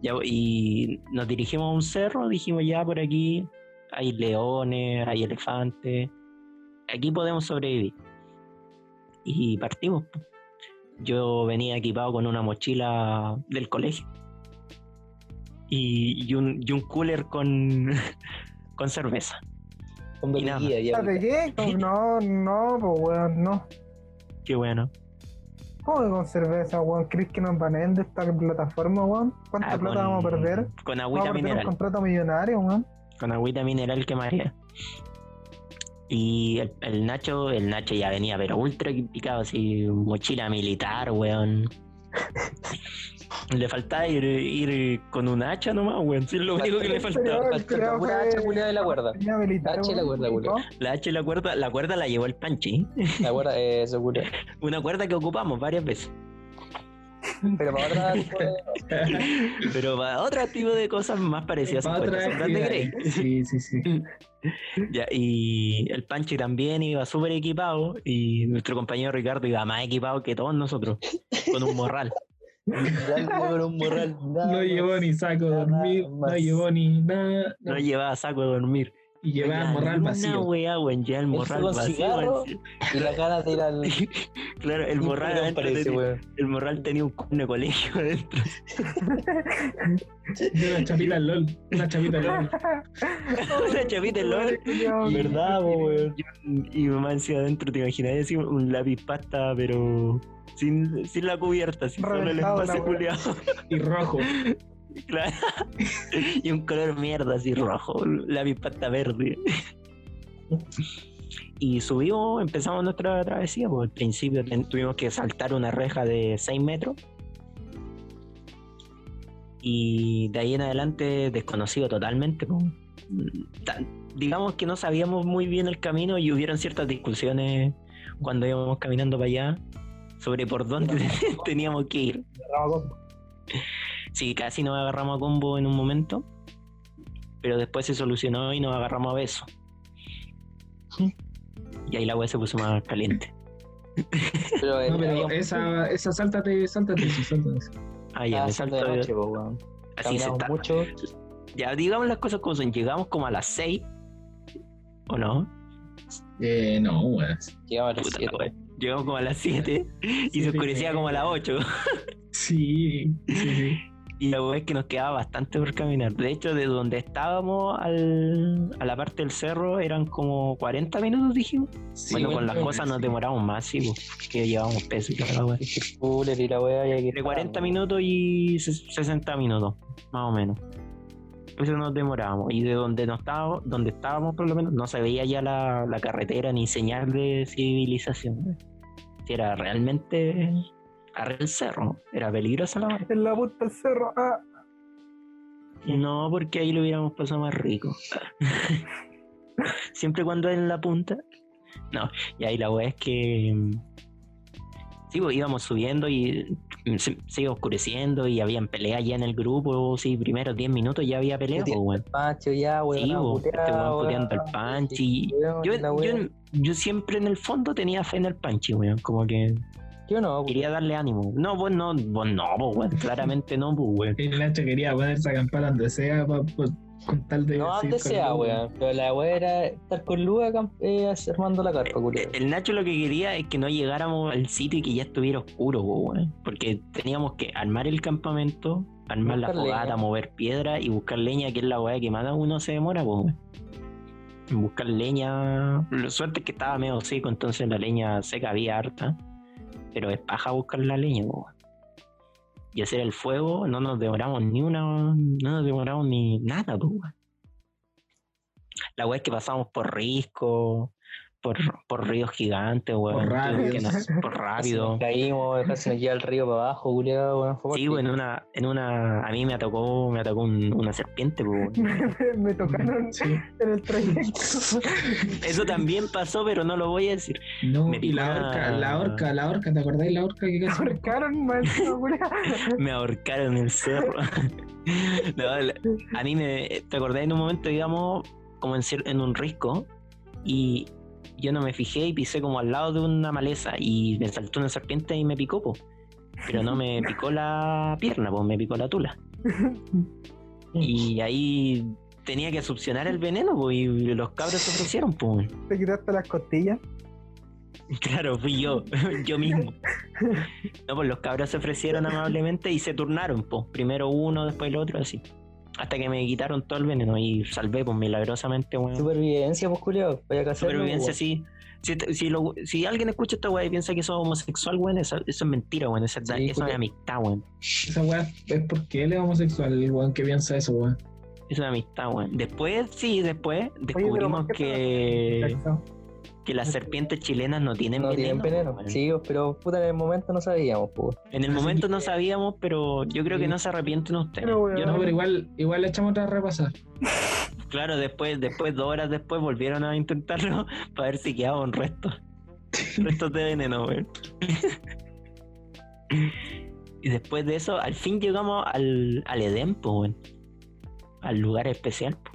S1: Ya, y nos dirigimos a un cerro, dijimos ya por aquí hay leones, hay elefantes, aquí podemos sobrevivir. Y partimos. po. Yo venía equipado con una mochila del colegio y, y un, y un cooler con, con cerveza.
S2: Con
S1: Y nada
S2: bebida, ya.
S4: Ah,
S3: ¿De qué? Con- No, no, pues weón, no.
S1: Qué bueno.
S3: ¿Cómo que con cerveza, weón? ¿Crees que nos baneen de esta plataforma, weón? ¿Cuánta
S1: Ah,
S3: plata
S1: con-
S3: vamos a perder?
S1: Con
S3: Vamos
S1: agüita
S3: a perder un
S1: mineral.
S3: contrato millonario, weón.
S1: con agüita mineral que marea. Y el, el Nacho, el Nacho ya venía, pero ultra picado, así, mochila militar, weón. le faltaba ir, ir con un hacha nomás, weón. Sí, es lo único que le faltaba.
S2: Faltaba pura hacha culiada de la cuerda.
S3: Tenía militar,
S2: Hacha y Ah, la
S3: weón.
S2: cuerda, culiao.
S1: La hacha y la cuerda, la cuerda la llevó el Panchi.
S2: La cuerda, eh, eso, culiao.
S1: Una cuerda que ocupamos varias veces.
S2: Pero para otra.
S1: Pero para otro tipo de cosas más parecidas.
S4: Va a
S1: con
S4: traer
S1: cosas, ¿no te crees?
S4: actividades. Sí, sí, sí.
S1: Ya, y el Panchi también iba súper equipado y nuestro compañero Ricardo iba más equipado que todos nosotros, con un morral.
S2: Blanco con un morral. nada
S4: No
S2: más.
S4: llevó ni saco de
S2: nada
S4: dormir,
S2: más.
S4: no llevó ni nada.
S1: No
S4: no.
S1: llevaba saco de dormir.
S4: Y llevaba
S1: Una
S4: el morral
S1: luna,
S4: vacío.
S1: weá, weón, ya el morral
S2: con
S1: vacío.
S2: cigarro.
S1: weón.
S2: Y las ganas de ir al.
S1: Claro, el morral,
S2: Pero
S1: adentro
S2: parece,
S1: tenía,
S2: weón.
S1: el morral tenía un cuno de colegio adentro.
S4: Y una chapita al LOL. Una chapita al LOL.
S1: Una chapita en LOL.
S3: Culiao.
S1: Y-
S2: ¿Verdad, po, weón?
S1: Y mi mamá encima adentro, te imaginas, así un lápiz pasta, pero sin, sin la cubierta, sin solo el
S3: Reventado la
S1: espacio
S3: weá.
S1: culiado.
S4: Y rojo.
S1: Claro. y un color mierda así rojo, la pata verde. y subimos, empezamos nuestra travesía. Por el principio ten- tuvimos que saltar una reja de 6 metros. Y de ahí en adelante desconocido totalmente. po. Ta- Digamos que no sabíamos muy bien el camino y hubieron ciertas discusiones cuando íbamos caminando para allá sobre por dónde teníamos que ir. Sí, casi nos agarramos a combo en un momento, pero después se solucionó y nos agarramos a beso.
S2: Hmm.
S1: Y ahí la weá se puso más caliente.
S2: Pero, eh,
S4: No, pero
S2: había-
S4: esa, esa, sáltate, sáltate, sí, sáltate. sí.
S1: Ah, ya,
S2: estaba
S1: me
S2: haciendo
S1: salto.
S2: de noche, po, weón.
S1: así se
S2: Caminamos
S1: está-
S2: mucho.
S1: Ya, digamos las cosas como son. Llegamos como a las 6, ¿o no?
S4: Eh, no, weón.
S2: Llegamos a las
S1: Puta la
S2: 7.
S1: weá. Llegamos como a las 7 y se
S4: Siete
S1: oscurecía
S4: media.
S1: como a las 8.
S4: Sí, sí, sí.
S1: Y la weá es que nos quedaba bastante por caminar. De hecho, de donde estábamos al- a la parte del cerro eran como 40 minutos, dijimos.
S4: Sí,
S1: bueno, con las
S4: weón,
S1: cosas nos
S4: sí.
S1: demoramos más, sí, po, que llevábamos peso y toda la weá.
S2: Cooler y la weá. y aquí
S1: Entre
S2: estábamos.
S1: 40 minutos y ses- 60 minutos, más o menos. Eso nos demorábamos. Y de donde, no estábamos, donde estábamos, por lo menos, no se veía ya la, la carretera ni señal de civilización. Si era realmente arriba el cerro, era peligrosa la hora.
S3: En la puta del cerro. Ah,
S1: No, porque ahí lo hubiéramos pasado más rico. Siempre cuando en la punta. No, y ahí la weá es que. mm, Sí, pues, íbamos subiendo y mm, se, se iba oscureciendo y habían peleas ya en el grupo. Sí, primeros 10 minutos ya había peleas, pues,
S2: Puteando
S1: weón.
S2: Pancho ya, weón.
S1: Sí,
S2: la
S1: pues, este
S2: puteada,
S1: weón puteando al
S2: weón.
S1: Panchi.
S2: Weón,
S1: Yo,
S2: la weá.
S1: yo, yo siempre en el fondo tenía fe en el Panchi, weón. Como que
S2: Yo no, weón.
S1: quería darle ánimo. No, vos no, vos no, pues, weón. Claramente no, pues, weón.
S4: El Nacho quería ponerse a acampar donde sea pa- pa- con tal de.
S2: No,
S4: seguir
S2: antes
S4: con
S2: sea,
S4: el-
S2: weón. Pero la weá era estar con Luca cam- eh, armando la carpa, culiao.
S1: Eh, El Nacho lo que quería es que no llegáramos al sitio y que ya estuviera oscuro, po, weón. porque teníamos que armar el campamento, armar la
S2: Buscar
S1: fogata,
S2: leña.
S1: mover piedra y buscar leña, que es la weá que más uno se demora, po, weón. En buscar leña. Lo suerte es que estaba medio seco, entonces la leña seca había harta. Pero es paja buscar la leña, po, weón. Y hacer el fuego, no nos demoramos ni una. No nos demoramos ni nada, po, weón. La weá es que pasamos por risco, por, por ríos gigantes, weón. Tuvimos
S4: rápidos.
S1: que nos- por
S2: Casi
S1: rápido.
S2: nos caímos, casi nos lleva el río para abajo, culiao, weón. Fue
S1: Sí,
S2: partido.
S1: bueno, en una, en una. A mí me atacó, me atacó un- una serpiente, po, weón.
S3: me, me tocaron
S4: Sí.
S1: Mm.
S3: en el trayecto.
S1: Eso también pasó, pero no lo voy a decir.
S4: No,
S1: Me
S4: y la
S1: picaba-
S4: orca, la orca, la orca, ¿te acordáis la orca que casi?
S3: Ahorcaron, maestro, culiao.
S1: Me ahorcaron en el cerro. No, la- a mí me. ¿Te acordás en un momento, digamos, como en, cier- en un risco? Y yo no me fijé y pisé como al lado de una maleza y me saltó una serpiente y me picó, po. Pero no me picó la pierna, pues me picó la tula. Y ahí tenía que succionar el veneno, po, y los cabros se ofrecieron, po.
S3: Te quitaste las costillas.
S1: Claro, fui yo, yo mismo. No, pues los cabros se ofrecieron amablemente y se turnaron, pues. Primero uno, después el otro, así. Hasta que me quitaron todo el veneno y salvé, pues, milagrosamente, weón.
S2: Supervivencia, pues, culiao. Voy a casarme,
S1: Supervivencia, sí. Si, te- si, lo- si alguien escucha esta weá y piensa que soy homosexual, weón, eso, eso es mentira, weón. Eso, es da-
S4: Sí,
S1: eso es
S4: porque-
S1: amistad, weón.
S4: Esa weá es porque él es homosexual, el weón que piensa eso, weón.
S1: Eso es amistad, weón. Después, sí, después
S3: pero
S1: descubrimos
S3: ¿por qué
S1: que,
S4: Cachao.
S1: que las serpientes chilenas no tienen
S2: No tienen veneno,
S1: weón.
S2: sí, pero puta, en el momento no sabíamos, pues.
S1: En el
S4: Así
S1: momento
S4: que-
S1: no sabíamos, pero yo creo que
S4: Sí.
S1: no se arrepienten ustedes.
S3: Pero, weón.
S1: Yo
S4: No,
S1: no-
S4: pero igual, igual le echamos otra repasada.
S1: claro, después, después, dos horas después, volvieron a intentarlo para ver si quedaban restos. Restos de veneno, weón. y después de eso, al fin llegamos al, al Edén, pues, weón. Al lugar especial, po.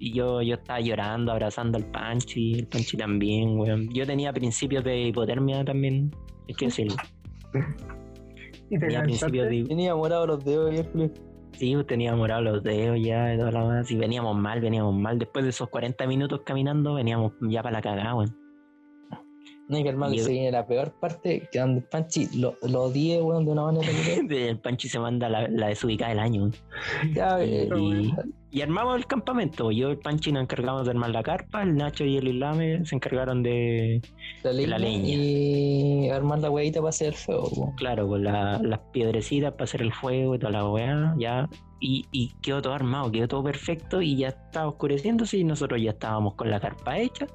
S1: Y yo, yo estaba llorando, abrazando al Panchi, el Panchi también, weón. Yo tenía principios de hipotermia también, es que decirlo.
S3: Y te
S1: Tenía principios
S3: cansaste.
S1: de
S2: Tenía morado los dedos y el culiao.
S1: Sí, tenía morado los dedos ya y toda la más. Y veníamos mal, veníamos mal. Después de esos 40 minutos caminando, veníamos ya para la cagada, weón.
S2: No, y que hermano, que
S1: Yo-
S2: se viene la peor parte, que donde Panchi lo, lo odié, weón, de una manera que
S1: El Panchi se manda la, la desubicada del año. weón.
S2: ya, eh,
S1: Y, y armamos el campamento. pues. Yo y el Panchi nos encargamos de armar la carpa. El Nacho y el Islame se encargaron de,
S2: Eh, la, leña
S1: la leña.
S2: y armar la huevita para hacer el fuego, weón.
S1: claro, con la- las piedrecitas para hacer el fuego y toda la weá, ya. Y, y quedó todo armado, quedó todo perfecto y ya estaba oscureciéndose y nosotros ya estábamos con la carpa hecha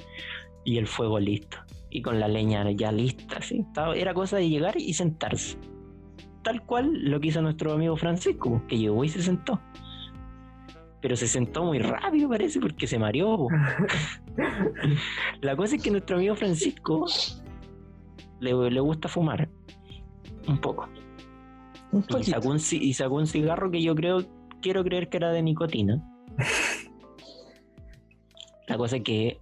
S1: y el fuego listo. Y con la leña ya lista, sí. Estaba- era cosa de llegar y sentarse. Tal cual lo que hizo nuestro amigo Francisco, que llegó y se sentó. Pero se sentó muy rápido, parece, porque se mareó. po. la cosa es que nuestro amigo Francisco le- le gusta fumar un poco.
S2: Un
S1: Y
S2: poquito.
S1: sacó, un, Pues ci- y sacó un cigarro que yo creo, quiero creer que era de nicotina. La cosa es que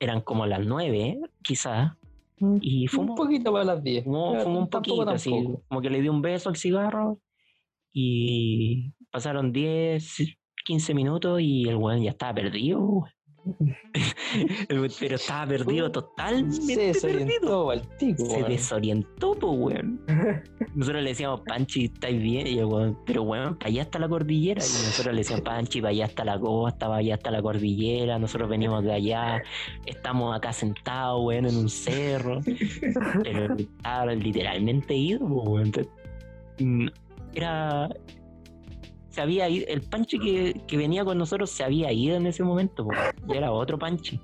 S1: eran como las nueve, quizás,
S2: Mm,
S1: y
S2: Un
S1: fumó,
S2: poquito para las 10.
S1: fumó,
S2: Ya,
S1: fumó un
S2: tampoco,
S1: poquito, así,
S2: tampoco.
S1: como que le dio un beso al cigarro y pasaron 10, 15 minutos y el weón ya estaba perdido. weón. Pero estaba perdido
S2: Se
S1: totalmente perdido.
S2: desorientó al tipo,
S1: Se
S2: weón.
S1: desorientó, pues, weón. Nosotros le decíamos, Panchi, ¿estáis bien? Y el weón, pero weón, para allá está la cordillera. Y nosotros le decíamos, Panchi, para allá está la costa, para allá está la cordillera. Nosotros venimos de allá, estamos acá sentados, weón, en un cerro. Pero estaba literalmente ido, po, weón. Entonces, mm, Era. Se había ido, el Panchi que, que venía con nosotros se había ido en ese momento, po. Ya era otro Panchi.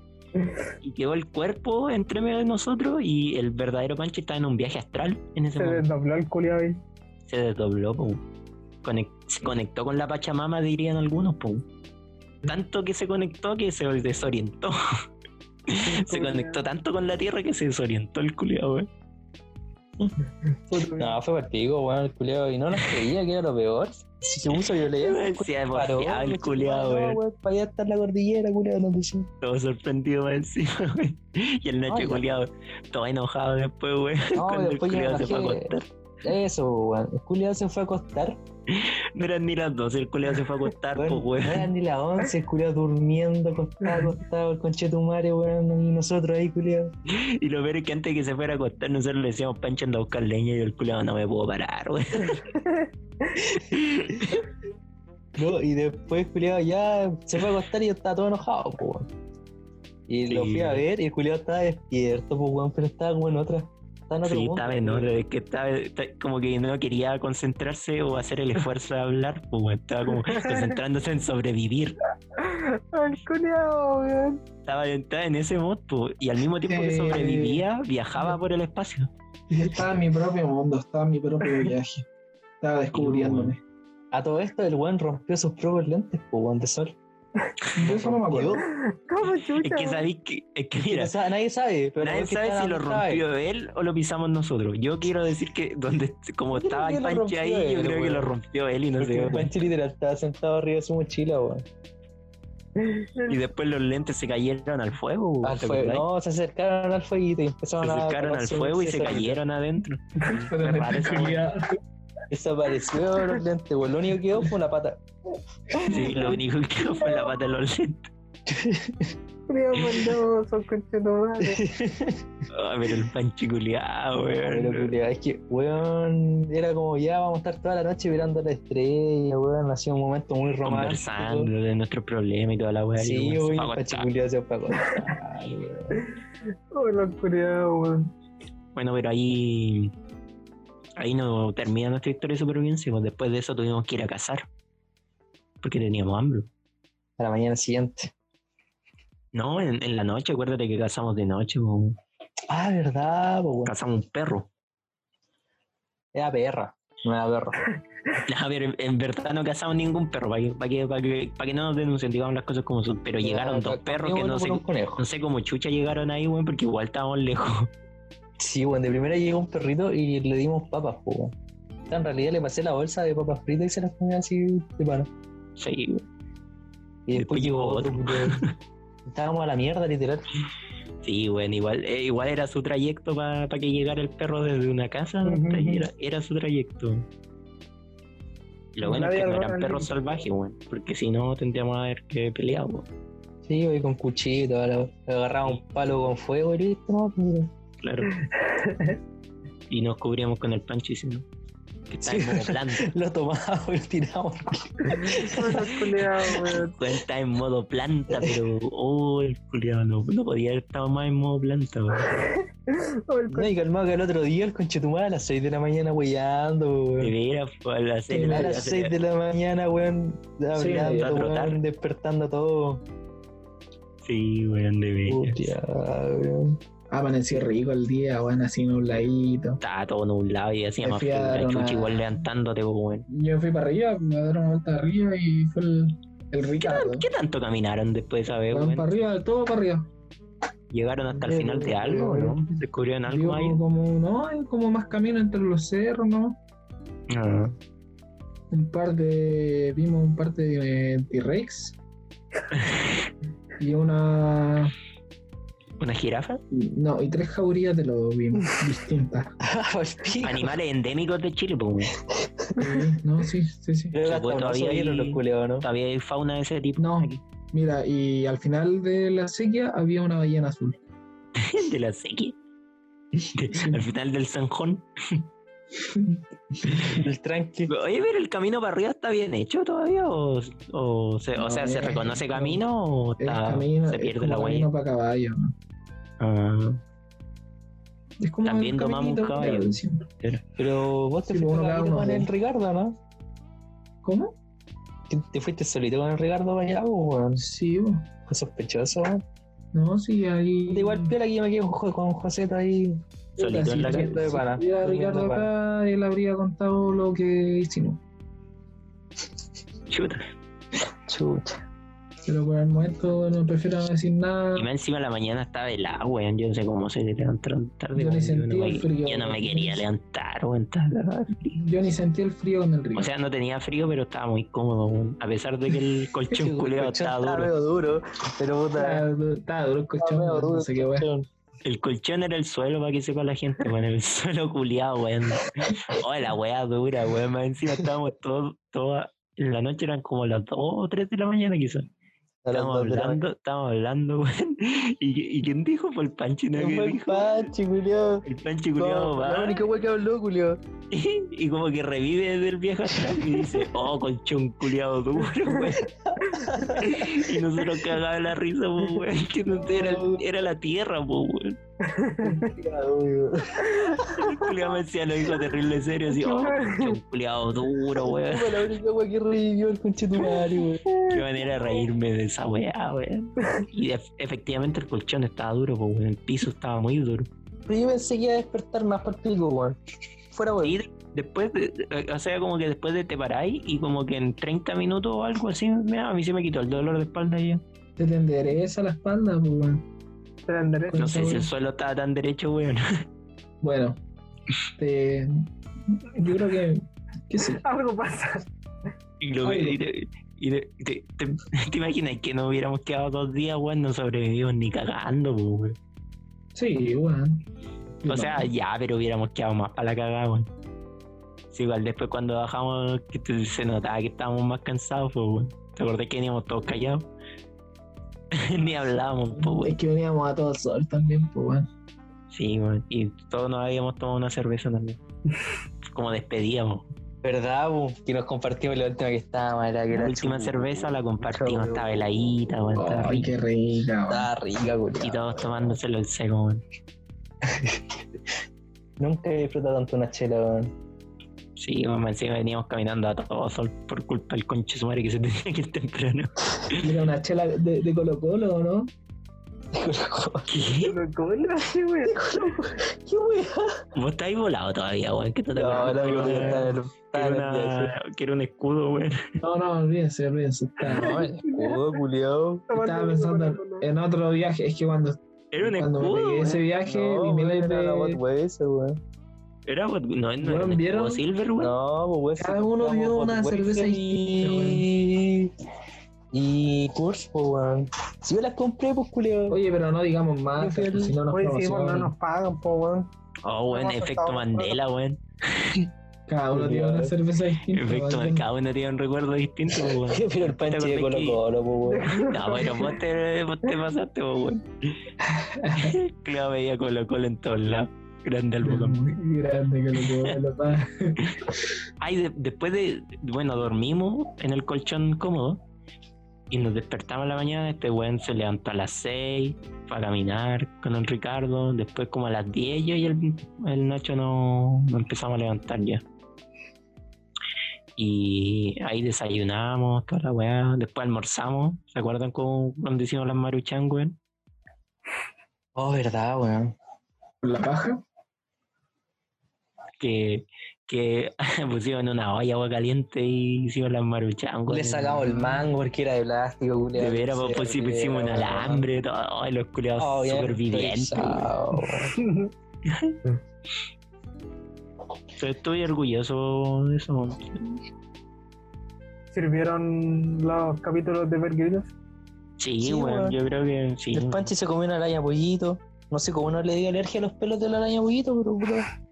S1: Y quedó el cuerpo entre medio de nosotros y el verdadero Panchi estaba en un viaje astral en ese
S3: Se
S1: momento
S3: desdobló el culiao ahí.
S1: se desdobló, po. Conec- se conectó con la Pachamama, dirían algunos, po. Tanto que se conectó que se desorientó. se conectó tanto con la Tierra que se desorientó el culiado, weón.
S2: No, fue partido, weón, el culiao. Y no nos creía que era lo peor. Si se puso violento.
S1: Se ha porfiado el culiado, weón.
S2: Para allá está la cordillera, culiao, donde sí.
S1: Todo sorprendido más encima, weón. Y el Nacho
S2: Ay,
S1: culiado, todo enojado después, weón.
S2: No,
S1: cuando el
S2: después yo me
S1: culiado se fue a
S2: bajé.
S1: acostar.
S2: Eso, weón. El culiao se fue a acostar.
S1: No eran ni las dos, el culiado se fue a acostar, pues,
S2: Bueno,
S1: weón.
S2: no eran ni las 11, culiao, durmiendo, acostado, acostado, el conchetumare, weón, y nosotros ahí, culiao.
S1: Y lo peor es que antes de que se fuera a acostar, nosotros le decíamos Pancho anda a buscar leña y el culiado no me puedo parar, weón.
S2: No, y después, culiao, ya se fue a acostar y yo estaba todo enojado, po, weón. Y lo
S1: Sí.
S2: fui a ver y el culiao estaba despierto, po, weón, pero estaba como en otra. Estaba en
S1: Sí,
S2: otro mundo,
S1: está bien, ¿no?
S2: culiao.
S1: Es que estaba, está- como que no quería concentrarse o hacer el esfuerzo de hablar, pues, weón. estaba como concentrándose en sobrevivir.
S3: El culiao, weón.
S1: Estaba, estaba en ese modo, pues, y al mismo tiempo que
S4: Eh,
S1: sobrevivía, viajaba por el espacio.
S4: Yo estaba en mi propio mundo, estaba en mi propio viaje. Estaba descubriéndome.
S2: A todo esto, el weón rompió sus propios lentes, po, weón, de sol.
S4: De eso no me acuerdo.
S3: ¿Cómo
S1: Es
S3: chucha?
S1: que sabéis que, es que mira,
S2: O sea, nadie sabe, pero
S1: nadie
S2: el que
S1: sabe
S2: estaba
S1: si lo
S2: dando sabe.
S1: rompió él o lo pisamos nosotros. Yo quiero decir que donde como
S2: Yo creo
S1: estaba
S2: que
S1: el
S2: lo
S1: panche
S2: rompió
S1: ahí, yo
S2: él,
S1: creo que
S2: weón.
S1: lo rompió él y no se
S2: Porque
S1: dio
S2: el
S1: cuenta.
S2: Pancho literal estaba sentado arriba de su mochila, weón.
S1: Y después los lentes se cayeron al fuego. weón,
S2: Al
S1: ¿te
S2: fuego.
S1: acordás?
S2: No, se acercaron al fueguito y empezaron
S1: Se
S2: a.
S1: acercaron al fuego y se
S2: cayeron
S1: cayeron adentro.
S4: Pero
S1: raro
S4: me
S1: esa
S4: culiao.
S2: Desapareció los lentes, weón. Lo único que quedó fue la pata.
S1: Sí, lo único que quedó fue la pata de los lentes.
S3: Culeados no, son conchetumales.
S1: Ah, pero el pancho culiao,
S2: Pero,
S1: weón.
S2: culiao, es que, weón, era como ya vamos a estar toda la noche mirando la estrella, weón. Ha sido un momento muy romántico.
S1: Conversando de nuestros problemas y toda la weá.
S2: Sí,
S1: yo, weón, se
S2: weón, y el
S1: apagó el
S2: Pancho
S1: chat.
S2: culiao se apagó. Ay, weón.
S3: Oh, los culeados, weón.
S1: Bueno, pero ahí. Ahí no termina nuestra historia de supervivencia. pues después de eso tuvimos que ir a cazar. Porque teníamos hambre.
S2: A la mañana siguiente.
S1: No, en, en la noche, acuérdate que cazamos de noche. po.
S2: Ah, verdad, po, weón.
S1: Cazamos un perro.
S2: Era perra. No era perra.
S1: A ver, en verdad no cazamos ningún perro. Para que, pa' que, pa' que, pa' que no nos denuncien, digamos las cosas como son. Pero llegaron dos perros que no
S2: sé.
S1: sé,
S2: Un conejo.
S1: no sé cómo chucha llegaron ahí, weón, porque igual estábamos lejos.
S2: Sí, weón, de primera llegó un perrito y le dimos papas, po, weón. O sea, En realidad le pasé la bolsa de papas fritas y se las comí así de mano.
S1: Sí,
S2: Y después llegó otro. culiao. Estábamos a la mierda, literal.
S1: Sí, bueno, igual, eh, igual era su trayecto para que llegara el perro desde una casa.
S3: Ujú,
S1: hasta ahí
S3: ujú.
S1: era, era su trayecto. Lo bueno
S3: Nadie
S1: es que no
S3: agarró
S1: eran
S3: la
S1: perros
S3: línea.
S1: salvajes, bueno, porque si no tendríamos a haber que peleado. weón.
S2: Sí, voy con cuchillo, toda la- le agarraba un palo con fuego y listo, no, mira.
S1: Claro. y nos cubríamos con el pancho y si no. Que está
S2: Sí.
S1: en modo blando.
S2: Lo tomaba y lo tiraba.
S3: Oh, los culeados, weón.
S1: Weón, Está en modo planta, pero. Oh, el culiao no, no podía haber estado más en modo planta, weón.
S3: Oh, el
S2: No, y calmado que el otro día el conchetumada a las 6 de la mañana weyando,
S1: De
S2: weón.
S1: veras, fue a las seis de
S2: A
S1: la-
S2: las 6 de la mañana, weón,
S3: Sí,
S2: hablando,
S1: a trotar.
S2: weón, despertando todo.
S1: Sí, weón, de veras.
S2: Putia, weón.
S4: Ah, Amaneció rico el día, weón, así nubladito.
S1: Estaba todo nublado y hacía
S4: Me
S1: más
S4: fui a
S1: frío.
S4: dar
S1: La chucha
S4: una-
S1: igual levantándote, po, weón.
S4: Yo fui para arriba, me dieron una vuelta arriba y fue el, el Ricardo.
S1: ¿Qué tanto caminaron después de esa vez,
S4: Weón, para
S1: weón?
S4: arriba, todo para arriba.
S1: ¿Llegaron hasta el
S4: Eh,
S1: final de algo,
S4: eh,
S1: no? ¿Descubrieron algo
S4: Digo,
S1: ahí?
S4: como, no, hay como más camino entre los cerros, ¿no?
S1: No.
S4: Un par de. Vimos un par de eh, T-Rex. y una.
S1: ¿Una jirafa?
S4: No, y tres jaurías de los vimos, distintas.
S2: Ah, el pico.
S1: Animales endémicos de Chile, po, weón.
S4: Sí, no, sí, sí, sí.
S2: Creo que hasta
S1: Pues,
S2: un
S1: todavía
S2: oso vieron
S1: hay-
S2: los culeos, ¿no?
S1: Todavía hay fauna de ese tipo.
S4: No.
S1: aquí.
S4: Mira, y al final de la sequía había una ballena azul.
S1: De la sequía. Al final del zanjón.
S2: El tranqui.
S1: Oye, pero el camino para arriba está bien hecho todavía, o, o se, o
S4: No,
S1: sea, ¿se
S4: es-
S1: reconoce
S4: es-
S1: camino o
S4: Es
S1: está-
S4: camino,
S1: Ah, se
S4: es
S1: pierde
S4: como
S1: la huella?
S4: camino para caballo. ¿no?
S1: Ah,
S4: Es como
S1: También
S4: el
S1: tomamos un
S4: caminito,
S1: caballo.
S4: claro, siempre.
S2: Pero vos te
S4: Sí, pues,
S2: fuiste
S4: uno cada
S2: solito
S4: uno, ¿eh?
S2: con
S4: ¿no?
S2: el Ricardo, ¿no?
S4: ¿Cómo?
S2: ¿Te- ¿Te fuiste solito con el Ricardo para allá, pues, weón?
S4: Sí, bo.
S2: Fue sospechoso, weón.
S4: no, sí, ahí.
S2: Da Igual piola que yo me quedo con- con José ahí.
S1: solito
S4: Sí,
S1: en la
S4: sí,
S1: que-
S2: de pana.
S4: Si hubiera Ricardo
S2: de pana.
S4: acá, él habría contado lo que hicimos.
S1: Chuta.
S2: Chucha.
S4: Pero por el momento no prefiero no decir nada.
S1: Y más encima la mañana estaba helada, weón. Yo no sé cómo se levantaron tarde.
S4: Yo ni
S1: weón.
S4: sentí
S1: no
S4: el
S1: me,
S4: frío,
S1: yo no me
S4: weón.
S1: quería levantar, weón. estaba cagado de frío.
S4: Yo ni sentí el frío en el río.
S1: O sea, no tenía frío, pero estaba muy cómodo, weón. A pesar de que el colchón culeado estaba
S2: Está
S1: duro.
S2: medio duro, pero puta.
S4: Estaba du- estaba duro el
S2: está
S4: colchón,
S2: Ah, medio duro
S4: no sé qué weón.
S2: colchón.
S1: El colchón era el suelo, para que sepa la gente, weón. El suelo culiado, weón. Oh, la weá dura, weón. Más encima estábamos todos, toda la noche eran como las 2 o 3 de la mañana, quizás.
S2: A las
S1: Estábamos
S2: dos de la
S1: hablando, estábamos hablando, weón. ¿Y, y quién dijo? Fue el Panchi, ¿no?
S2: mañana.
S1: que
S2: Fue el
S1: dijo?
S2: Pachi, culiao.
S1: El Panchi culiado
S2: No, La
S1: va.
S2: única wea que habló, culiao.
S1: Y, como que revive del viejo astral y dice, oh, colchón culiado duro, weón. y nosotros cagados la risa, po, weón. Que no sé, era, el- era la tierra, po, weón. El culiado me decía, lo dijo terrible serio, así, oh, colchón culiado duro, Oh, weón.
S2: Fue la única wea que revivió el conchetumare, weón.
S1: Qué manera de reírme de esa weá, weón. Y ef- efectivamente el colchón estaba duro, po, weón. El piso estaba muy duro.
S2: Pero yo pensé que iba a despertar más para el pico, weón. Fuera, weón.
S1: Y después, de- de- o sea, como que después de te paráis y como que en 30 minutos o algo así, mira, a mí se me quitó el dolor de espalda ya.
S4: Te te endereza la espalda, pues, weón.
S3: Te la andaré.
S1: No sé si el suelo estaba tan derecho, weón.
S4: Bueno, te... yo creo que. ¿Qué sé?
S3: Algo pasa.
S1: Y, lo,
S4: Algo.
S1: y te, y te- te- te- ¿te imaginas que no hubiéramos quedado dos días, weón, no sobrevivimos ni cagando, po, weón.
S4: Sí, weón.
S1: O sea, ya, pero hubiéramos quedado más para la cagada, weón. Sí, igual después cuando bajamos que te- se notaba que estábamos más cansados, pues, weón. ¿Te acordás que veníamos todos callados? Ni hablábamos, pues,
S4: Es
S1: weón.
S4: que veníamos a todo sol también, pues, weón.
S1: Sí, weón. Y todos nos habíamos tomado una cerveza también. Como despedíamos.
S2: ¿Verdad, po? Que nos compartimos la última que estábamos, era que
S1: La
S2: era
S1: última
S2: chupu.
S1: cerveza la compartimos,
S2: Chupu.
S1: estaba heladita, weón. estaba
S4: Ay,
S1: rica.
S4: qué rica, weón.
S2: Estaba rica, culiao.
S1: Y todos tomándoselo en seco, weón.
S2: Nunca he disfrutado tanto una chela, weón.
S1: Sí, weón, encima veníamos caminando a todo sol por culpa del conche de su madre que se tenía que ir temprano.
S4: Era una chela de, de Colo Colo, ¿no?
S1: ¿Qué?
S2: ¿Qué weón?
S1: Vos estáis volado todavía, weón. ¿Qué te
S2: No,
S1: acuerdas?
S2: la
S1: Quiero
S2: weón
S1: una-
S2: está en- está en
S1: quiero
S2: el viaje.
S1: una- Quiero un escudo, weón.
S4: No, no, olvídense, olvídense. Estaba,
S2: No, el escudo, culiao.
S4: estaba pensando en, en otro viaje. Es que cuando,
S1: Era un
S4: cuando me
S1: escudo,
S4: pegué ese
S1: weón.
S4: viaje,
S2: No,
S4: vi mi
S2: weón,
S4: live
S2: era la
S4: de...
S2: bot, weón, ese, weón.
S1: Era, no, no era
S4: Weón,
S1: un escudo
S4: ¿vieron?
S1: silver, weón.
S2: No, pues, weón,
S4: Cada
S2: sí,
S4: uno
S2: estamos
S4: vio
S2: bot,
S4: una
S2: weón,
S4: cerveza
S2: y... Y Kurs, pues, weón. Si yo las compré, pues, culiao.
S4: Oye, pero no digamos más,
S3: Oye,
S4: si no nos
S3: Oye, sí, bueno, no
S4: promocionan.
S3: nos pagan, po, weón.
S1: Oh, weón,
S3: Estamos
S1: efecto
S3: asustados.
S1: Mandela, weón.
S4: Cada uno tiene una cerveza distinta.
S1: Efecto,
S4: weón.
S1: cada uno tiene un recuerdo distinto, weón.
S2: Pero el panche de
S1: ¿Te acordás
S2: Colo
S1: que-
S2: Colo, pues, weón.
S1: No, bueno, vos te, vos te pasaste, vos, weón. Claro, veía Colo Colo en todos lados. Grande el bocón.
S4: Muy grande Colo Colo, pa.
S1: Ay, de- después de. Bueno, dormimos en el colchón cómodo. Y nos despertamos en la mañana. Este weón se levantó a las 6 para caminar con el Ricardo. Después, como a las 10 yo y el, el Nacho no, no empezamos a levantar ya. Y ahí desayunamos, toda la weá. Después almorzamos. ¿Se acuerdan cómo, cuando hicimos las maruchan, weón?
S2: Oh, verdad, weón.
S4: ¿La paja?
S1: que, que pusieron en una olla agua caliente y hicimos las maruchan.
S2: Le sacamos el mango porque era de plástico, culiao.
S1: De veras, pues, pues, sí, pusimos un alambre, todo, ay, los culiados
S2: Oh,
S1: supervivientes. weón. Yo Estoy orgulloso de eso. weón.
S3: ¿Sirvieron los capítulos de Bear Grylls?
S1: Sí,
S2: Sí,
S1: weón,
S2: weón.
S1: yo creo que sí.
S2: El Panchi se comió una araña pollito. No sé cómo no le dio alergia a los pelos de la araña pollito, pero puta.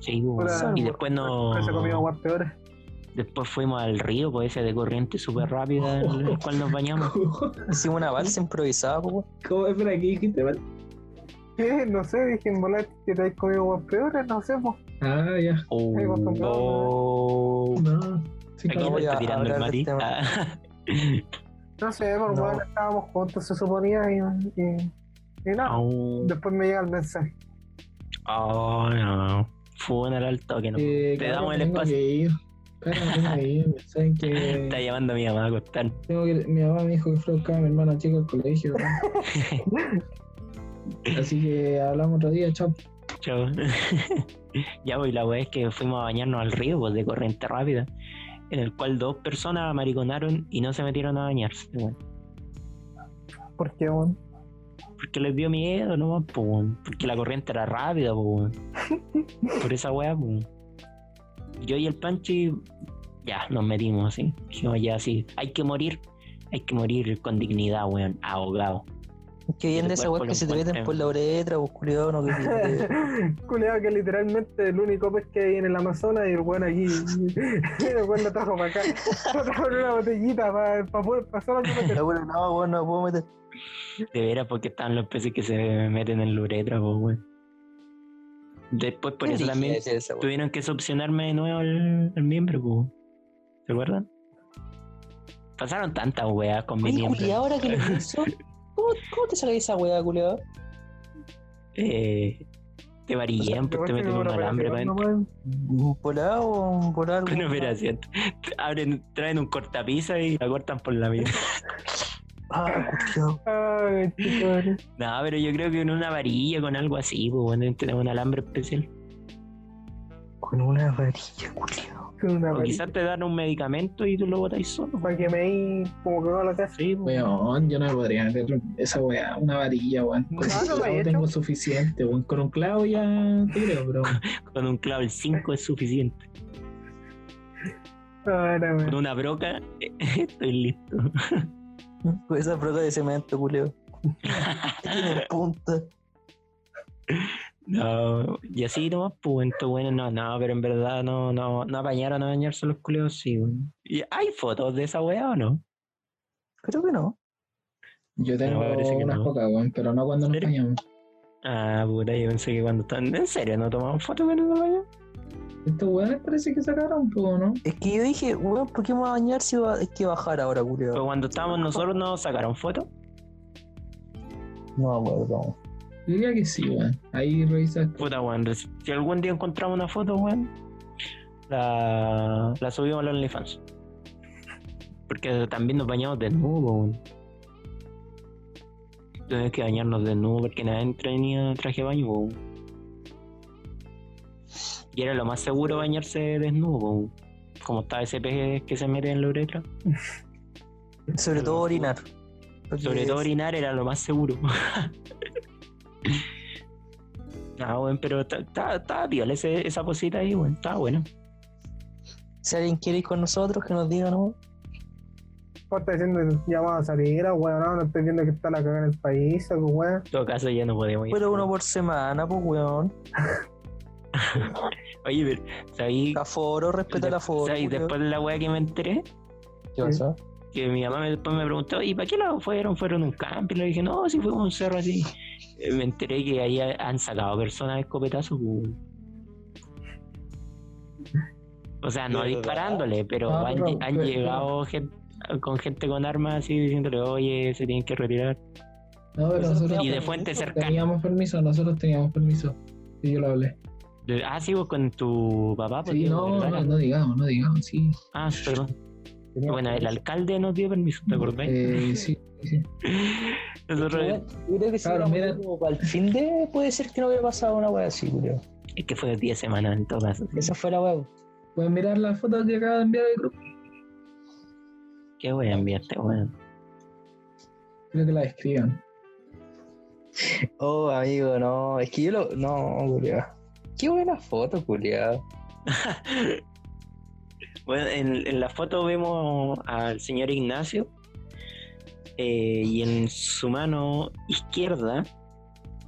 S1: sí, weón.
S3: Hola.
S1: Y después
S3: Nunca se comió
S1: no
S3: aguas peores.
S1: después fuimos al río, pues ese de corriente súper rápida en el cual nos
S4: Ah,
S1: bañamos.
S2: Hicimos una balsa improvisada, po.
S4: ¿Cómo es por aquí? dijiste, man?
S3: ¿Qué? No sé, dije en volar que te has comido aguas peores, no sé, po.
S4: Ah, ya.
S1: Oh,
S3: Ahí acostumbrado,
S1: oh.
S4: No. Sí,
S1: Aquí me
S2: No
S4: claro.
S2: voy
S1: está
S2: a
S1: tirando el
S2: hablar de
S1: Mati.
S2: este
S1: Ah,
S3: No sé, por
S2: No.
S3: weón, estábamos juntos, se suponía, y, y, y nada.
S1: oh,
S3: Después me llega el mensaje.
S1: oh, no. Fue un alto que no.
S4: Eh,
S1: Te
S4: claro,
S1: damos el
S4: tengo
S1: espacio.
S4: que ir. Claro, tengo que ir. Saben que
S1: Está llamando a mi mamá a acostar.
S4: tengo que ir. Mi mamá me dijo que fue a buscar a mi hermana chica al colegio. weón. Así que hablamos otro día, chao. pues.
S1: Chao. ya, voy la weá es que fuimos a bañarnos al río, pues de corriente rápida, en el cual dos personas mariconaron y no se metieron a bañarse, weón.
S3: ¿Por qué, weón?
S1: Porque les dio miedo, no, pues, weón. Porque la corriente era rápida, pues, weón. Por esa weá, pues. Yo y el Panchi, ya, nos metimos, así. Dijimos, ya, sí, hay que morir. Hay que morir con dignidad, weón, ahogado.
S2: Qué bien de esa
S1: Después
S2: weá que se te
S1: lo
S2: meten por la uretra, pues culiao, no que
S3: Culeado que literalmente el único pez que hay en el Amazonas y el weón aquí. El weón lo trajo para acá. Lo trajo en una botellita para pa, poder pasar a que
S2: La weá, no, weón, no me puedo meter.
S1: De veras, porque están los peces que se meten en la uretra, pues, weón. Después, por eso
S2: Brígida
S1: también
S2: es esa, weón.
S1: Tuvieron que succionarme de nuevo el, el miembro, po. ¿se acuerdan? Pasaron tantas weas con mi
S2: Oye,
S1: miembro.
S2: culiao, ahora que lo pienso, ¿cómo, ¿cómo te sacáis esa weá, culiao?
S1: Eh, te varillé porque te
S3: weón tiene
S1: metieron un
S3: una
S1: alambre para
S3: operación,
S1: adentro.
S3: ¿no,
S2: ¿Volado o por algo?
S1: Mm. Una operación. Te Abren, traen un cortapisa y la cortan por la mitad.
S2: Ah, culiao.
S3: weón? Ay, chico, weón.
S1: no, pero yo creo que con una varilla, con algo así, pues bueno, tenemos un alambre especial.
S2: Con una varilla, culiao.
S3: Es una
S1: O quizás te dan un medicamento y tú lo botáis solo.
S3: Para que me ahí como que no lo hagas.
S1: Sí, po.
S4: Weón, yo no me podría meter esa weá, una varilla, weón. Con
S3: No,
S4: un
S3: no lo he
S4: clavo
S3: hecho.
S4: tengo suficiente, weón. Con un clavo ya te creo, bro.
S1: con un clavo el 5 es suficiente.
S3: Ahora,
S1: Con
S3: weón.
S1: una broca estoy listo.
S2: Con esa broca de cemento, culiao. Tiene punta.
S1: No, y así nomás, pues, entonces, bueno, no, no, pero en verdad no, no, no apañaron a bañarse los culeos, sí, weón. ¿Y ¿Hay fotos de esa weá o no?
S2: Creo que no.
S4: Yo tengo
S1: me parece que
S4: unas
S1: no.
S4: pocas, weón, pero no cuando nos
S1: ¿Pero?
S4: bañamos.
S1: Ah, puta, yo pensé que cuando están. ¿En serio no tomaban fotos con el baño?
S4: Estos weones parece que sacaron, po, ¿no?
S2: Es que yo dije, weón, ¿por qué me voy a bañar si va- es que bajar ahora,
S1: Pero
S2: culiado?
S1: cuando estábamos nosotros no sacaron fotos.
S2: No me acuerdo.
S4: Yo diría que sí, weón. Ahí revisas.
S1: Puta, weón. res- Si algún día encontramos una foto, weón, la, la subimos a los OnlyFans. Porque también nos bañamos desnudos, weón. Tuvimos que bañarnos desnudos porque nadie tenía traje de baño, weón. Y era lo más seguro bañarse desnudo, weón. Como está ese pez que se mete en la uretra.
S2: Sobre todo orinar. Porque
S1: Sobre todo orinar era lo más seguro. ah, bueno, pero ta- ta- estaba piola ese- esa posita ahí, bueno, estaba bueno.
S2: Si alguien quiere ir con nosotros, que nos diga, ¿no?
S3: Vos estás diciendo llamado a salir, weón, no, no estoy viendo que está la cagada en el país, saco, weón.
S1: En todo caso ya no podíamos ir.
S2: Pero uno por semana, pues, weón.
S1: Oye, pero ¿sabí?
S2: Aforo, respeta el aforo.
S1: ¿sabí?
S2: culiao.
S1: Después de la weá que me enteré,
S2: ¿Qué pasó?
S1: que mi mamá me, después me preguntó, ¿y para qué lado fueron? ¿Fueron a un camping? Le dije, no, si fuimos a un cerro así. Eh, Me enteré que ahí ha- han sacado personas de escopetazo. weón. O sea, no
S2: ¿Verdad?
S1: disparándole, pero
S4: Ah,
S1: han,
S4: pero-
S1: lle- han
S4: pero-
S1: llegado gen- con gente con armas así diciéndole, oye, se tienen que retirar.
S4: No, pero
S2: Nosotros
S4: nosotros
S2: teníamos
S1: Y de
S2: permiso,
S1: fuente cercana.
S4: teníamos permiso, nosotros teníamos permiso. Y yo lo hablé.
S1: De- Ah, sí, vos con tu papá. Ah,
S4: Sí,
S1: porque-
S4: no,
S1: ¿verdad?
S4: no, no digamos, no digamos, sí.
S1: Ah, perdón. Bueno, el alcalde nos dio permiso, ¿te acordás?
S4: Eh, sí, sí.
S1: Nosotros-
S2: Weón, Yo creo que si
S4: Claro,
S2: hubiéramos
S4: mira.
S2: ido como para el fin de puede ser que no hubiera pasado una weá así, culiao.
S1: es que fue 10 semanas en todo caso.
S2: Esa fue la weá.
S4: Pueden mirar las fotos que acaba de enviar el grupo.
S1: Qué wea ambiente, weón.
S4: Creo que la escriban.
S2: Oh, amigo, no. Es que yo lo. No, culiao. Qué buena foto, culiao.
S1: Bueno, en, en la foto vemos al señor Ignacio eh, y en su mano izquierda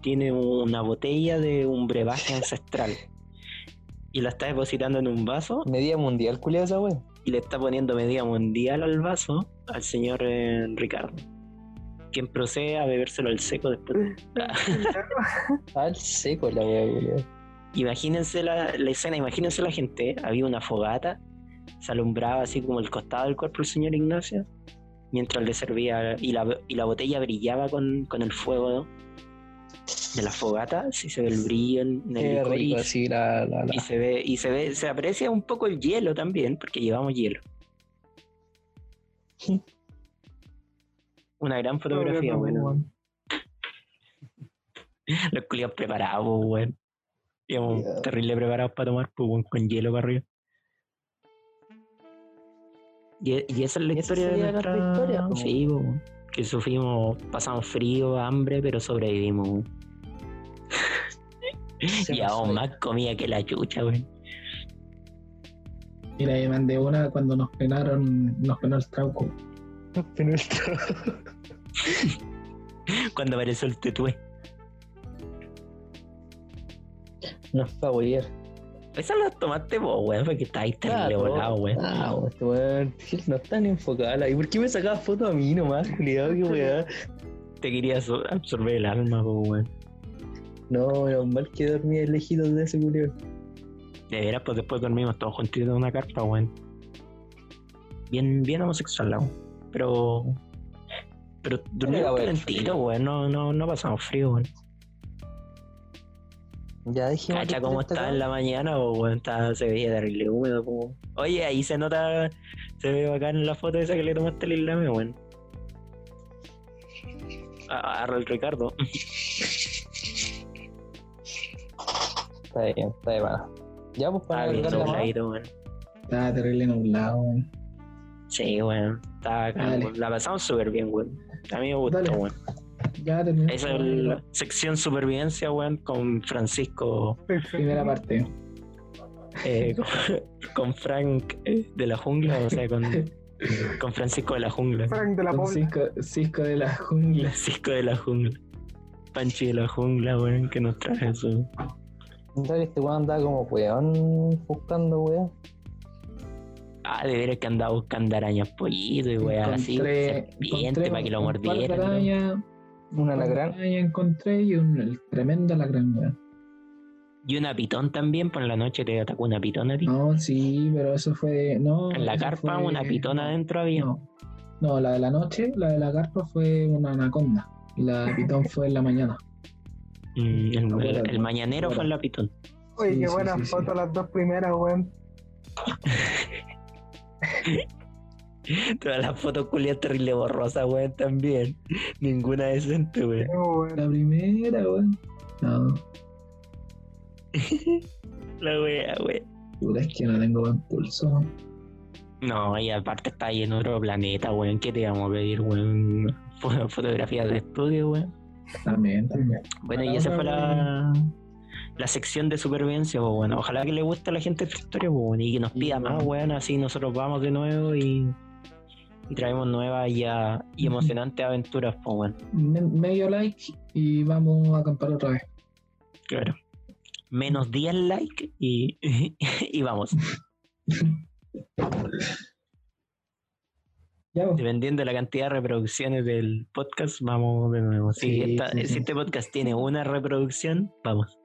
S1: tiene una botella de un brebaje ancestral y la está depositando en un vaso
S2: Media mundial, culiao, esa weá.
S1: y le está poniendo medida mundial al vaso al señor eh, Ricardo, quien procede a bebérselo al seco después.
S2: Al seco la weá, culiao.
S1: Imagínense la, la escena, imagínense la gente. ¿eh? Había una fogata, se alumbraba así como el costado del cuerpo del señor Ignacio, mientras le servía, y la, y la botella brillaba con, con el fuego de la fogata, si se ve el brillo en en el
S2: Qué
S1: licor y,
S2: rico, así la. la,
S1: y
S2: la.
S1: se ve, y se ve, se aprecia un poco el hielo también, porque llevamos hielo.
S2: Sí.
S1: Una gran fotografía, bueno. Los culiados preparados, pues, weón. Íbamos
S2: Ya.
S1: terrible preparados para tomar, pues, weón, con hielo para arriba. Y, e- y esa es la
S2: Esa
S1: historia de
S2: sería nuestra
S1: nuestra
S2: historia, pues.
S1: Sí, pues, weón. que sufrimos, pasamos frío, hambre, pero sobrevivimos. weón.
S2: Se
S1: Y
S2: pasó
S1: aún
S2: pues, ahí.
S1: más comida que la chucha, weón.
S4: Mira, yo mandé una cuando nos penaron, nos penó el trauco.
S2: Pero el trago.
S1: Cuando apareció el tetué.
S2: Nos fue a huear.
S1: Esa la tomaste vos, weón, porque estáis terrible
S2: Claro.
S1: volado, weón.
S2: Ah, weón, este weón, Gil, no está ni enfocada. la- ¿Y por qué me sacaba foto a mí nomás, culiao? Qué weá.
S1: Te quería so- absorber el alma, po, weón.
S2: No, menos mal que dormía lejitos de ese culiao.
S1: De veras, pues después dormimos todos juntitos en una carpa, weón. Bien, bien homosexual, la weón. Pero. Pero
S2: Era,
S1: dormimos
S2: weón,
S1: calentito,
S2: frío.
S1: weón. No, no, no pasamos frío, weón.
S2: Ya dijimos.
S1: Cacha cómo estaba en la mañana, po, weón. Estaba- se veía terrible húmedo, po. Oye, ahí se nota. Se ve bacán en la foto esa que le tomaste al islame, weón. A, a Harold Ricardo.
S2: Está bien, está de mala. Ya, pues
S1: Estaba Ah,
S2: para
S1: bien
S2: cargar la mano.
S1: dobladito, weón.
S4: Estaba terrible nublado, weón.
S1: Sí, weón. Estaba acá,
S4: Dale.
S1: weón. La pasamos súper bien, weón. A mí me gustó,
S4: Dale.
S1: weón.
S4: Ya terminó.
S1: Esa es la sección supervivencia, weón, con Francisco,
S4: primera parte.
S1: eh, con, con Frank eh, de la jungla, o sea, con, con Francisco de la jungla.
S3: Frank de la
S4: Con
S3: Pobla.
S4: Cisco, Cisco de la jungla.
S1: Francisco de la jungla. Panchi de la jungla, weón, que nos trae su...
S2: Entonces, este weón andaba como weón buscando weón.
S1: Ah, de veras que andaba buscando arañas pollito y weá, así,
S4: Encontré-
S1: serpiente
S4: encontré
S1: para que lo
S4: un par de
S1: mordieran. ¿no?
S4: arañas,
S2: Un
S4: un par de
S2: alacrán.
S4: arañas encontré y un el tremendo alacrán, weón.
S1: Y una pitón también, por la noche te atacó una pitón a ti.
S4: No, sí, pero eso fue. No,
S1: en la
S4: eso
S1: carpa
S4: fue-
S1: una pitón adentro había.
S4: No. No, la de la noche, la de la carpa fue una anaconda. Y la de pitón fue en la mañana.
S1: Mm, el,
S4: No,
S1: el-
S4: bueno,
S1: el mañanero
S4: bueno.
S1: fue en la pitón.
S3: Oye,
S4: Sí,
S3: qué
S4: sí,
S3: buenas
S4: sí, sí.
S3: fotos las dos primeras, weón.
S1: Todas las fotos culias terrible borrosas, weón, también. Ninguna decente, weón.
S3: Sí, weón.
S4: La primera, weón. No,
S1: La wea, weón.
S4: puta, es que no tengo buen pulso.
S1: No, y aparte está ahí en otro planeta, weón. ¿Qué te vamos a pedir, weón? Fo- Fotografías de estudio, weón.
S4: También, también.
S1: Bueno, y
S4: Para
S1: esa
S4: otra,
S1: fue la, la sección de supervivencia, pues bueno. Ojalá que le guste a la gente esta historia, pues bueno, y que nos
S4: Sí,
S1: pida más,
S4: bueno.
S1: weón. Así nosotros vamos de nuevo y, y traemos nuevas y, ah, y
S4: Ujú.
S1: emocionantes aventuras, pues bueno.
S4: Me- medio like y vamos a acampar otra vez.
S1: Claro. Menos 10 likes y, y vamos.
S4: Ya, pues.
S1: Dependiendo de la cantidad de reproducciones del podcast, vamos de nuevo. Si,
S4: Sí,
S1: esta-
S4: sí, sí.
S1: si este podcast tiene una reproducción, vamos.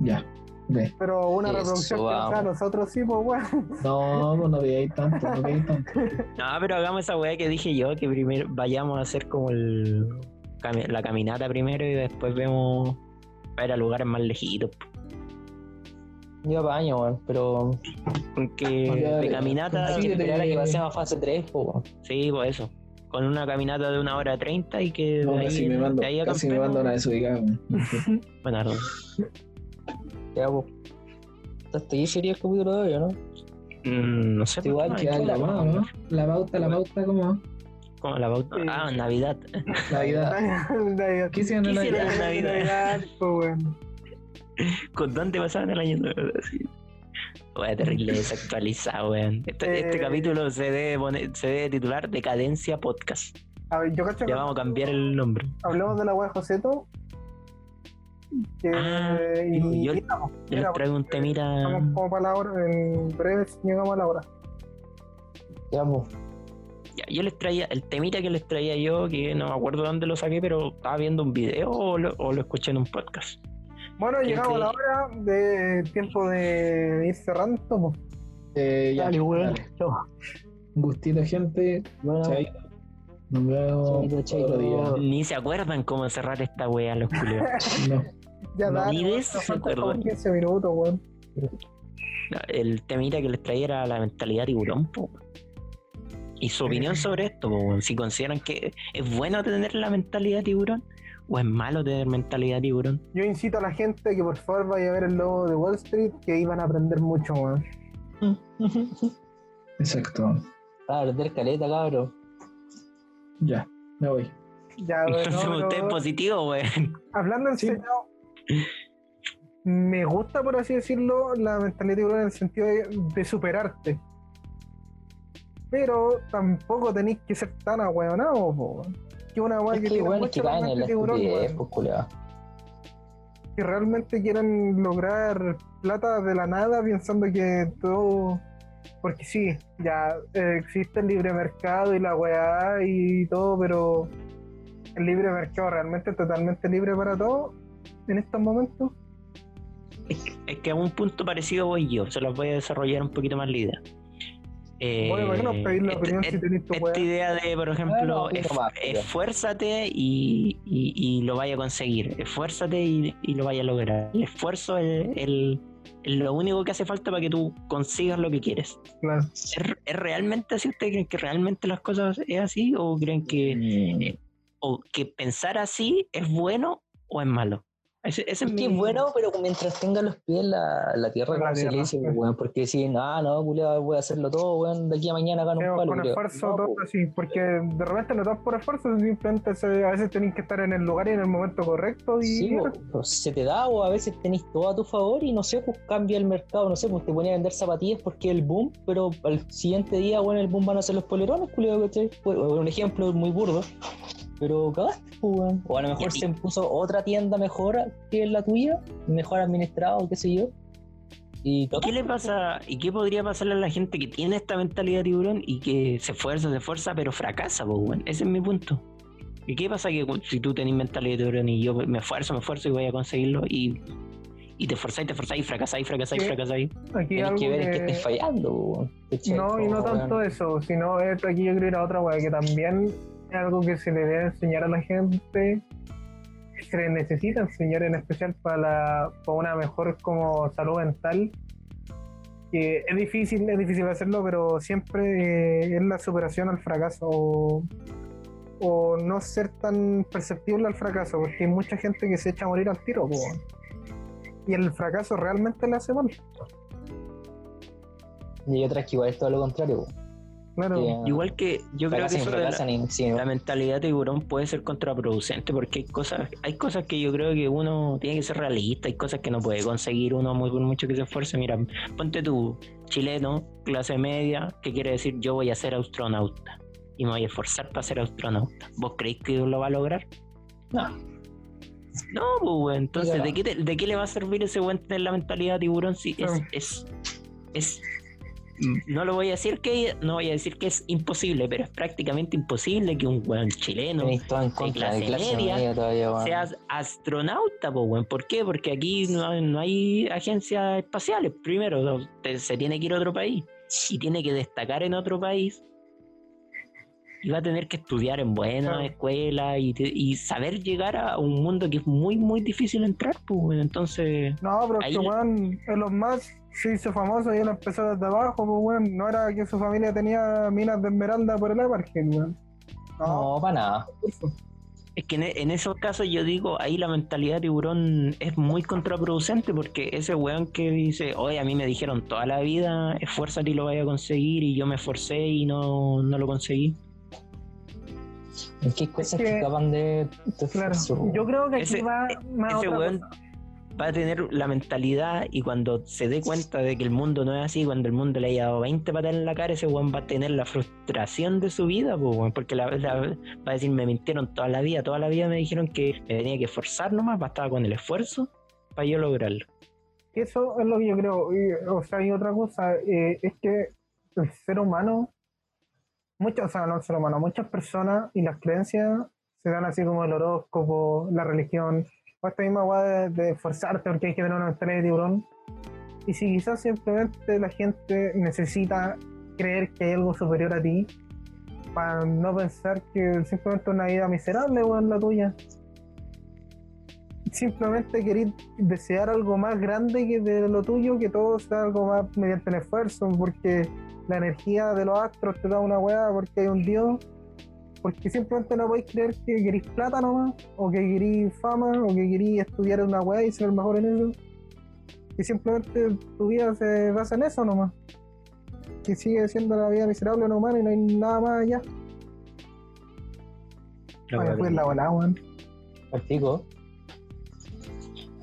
S4: ya. Ve.
S3: Pero una
S2: Eso,
S3: reproducción que no
S2: vamos.
S3: sea nosotros sí, pues weón.
S4: No, pues no veáis tanto, no veáis tanto.
S1: No, pero hagamos esa weá que dije yo, que primero vayamos a hacer como el, cami- la caminata primero y después vemos para ir a lugares más lejitos. po.
S2: Yo apaño, weón, pero.
S1: Porque
S4: Vale,
S1: Eh, de
S4: dale.
S1: caminata,
S2: Hay
S4: sí,
S2: que esperar a que
S4: de-
S2: pasemos a fase 3, po, weón.
S1: sí, pues eso. Con una caminata de una hora treinta y que
S4: No,
S1: de
S4: casi me mando,
S1: de ahí
S4: casi me
S1: acampemos.
S4: mando una desubicada. weón.
S1: Bueno, no.
S2: Ya, po. Hasta ahí sería el capítulo de hoy, ¿o ¿no?
S1: Mm, no sé. por
S2: Igual
S1: qué
S2: que
S1: no,
S4: Ya,
S1: es
S4: la pauta, ¿no? La pauta, la pauta, ¿cómo va?
S1: como la pauta.
S3: Sí.
S1: Ah, Navidad.
S4: Navidad.
S3: Navidad.
S4: ¿Qué hicieron en
S1: ¿Qué
S4: Navidad?
S1: hicieron? Navidad.
S3: Navidad, pues weón.
S1: ¿Con dónde pasaban el año nuevo? Sí. Wea, terrible desactualizado, weón. Este,
S3: Eh.
S1: este capítulo se debe, poner- se debe titular Decadencia Podcast.
S3: A ver, yo cacho que
S1: Ya vamos a cambiar el nombre.
S3: hablamos de la weá de Joseto. Que,
S1: Ah,
S3: y,
S1: yo- ah.
S3: y estamos,
S1: Yo les
S3: eh,
S1: traigo un temita.
S3: estamos como para la hora, en breve llegamos a la hora.
S2: Ya, po.
S1: Ya, yo les traía el temita que les traía yo, que no me acuerdo dónde lo saqué, pero estaba viendo un video o lo, o lo escuché en un podcast.
S3: Bueno,
S1: Qué
S3: llegamos a la hora de tiempo de ir cerrando. pues. po.
S4: Eh, ya,
S1: weón.
S4: dale. Un gustito, gente.
S2: Bueno,
S4: Chaito. Nos vemos
S2: Chaito, chaito.
S4: otro día.
S1: Ni se acuerdan cómo cerrar esta wea los culiados.
S4: No.
S3: Ya
S1: No,
S3: dale,
S1: ni
S3: weón,
S1: de eso
S3: nos
S1: se
S3: faltan como
S1: acuerdan.
S3: 15 minutos, weón.
S1: No, El temita que les traía era la mentalidad tiburón, po. Y su opinión sobre esto, po, weón. si consideran que es bueno tener la mentalidad tiburón o es malo tener mentalidad tiburón.
S3: Yo incito a la gente que por favor vaya a ver el logo de Wall Street, que ahí van a aprender mucho, weón.
S4: Exacto.
S2: ah, perder caleta, cabrón.
S4: Ya, me voy.
S3: Ya, weón,
S1: Entonces,
S3: Ah, no,
S1: usted es
S3: pero-
S1: positivo, weón.
S3: Hablando en
S4: Sí.
S3: serio, me gusta, por así decirlo, la mentalidad tiburón en el sentido de, de superarte. Pero tampoco tenéis que ser tan ahueonado, po. weón. Que una weá
S2: Es
S3: que
S2: que,
S3: tiene
S2: weón, es
S3: mucho
S2: que
S3: la
S2: caen en
S3: mente
S2: la
S3: tiburón,
S2: estupidez,
S3: weón,
S2: pues, culiao.
S3: que realmente quieran lograr plata de la nada pensando que todo. Porque sí, ya eh, existe el libre mercado y la weá y todo, pero el libre mercado realmente es totalmente libre para todo en estos momentos.
S1: Es que a un punto parecido voy yo, se los voy a desarrollar un poquito más la idea. Eh,
S3: Bueno, bueno, pedir la
S1: este-
S3: opinión
S2: eh,
S3: si
S1: este-
S3: tenés tu
S1: esta
S3: weá.
S1: idea de, por
S2: Bueno,
S1: ejemplo,
S2: un poquito
S1: esf-
S2: más, ya.
S1: esfuérzate y, y- y lo vaya a conseguir. Esfuérzate y, y lo vaya a lograr. El esfuerzo es, el- es lo único que hace falta para que tú consigas lo que quieres.
S3: Claro.
S1: ¿Es, es realmente así? ¿Ustedes creen que realmente las cosas es así? ¿O creen que,
S4: Mm,
S1: o que pensar así es bueno o es malo? Ese, ese es
S2: Es que
S1: mi-
S2: es bueno, pero mientras tenga los pies en la, la tierra,
S3: En la
S2: como se le
S3: tierra,
S2: dice,
S3: sí.
S2: pues, weón. Porque si, ah, no, culiao, voy a hacerlo todo, weón, de aquí a mañana gano
S3: Pero
S2: un palo,
S3: con
S2: culiao.
S3: esfuerzo,
S2: No,
S3: todo
S2: pues,
S3: así, porque de repente no das por esfuerzo, simplemente se- a veces tenés que estar en el lugar y en el momento correcto. Y
S2: Sí, po, pues, se te da o a veces tenés todo a tu favor y no sé, pues cambia el mercado, no sé, pues te pones a vender zapatillas porque el boom, pero al siguiente día, bueno, el boom van a ser los polerones, culiao, ¿cachai? Fue- fue Un ejemplo muy burdo, pero cagaste, pues, weón. O a lo mejor
S1: Y-
S2: se puso otra tienda mejor que la tuya, mejor administrada o qué sé yo, Y
S1: ¿Y ¿Qué le pasa y qué podría pasarle a la gente que tiene esta mentalidad de tiburón y que se esfuerza, se esfuerza, pero fracasa, pues, weón? Ese es mi punto. ¿Y qué pasa que weón, si tú tenés mentalidad de tiburón y yo me esfuerzo, me esfuerzo y voy a conseguirlo y, y te esforzás, te esforzás y fracasáis, fracasáis,
S3: Sí. Ah.
S1: fracasáis?
S3: Aquí
S2: tenés
S3: algo
S2: que ver en qué
S3: que-
S2: estáis fallando, weón. ¿Cachai?
S3: No, y no
S2: Como,
S3: tanto
S2: weón,
S3: eso, sino eh, aquí yo creo que era otra weá, que también es algo que se le debe enseñar a la gente, que se le necesita enseñar en especial para, la- para una mejor como salud mental, que es difícil, es difícil hacerlo, pero siempre eh, es la superación al fracaso o, o no ser tan perceptible al fracaso, porque hay mucha gente que se echa a morir al tiro, po, weón. y el fracaso realmente le hace mal.
S2: Y hay otras que igual es todo lo contrario, weón.
S3: Claro.
S2: Que
S1: Igual que yo creo que
S2: fracasan y
S1: eso de la-
S2: fracasan y sí,
S1: la
S2: weón.
S1: mentalidad de tiburón puede ser contraproducente porque hay cosas, hay cosas que yo creo que uno tiene que ser realista, hay cosas que no puede conseguir uno muy, por mucho que se esfuerce. Mira, ponte tú, chileno, clase media, que quiere decir yo voy a ser astronauta y me voy a esforzar para ser astronauta. ¿Vos creéis que lo va a lograr?
S2: No.
S1: No, pues, weón, entonces,
S2: Mira.
S1: ¿de qué, te- ¿de qué le va a servir ese buen tener la mentalidad de tiburón si es, es, es no lo voy a decir que no voy a decir que es imposible, pero es prácticamente imposible que un weón chileno
S2: Tenéis todo en contra de
S1: clase
S2: clase
S1: media,
S2: media, todavía, weón.
S1: sea astronauta, po, weón. ¿Por qué? Porque aquí no, hay- no hay agencias espaciales. Primero, no, te- se tiene que ir a otro país y tiene que destacar en otro país. Y va a tener que estudiar en buenas
S3: Claro.
S1: escuelas y, te- y saber llegar a un mundo que es muy, muy difícil entrar, pues, weón. Entonces,
S3: No, pero es
S1: Ahí
S3: que
S1: la-
S3: weón, Elon Musk se hizo famoso y él empezó desde abajo, pues weón, no era que su familia tenía minas de esmeralda por el apartheid, weón. No,
S2: No, para nada.
S1: Es que en, e- en esos casos yo digo, ahí la mentalidad de tiburón es muy contraproducente porque ese weón que dice, oye, a mí me dijeron toda la vida, esfuérzate y lo vaya a conseguir y yo me esforcé y no, no lo conseguí.
S2: Es que hay cosas
S3: que-
S2: que escapan de tu
S3: claro.
S2: esfuerzo, weón.
S3: Yo creo que aquí
S1: Ese- e-
S3: va
S1: ese
S3: más Ah, otra
S1: weón
S3: cosa.
S1: va a tener la mentalidad y cuando se dé cuenta de que el mundo no es así, cuando el mundo le haya dado 20 patas en la cara, ese weón va a tener la frustración de su vida, po, weón, porque la, la- va a decir, me mintieron toda la vida, toda la vida me dijeron que me tenía que esforzar nomás, bastaba con el esfuerzo para yo lograrlo.
S3: Que Eso es lo que yo creo. Y, o sea, y otra cosa, eh, es que el ser humano, muchos, o sea, no el ser humano, muchas personas y las creencias se dan así como el horóscopo, la religión, o esta misma weá de, de esforzarte porque hay que tener una mentalidad de tiburón. Y si quizás simplemente la gente necesita creer que hay algo superior a ti, para no pensar que simplemente una vida miserable weón, la tuya simplemente querer desear algo más grande que de lo tuyo, que todo sea algo más mediante el esfuerzo, porque la energía de los astros te da una hueá porque hay un dios, porque simplemente no podéis creer que querís plata nomás, o que querís fama, o que querís estudiar una hueá y ser el mejor en eso. Y simplemente tu vida se basa en eso nomás. Que sigue siendo la vida miserable no humana y no hay nada más allá.
S1: La
S3: Ay,
S1: weá
S3: fue pues, la volá, weón.
S2: Al pico.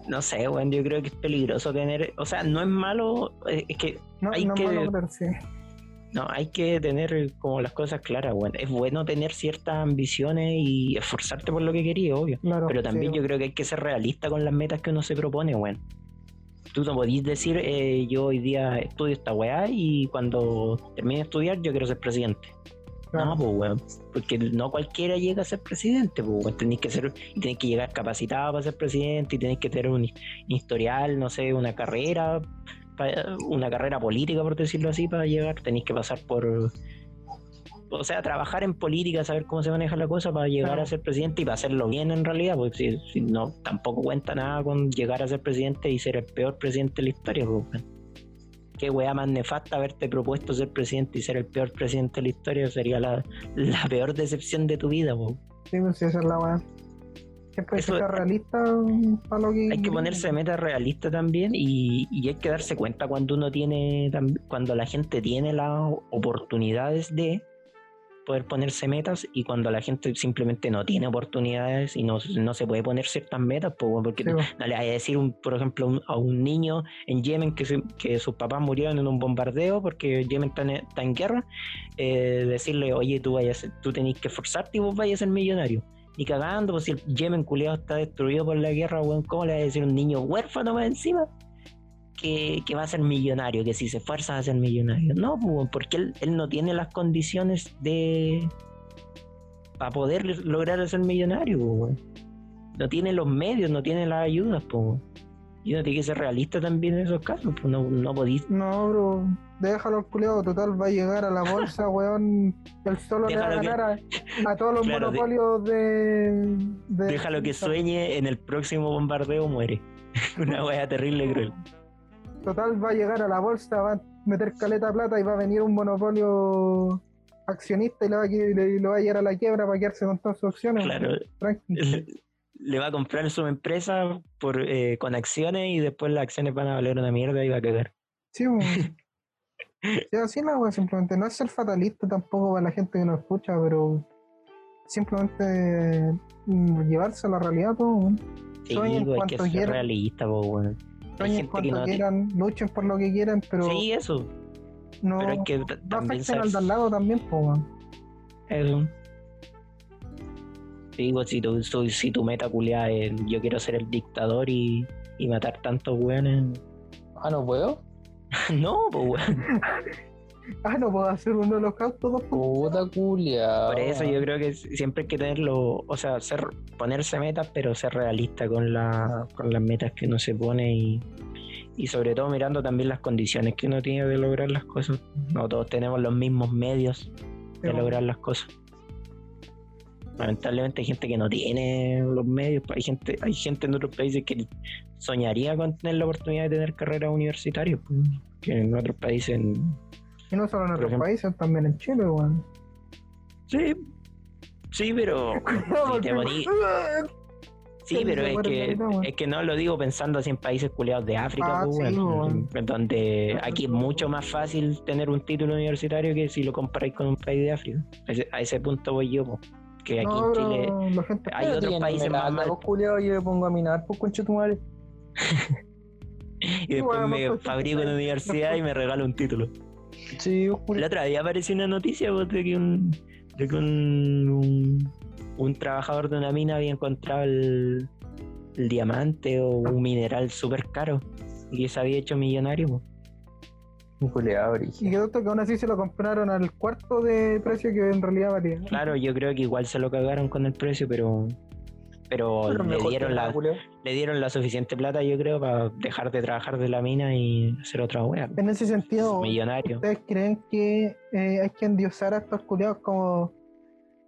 S1: No sé, weón, yo creo que es peligroso tener, o sea, no es malo, eh, es que
S3: No,
S1: Hay
S3: no es
S1: que-
S3: malo meterse.
S1: no, hay que tener como las cosas claras, weón. Es bueno tener ciertas ambiciones y esforzarte por lo que querías, obvio.
S3: Claro,
S1: Pero también
S3: sí,
S1: yo creo que hay que ser realista con las metas que uno se propone, weón. Tú no podís decir, eh, yo hoy día estudio esta weá y cuando termine de estudiar yo quiero ser presidente.
S3: claro.
S1: No, pues, weón. Porque no cualquiera llega a ser presidente, pues, weón. Tenés que ser, y tenés que llegar capacitado para ser presidente y tenés que tener un hi- historial, no sé, una carrera, pa- una carrera política, por decirlo así, para llegar. Tenés que pasar por. O sea, trabajar en política, saber cómo se maneja la cosa para llegar
S3: Claro.
S1: a ser presidente y para hacerlo bien en realidad, porque si, si no, tampoco cuenta nada con llegar a ser presidente y ser el peor presidente de la historia, pues, weón qué weá más nefasta haberte propuesto ser presidente y ser el peor presidente de la historia sería la, la peor decepción de tu vida, po.
S3: Sí, pues sí, esa es la weá. Siempre hay que
S1: Eso-
S3: ser realista para lo que.
S1: Hay que ponerse metas realistas también y, y hay que darse cuenta cuando uno tiene, tam- cuando la gente tiene las oportunidades de poder ponerse metas y cuando la gente simplemente no tiene oportunidades y no, no se puede poner ciertas metas, po, weón, porque
S3: Sí, pues.
S1: No le vaya a decir, un, por ejemplo, un- a un niño en Yemen que, su- que sus papás murieron en un bombardeo porque Yemen está en, está en guerra, eh, decirle, oye, tú, vayas, a ser- tú tenés que esforzarte y vos vayas a ser millonario. Ni cagando, pues si el Yemen culiado está destruido por la guerra, weón, ¿cómo le vas a decir a un niño huérfano más encima? que, que va a ser millonario, que si se esfuerza va a ser millonario. No, pues, porque él, él no tiene las condiciones de para poder lograr ser millonario, pues, weón. No tiene los medios, no tiene las ayudas, pues. weón. Y uno tiene que ser realista también en esos casos, pues no, no podís.
S3: No, bro. Déjalo al culiado, total va a llegar a la bolsa, weón. El solo
S1: Déjalo
S3: le
S1: que-
S3: va a ganar a, a todos los
S1: Claro, de-
S3: monopolios de, de-
S1: Déjalo que sueñe, en el próximo bombardeo muere. Una wea terrible cruel.
S3: Total va a llegar a la bolsa, va a meter caleta plata y va a venir un monopolio accionista y le va a, qui- le- lo va a llevar a la quiebra para quedarse con todas sus opciones.
S1: Claro,
S3: Tranqui.
S1: le, le va a comprar su empresa por, eh, con acciones y después las acciones van a valer una mierda y va a cagar.
S3: Sí, bo. Sí, así la wea, simplemente. No es ser fatalista tampoco para la gente que no escucha, pero simplemente mm, llevarse a la realidad todo. weón.
S1: Sí, pues, hay
S3: Sueñen
S1: que
S3: cuanto
S1: ser
S3: quieran.
S1: realista, pues, weón. Hay
S3: Sueñen
S1: gente que
S3: cuanto
S1: no te-
S3: quieran, luchen por lo que quieran, pero
S1: Sí, eso.
S3: no
S1: Pero hay que t-
S3: no
S1: también
S3: afecten
S1: ser.
S3: al de al lado también, po, weón.
S1: Eso. Digo, si tu, su- si tu meta culiada es yo quiero ser el dictador y, y matar tantos weones.
S2: Ah, no puedo.
S1: No, pues weón.
S3: Ah, no puedo hacer un holocausto dos po.
S2: Puta culia.
S1: Por eso yo creo que si- siempre hay que tenerlo, o sea, ser, ponerse metas, pero ser realista con, la, con las metas que uno se pone y, y sobre todo mirando también las condiciones que uno tiene de lograr las cosas. No todos tenemos los mismos medios de
S3: Pero-
S1: lograr las cosas. Lamentablemente hay gente que no tiene los medios, hay gente, hay gente en otros países que soñaría con tener la oportunidad de tener carreras universitarias, pues, que en otros países
S3: Y no solo en otros
S1: ejemplo.
S3: países, también en Chile, weón.
S1: sí, sí, pero si te poní- Sí,
S3: Sí,
S1: pero
S3: de
S1: es
S3: acuerdo,
S1: que,
S3: ahorita, weón.
S1: es que no lo digo pensando así en países culiados de África,
S3: Ah,
S1: pues,
S3: sí,
S1: weón, donde
S3: Ah,
S1: aquí es
S3: sí.
S1: mucho más fácil tener un título universitario que si lo comparáis con un país de África. A ese, a ese punto voy yo, po, que aquí
S3: No,
S1: en
S3: bro,
S1: Chile
S3: la gente
S1: hay otros países más mal.
S2: pues, culiao, yo me pongo a minar, pues concha tu madre.
S1: y después
S3: weón,
S1: me
S3: pues,
S1: fabrico una
S3: sí,
S1: universidad y me regalo un título.
S2: Sí, pues, yo
S1: La otra día apareció una noticia pues, de que un de que un, un- un trabajador de una mina había encontrado el, el diamante o un mineral súper caro y que se había hecho millonario. po.
S2: culiao,
S3: Y que otro que aún así se lo compraron al cuarto de precio que en realidad valía.
S1: Claro, yo creo que igual se lo cagaron con el precio, pero pero le dieron la le dieron la suficiente plata, yo creo, para dejar de trabajar de la mina y hacer otra wea.
S3: En ese sentido,
S1: Millonario.
S3: ¿ustedes creen que eh, hay que endiosar a estos culiados como,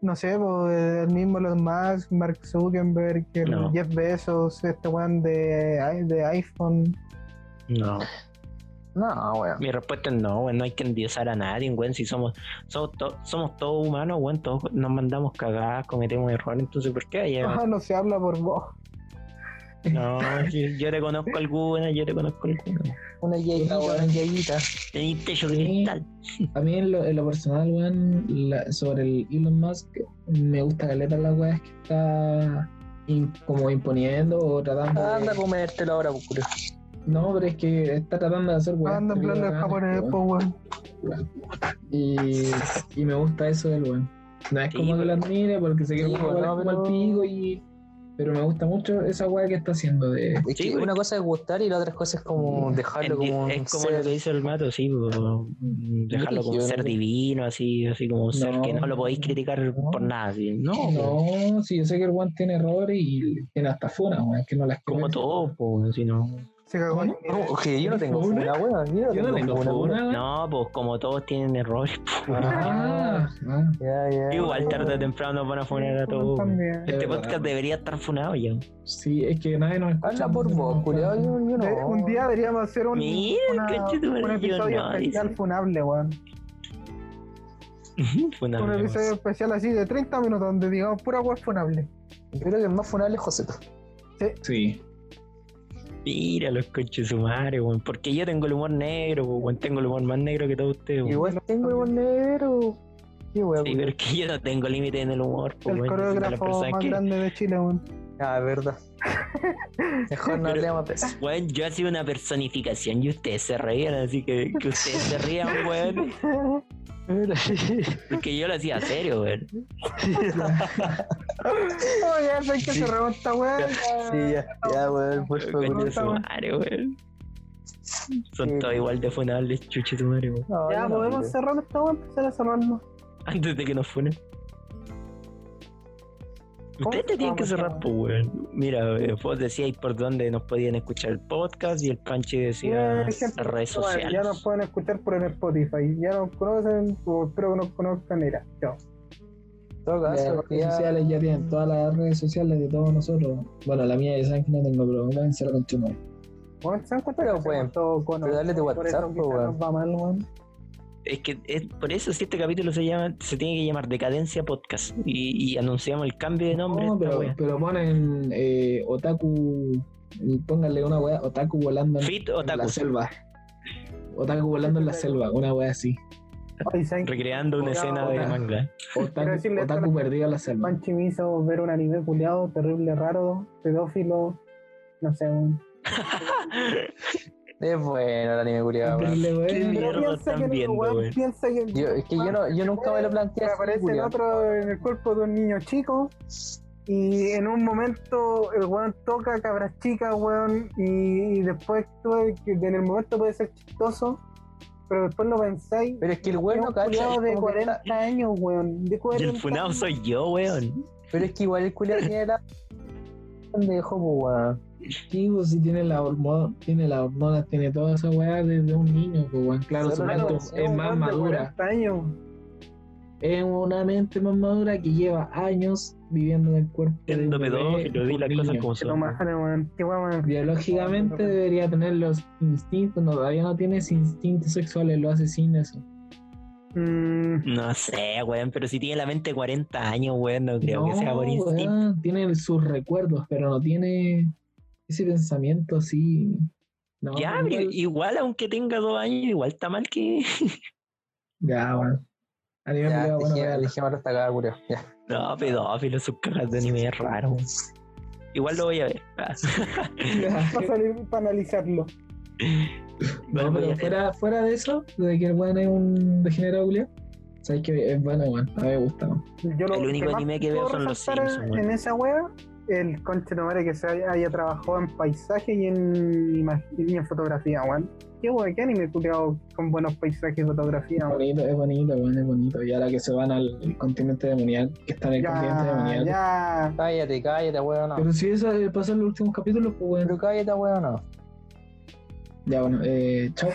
S3: no sé, po, eh, el mismo Elon Musk, Mark Zuckerberg, el
S1: No.
S3: Jeff Bezos, este weón de, de iPhone?
S1: No.
S2: No, weón.
S1: Mi respuesta es no, weón, no hay que endiosar a nadie, weón, si somos somos, to- somos todos humanos, weón, todos nos mandamos cagadas, cometemos errores, entonces ¿por qué? hay-
S3: Ah, no se habla por vos.
S1: No, yo, yo te conozco alguna, yo te conozco alguna.
S2: Una
S4: Una
S2: yeguita,
S4: weá.
S2: una yeguita.
S1: Tenís techo de cristal.
S4: A mí en lo, en lo personal, weón, la- sobre el Elon Musk, me gusta caleta las weas que está in- como imponiendo o tratando de-
S2: Anda a comértelo ahora, pues culiao.
S4: No, pero es que está tratando de hacer weas.
S3: Anda a
S4: terrible
S3: hablarle
S4: bacanas,
S3: japonés,
S4: weón.
S3: po, weón.
S4: Y, y me gusta eso del weón. No es
S1: Sí,
S4: como que
S1: weón.
S4: lo admire porque se quedó
S2: Sí,
S4: como
S2: weón,
S4: la-
S2: no,
S4: como al
S2: pero-
S4: pico y... Pero me gusta mucho esa wea que está haciendo de...
S2: Es
S1: Sí,
S2: que
S1: güey.
S2: una cosa es gustar y la otra cosa es como dejarlo
S1: Endi-
S2: como un
S1: es como
S2: ser.
S1: lo que dice el mato, sí, po, mm, dejarlo como un
S2: Brígido,
S1: ser
S2: ¿no?
S1: divino, así, así como un ser
S4: No.
S1: que no lo podéis criticar por nada, así. No, po,
S4: No, sí, yo sé que el weón tiene errores y tiene hasta funas, weón, que no las
S1: como
S4: comete.
S1: todo, po, así no.
S3: Se cagó. en-
S2: No, oye, yo no tengo
S4: ¿Funa?
S2: una weón. Yo no
S4: Yo no
S2: tengo
S4: tengo
S2: una
S4: funa, weón.
S1: No, pues como todos tienen errores, po, weón.
S4: Ah, ah.
S2: Ya, ya.
S1: igual tarde o temprano nos van a funar a todos. weón.
S3: También.
S1: Este
S4: verdad,
S1: podcast
S4: weón.
S1: debería estar funado ya.
S4: Sí, es que nadie nos escucha.
S2: Habla por vos, culiao. Yo,
S3: De-
S2: yo no.
S3: Eh, un día deberíamos hacer un,
S1: Mira,
S3: una-
S1: coche tu madre,
S3: un episodio
S1: yo no,
S3: especial
S1: dice.
S3: funable, weón.
S1: Funable,
S3: Un
S1: weón.
S3: episodio especial así de 30 minutos donde digamos pura weón funable.
S2: Yo creo que el más funable es José.
S4: Sí.
S1: Mira los coches sumares, weón. Porque yo tengo el humor negro, po, weón. Tengo el humor más negro que todos ustedes, weón.
S2: Igual tengo el buen negro. Qué weón.
S1: Sí, pero es que yo no tengo límite en el humor, po,
S3: el
S1: weón. Yo soy de las
S3: coreógrafo
S1: personas
S3: más
S1: que-
S3: grande de Chile, weón.
S2: Ah, es verdad. Mejor no
S1: Pero-
S2: hablemos de eso.
S1: Weón, yo hacía una personificación y ustedes se reían, así que que ustedes se rían, weón. Porque yo lo hacía serio, weón.
S3: Oh, ya sé que
S2: Sí.
S3: se remonta, weón. Ah,
S2: Sí, ya, ya, weón. Pues fue
S1: Concha
S2: curioso.
S1: su madre, weón. Son
S3: Sí.
S1: todos igual de funables, chuche tu madre, weón.
S3: No, ya
S2: yo no
S3: podemos
S2: creo.
S3: cerrar esta weá, empezar a cerrarnos.
S1: Antes de que nos funen.
S3: ¿Cómo
S1: Ustedes te tienen que
S3: cerramos,
S1: cerrar,
S3: hermano?
S1: pues, weón. Mira, eh, vos decíais por dónde nos podían escuchar el podcast y el Panchi decía
S3: Eh, gente,
S1: las redes
S3: bueno,
S1: sociales.
S3: Ya nos pueden escuchar por el Spotify. Ya nos conocen, o espero que nos conozcan. Mira, chao.
S2: En todo
S4: Las
S2: caso,
S4: redes
S2: ya-
S4: sociales ya tienen todas las redes sociales de todos nosotros. Bueno, la mía ya saben que no tengo, pero váyanse a la concha, madre.
S3: Bueno, ¿se dan cuenta
S2: Pero,
S3: que hacemos
S2: weón,
S3: todo con
S2: pero dale de
S3: por eso
S2: WhatsApp, pues,
S3: quizás
S2: weón.
S3: nos va mal, weón.
S1: Es que es, por eso si este capítulo se llama, se tiene que llamar Decadencia Podcast. Y, y anunciamos el cambio de nombre. a
S4: No,
S1: esta
S4: pero,
S1: wea.
S4: pero ponen eh, otaku, pónganle una weá, otaku volando en,
S1: Fit
S4: en la
S1: Otaku.
S4: selva. Otaku volando en la selva, una weá así.
S3: Ay, ¿saben qué?
S1: Recreando una
S3: Otaku,
S1: escena de
S4: otaku.
S1: manga.
S4: Otaku,
S3: decirle esto a
S4: otaku
S3: la-
S4: perdido en la selva.
S3: Panchi me hizo ver un anime culiado, terrible, raro, pedófilo, no sé, weón.
S2: Es bueno el anime culiado, weón.
S4: Terrible,
S1: Qué
S4: weón.
S1: mierda están
S3: que,
S1: viendo,
S3: weón,
S1: weón.
S3: piensa que,
S2: Yo, es que yo, no, yo nunca me lo
S3: que
S2: planteé así,
S3: aparece en
S2: culiao.
S3: otro en el cuerpo de un niño chico y en un momento el weón toca cabras chicas, weón, y, y después tú, que en el momento puede ser chistoso, pero después lo pensáis.
S2: Pero es que el
S3: es
S2: weón
S3: un
S2: no cacha.
S3: culiao
S2: es
S3: de
S2: como que
S3: 40
S2: está-
S3: años, weón. De 40
S1: Y el funado
S3: años.
S1: soy yo, weón.
S2: Pero es que igual el culiado tiene la. Pendejo, pues, weón.
S4: Sí, pues, si tiene la hormona, tiene la hormona, tiene toda esa weá desde un niño, pues weón. Claro, su
S2: Solo
S4: mente
S3: Claro,
S2: Tanto,
S4: es,
S3: un
S4: más
S3: weón de
S4: madura.
S3: 40 años.
S4: Es una mente más madura que lleva años viviendo en el cuerpo de un
S1: Siendo
S4: bebé,
S1: pedófilo, di
S4: un
S1: las
S4: niño.
S1: cosas como
S3: Que lo
S1: son.
S3: matan, weón. Qué weón, weón.
S4: Biológicamente debería tener los instintos, no, todavía no tiene ese instinto sexuales, lo hace sin eso.
S3: Mm,
S1: No sé, weón, pero si tiene la mente 40 años, weón, no creo que
S4: No,
S1: sea por instinto.
S4: weón, tiene sus recuerdos, pero no tiene ese pensamiento así. No,
S1: Ya,
S4: no,
S1: pero igual, aunque tenga dos años, igual está mal que.
S4: Ya, bueno. Anime
S2: Ya,
S4: culiao, bueno,
S2: dejé-
S4: véalo.
S2: dejémoslo hasta acá, culiao. Ya.
S1: No, pedófilo, sus cajas de anime es raro. weón. Igual lo voy a ver. Ah,
S3: va a salir para analizarlo.
S1: igual voy a
S4: No, pero
S1: ver.
S4: fuera, fuera de eso, de que el weón es un degenerado, culiao, sabes que es bueno, weón. A mí me gusta, weón.
S3: Yo lo
S1: El único
S3: más
S1: anime que veo
S3: puedo
S1: son los
S3: resaltar
S1: Simpsons,
S3: En
S1: weón.
S3: esa wea, el conche de madre que se haya, haya trabajado en paisaje y en, ima- y en fotografía, weón. Qué wea, qué anime culiao con buenos paisajes y fotografía,
S4: Es
S3: weón.
S4: bonito, es bonito, weón, es bonito. Y ahora que se van al continente demonal, que están en el continente
S3: Ya,
S4: demonal.
S3: ya.
S2: Cállate, cállate, weón. No.
S4: Pero si eso eh, pasa en los últimos capítulos, pues weón.
S2: Pero cállate, weón. No.
S4: Ya, bueno, eh, chao.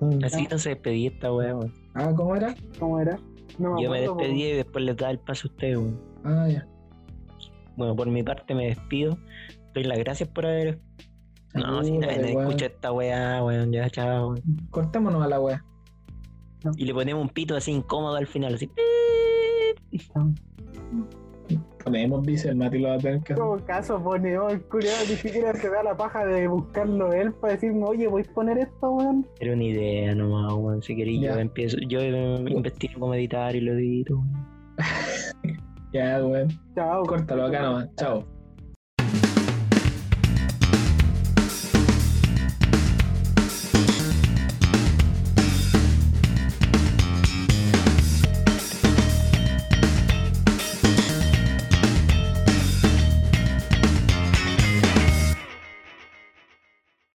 S3: Mm.
S1: Así no se despedí esta weón.
S4: Ah, ¿cómo era?
S3: ¿Cómo era? No
S1: Yo me
S3: acuerdo,
S1: despedí y después les daba el paso a ustedes, weón.
S4: Ah, ya.
S1: Bueno, por mi parte me despido. Doy las gracias por haber. No, si
S4: Puta,
S1: nadie
S4: weón.
S1: escucha esta weá, weón, ya chao. weón.
S4: Cortémonos a la wea.
S1: Y le ponemos un pito así incómodo al final, así.
S4: Ponemos dice el Mati lo va a tener que
S3: En
S4: hacer.
S3: todo caso, pone, oh, el culiao ni siquiera se da la paja de buscarlo él para decirme, oye, ¿voy a poner esto, weón?
S1: Era una idea nomás, weón. Si queréis, yo
S4: Ya.
S1: empiezo. Yo eh, investigo cómo editar y lo edito. weón.
S4: Ya, weón.
S3: Chao.
S4: Córtalo acá nomás. Chao.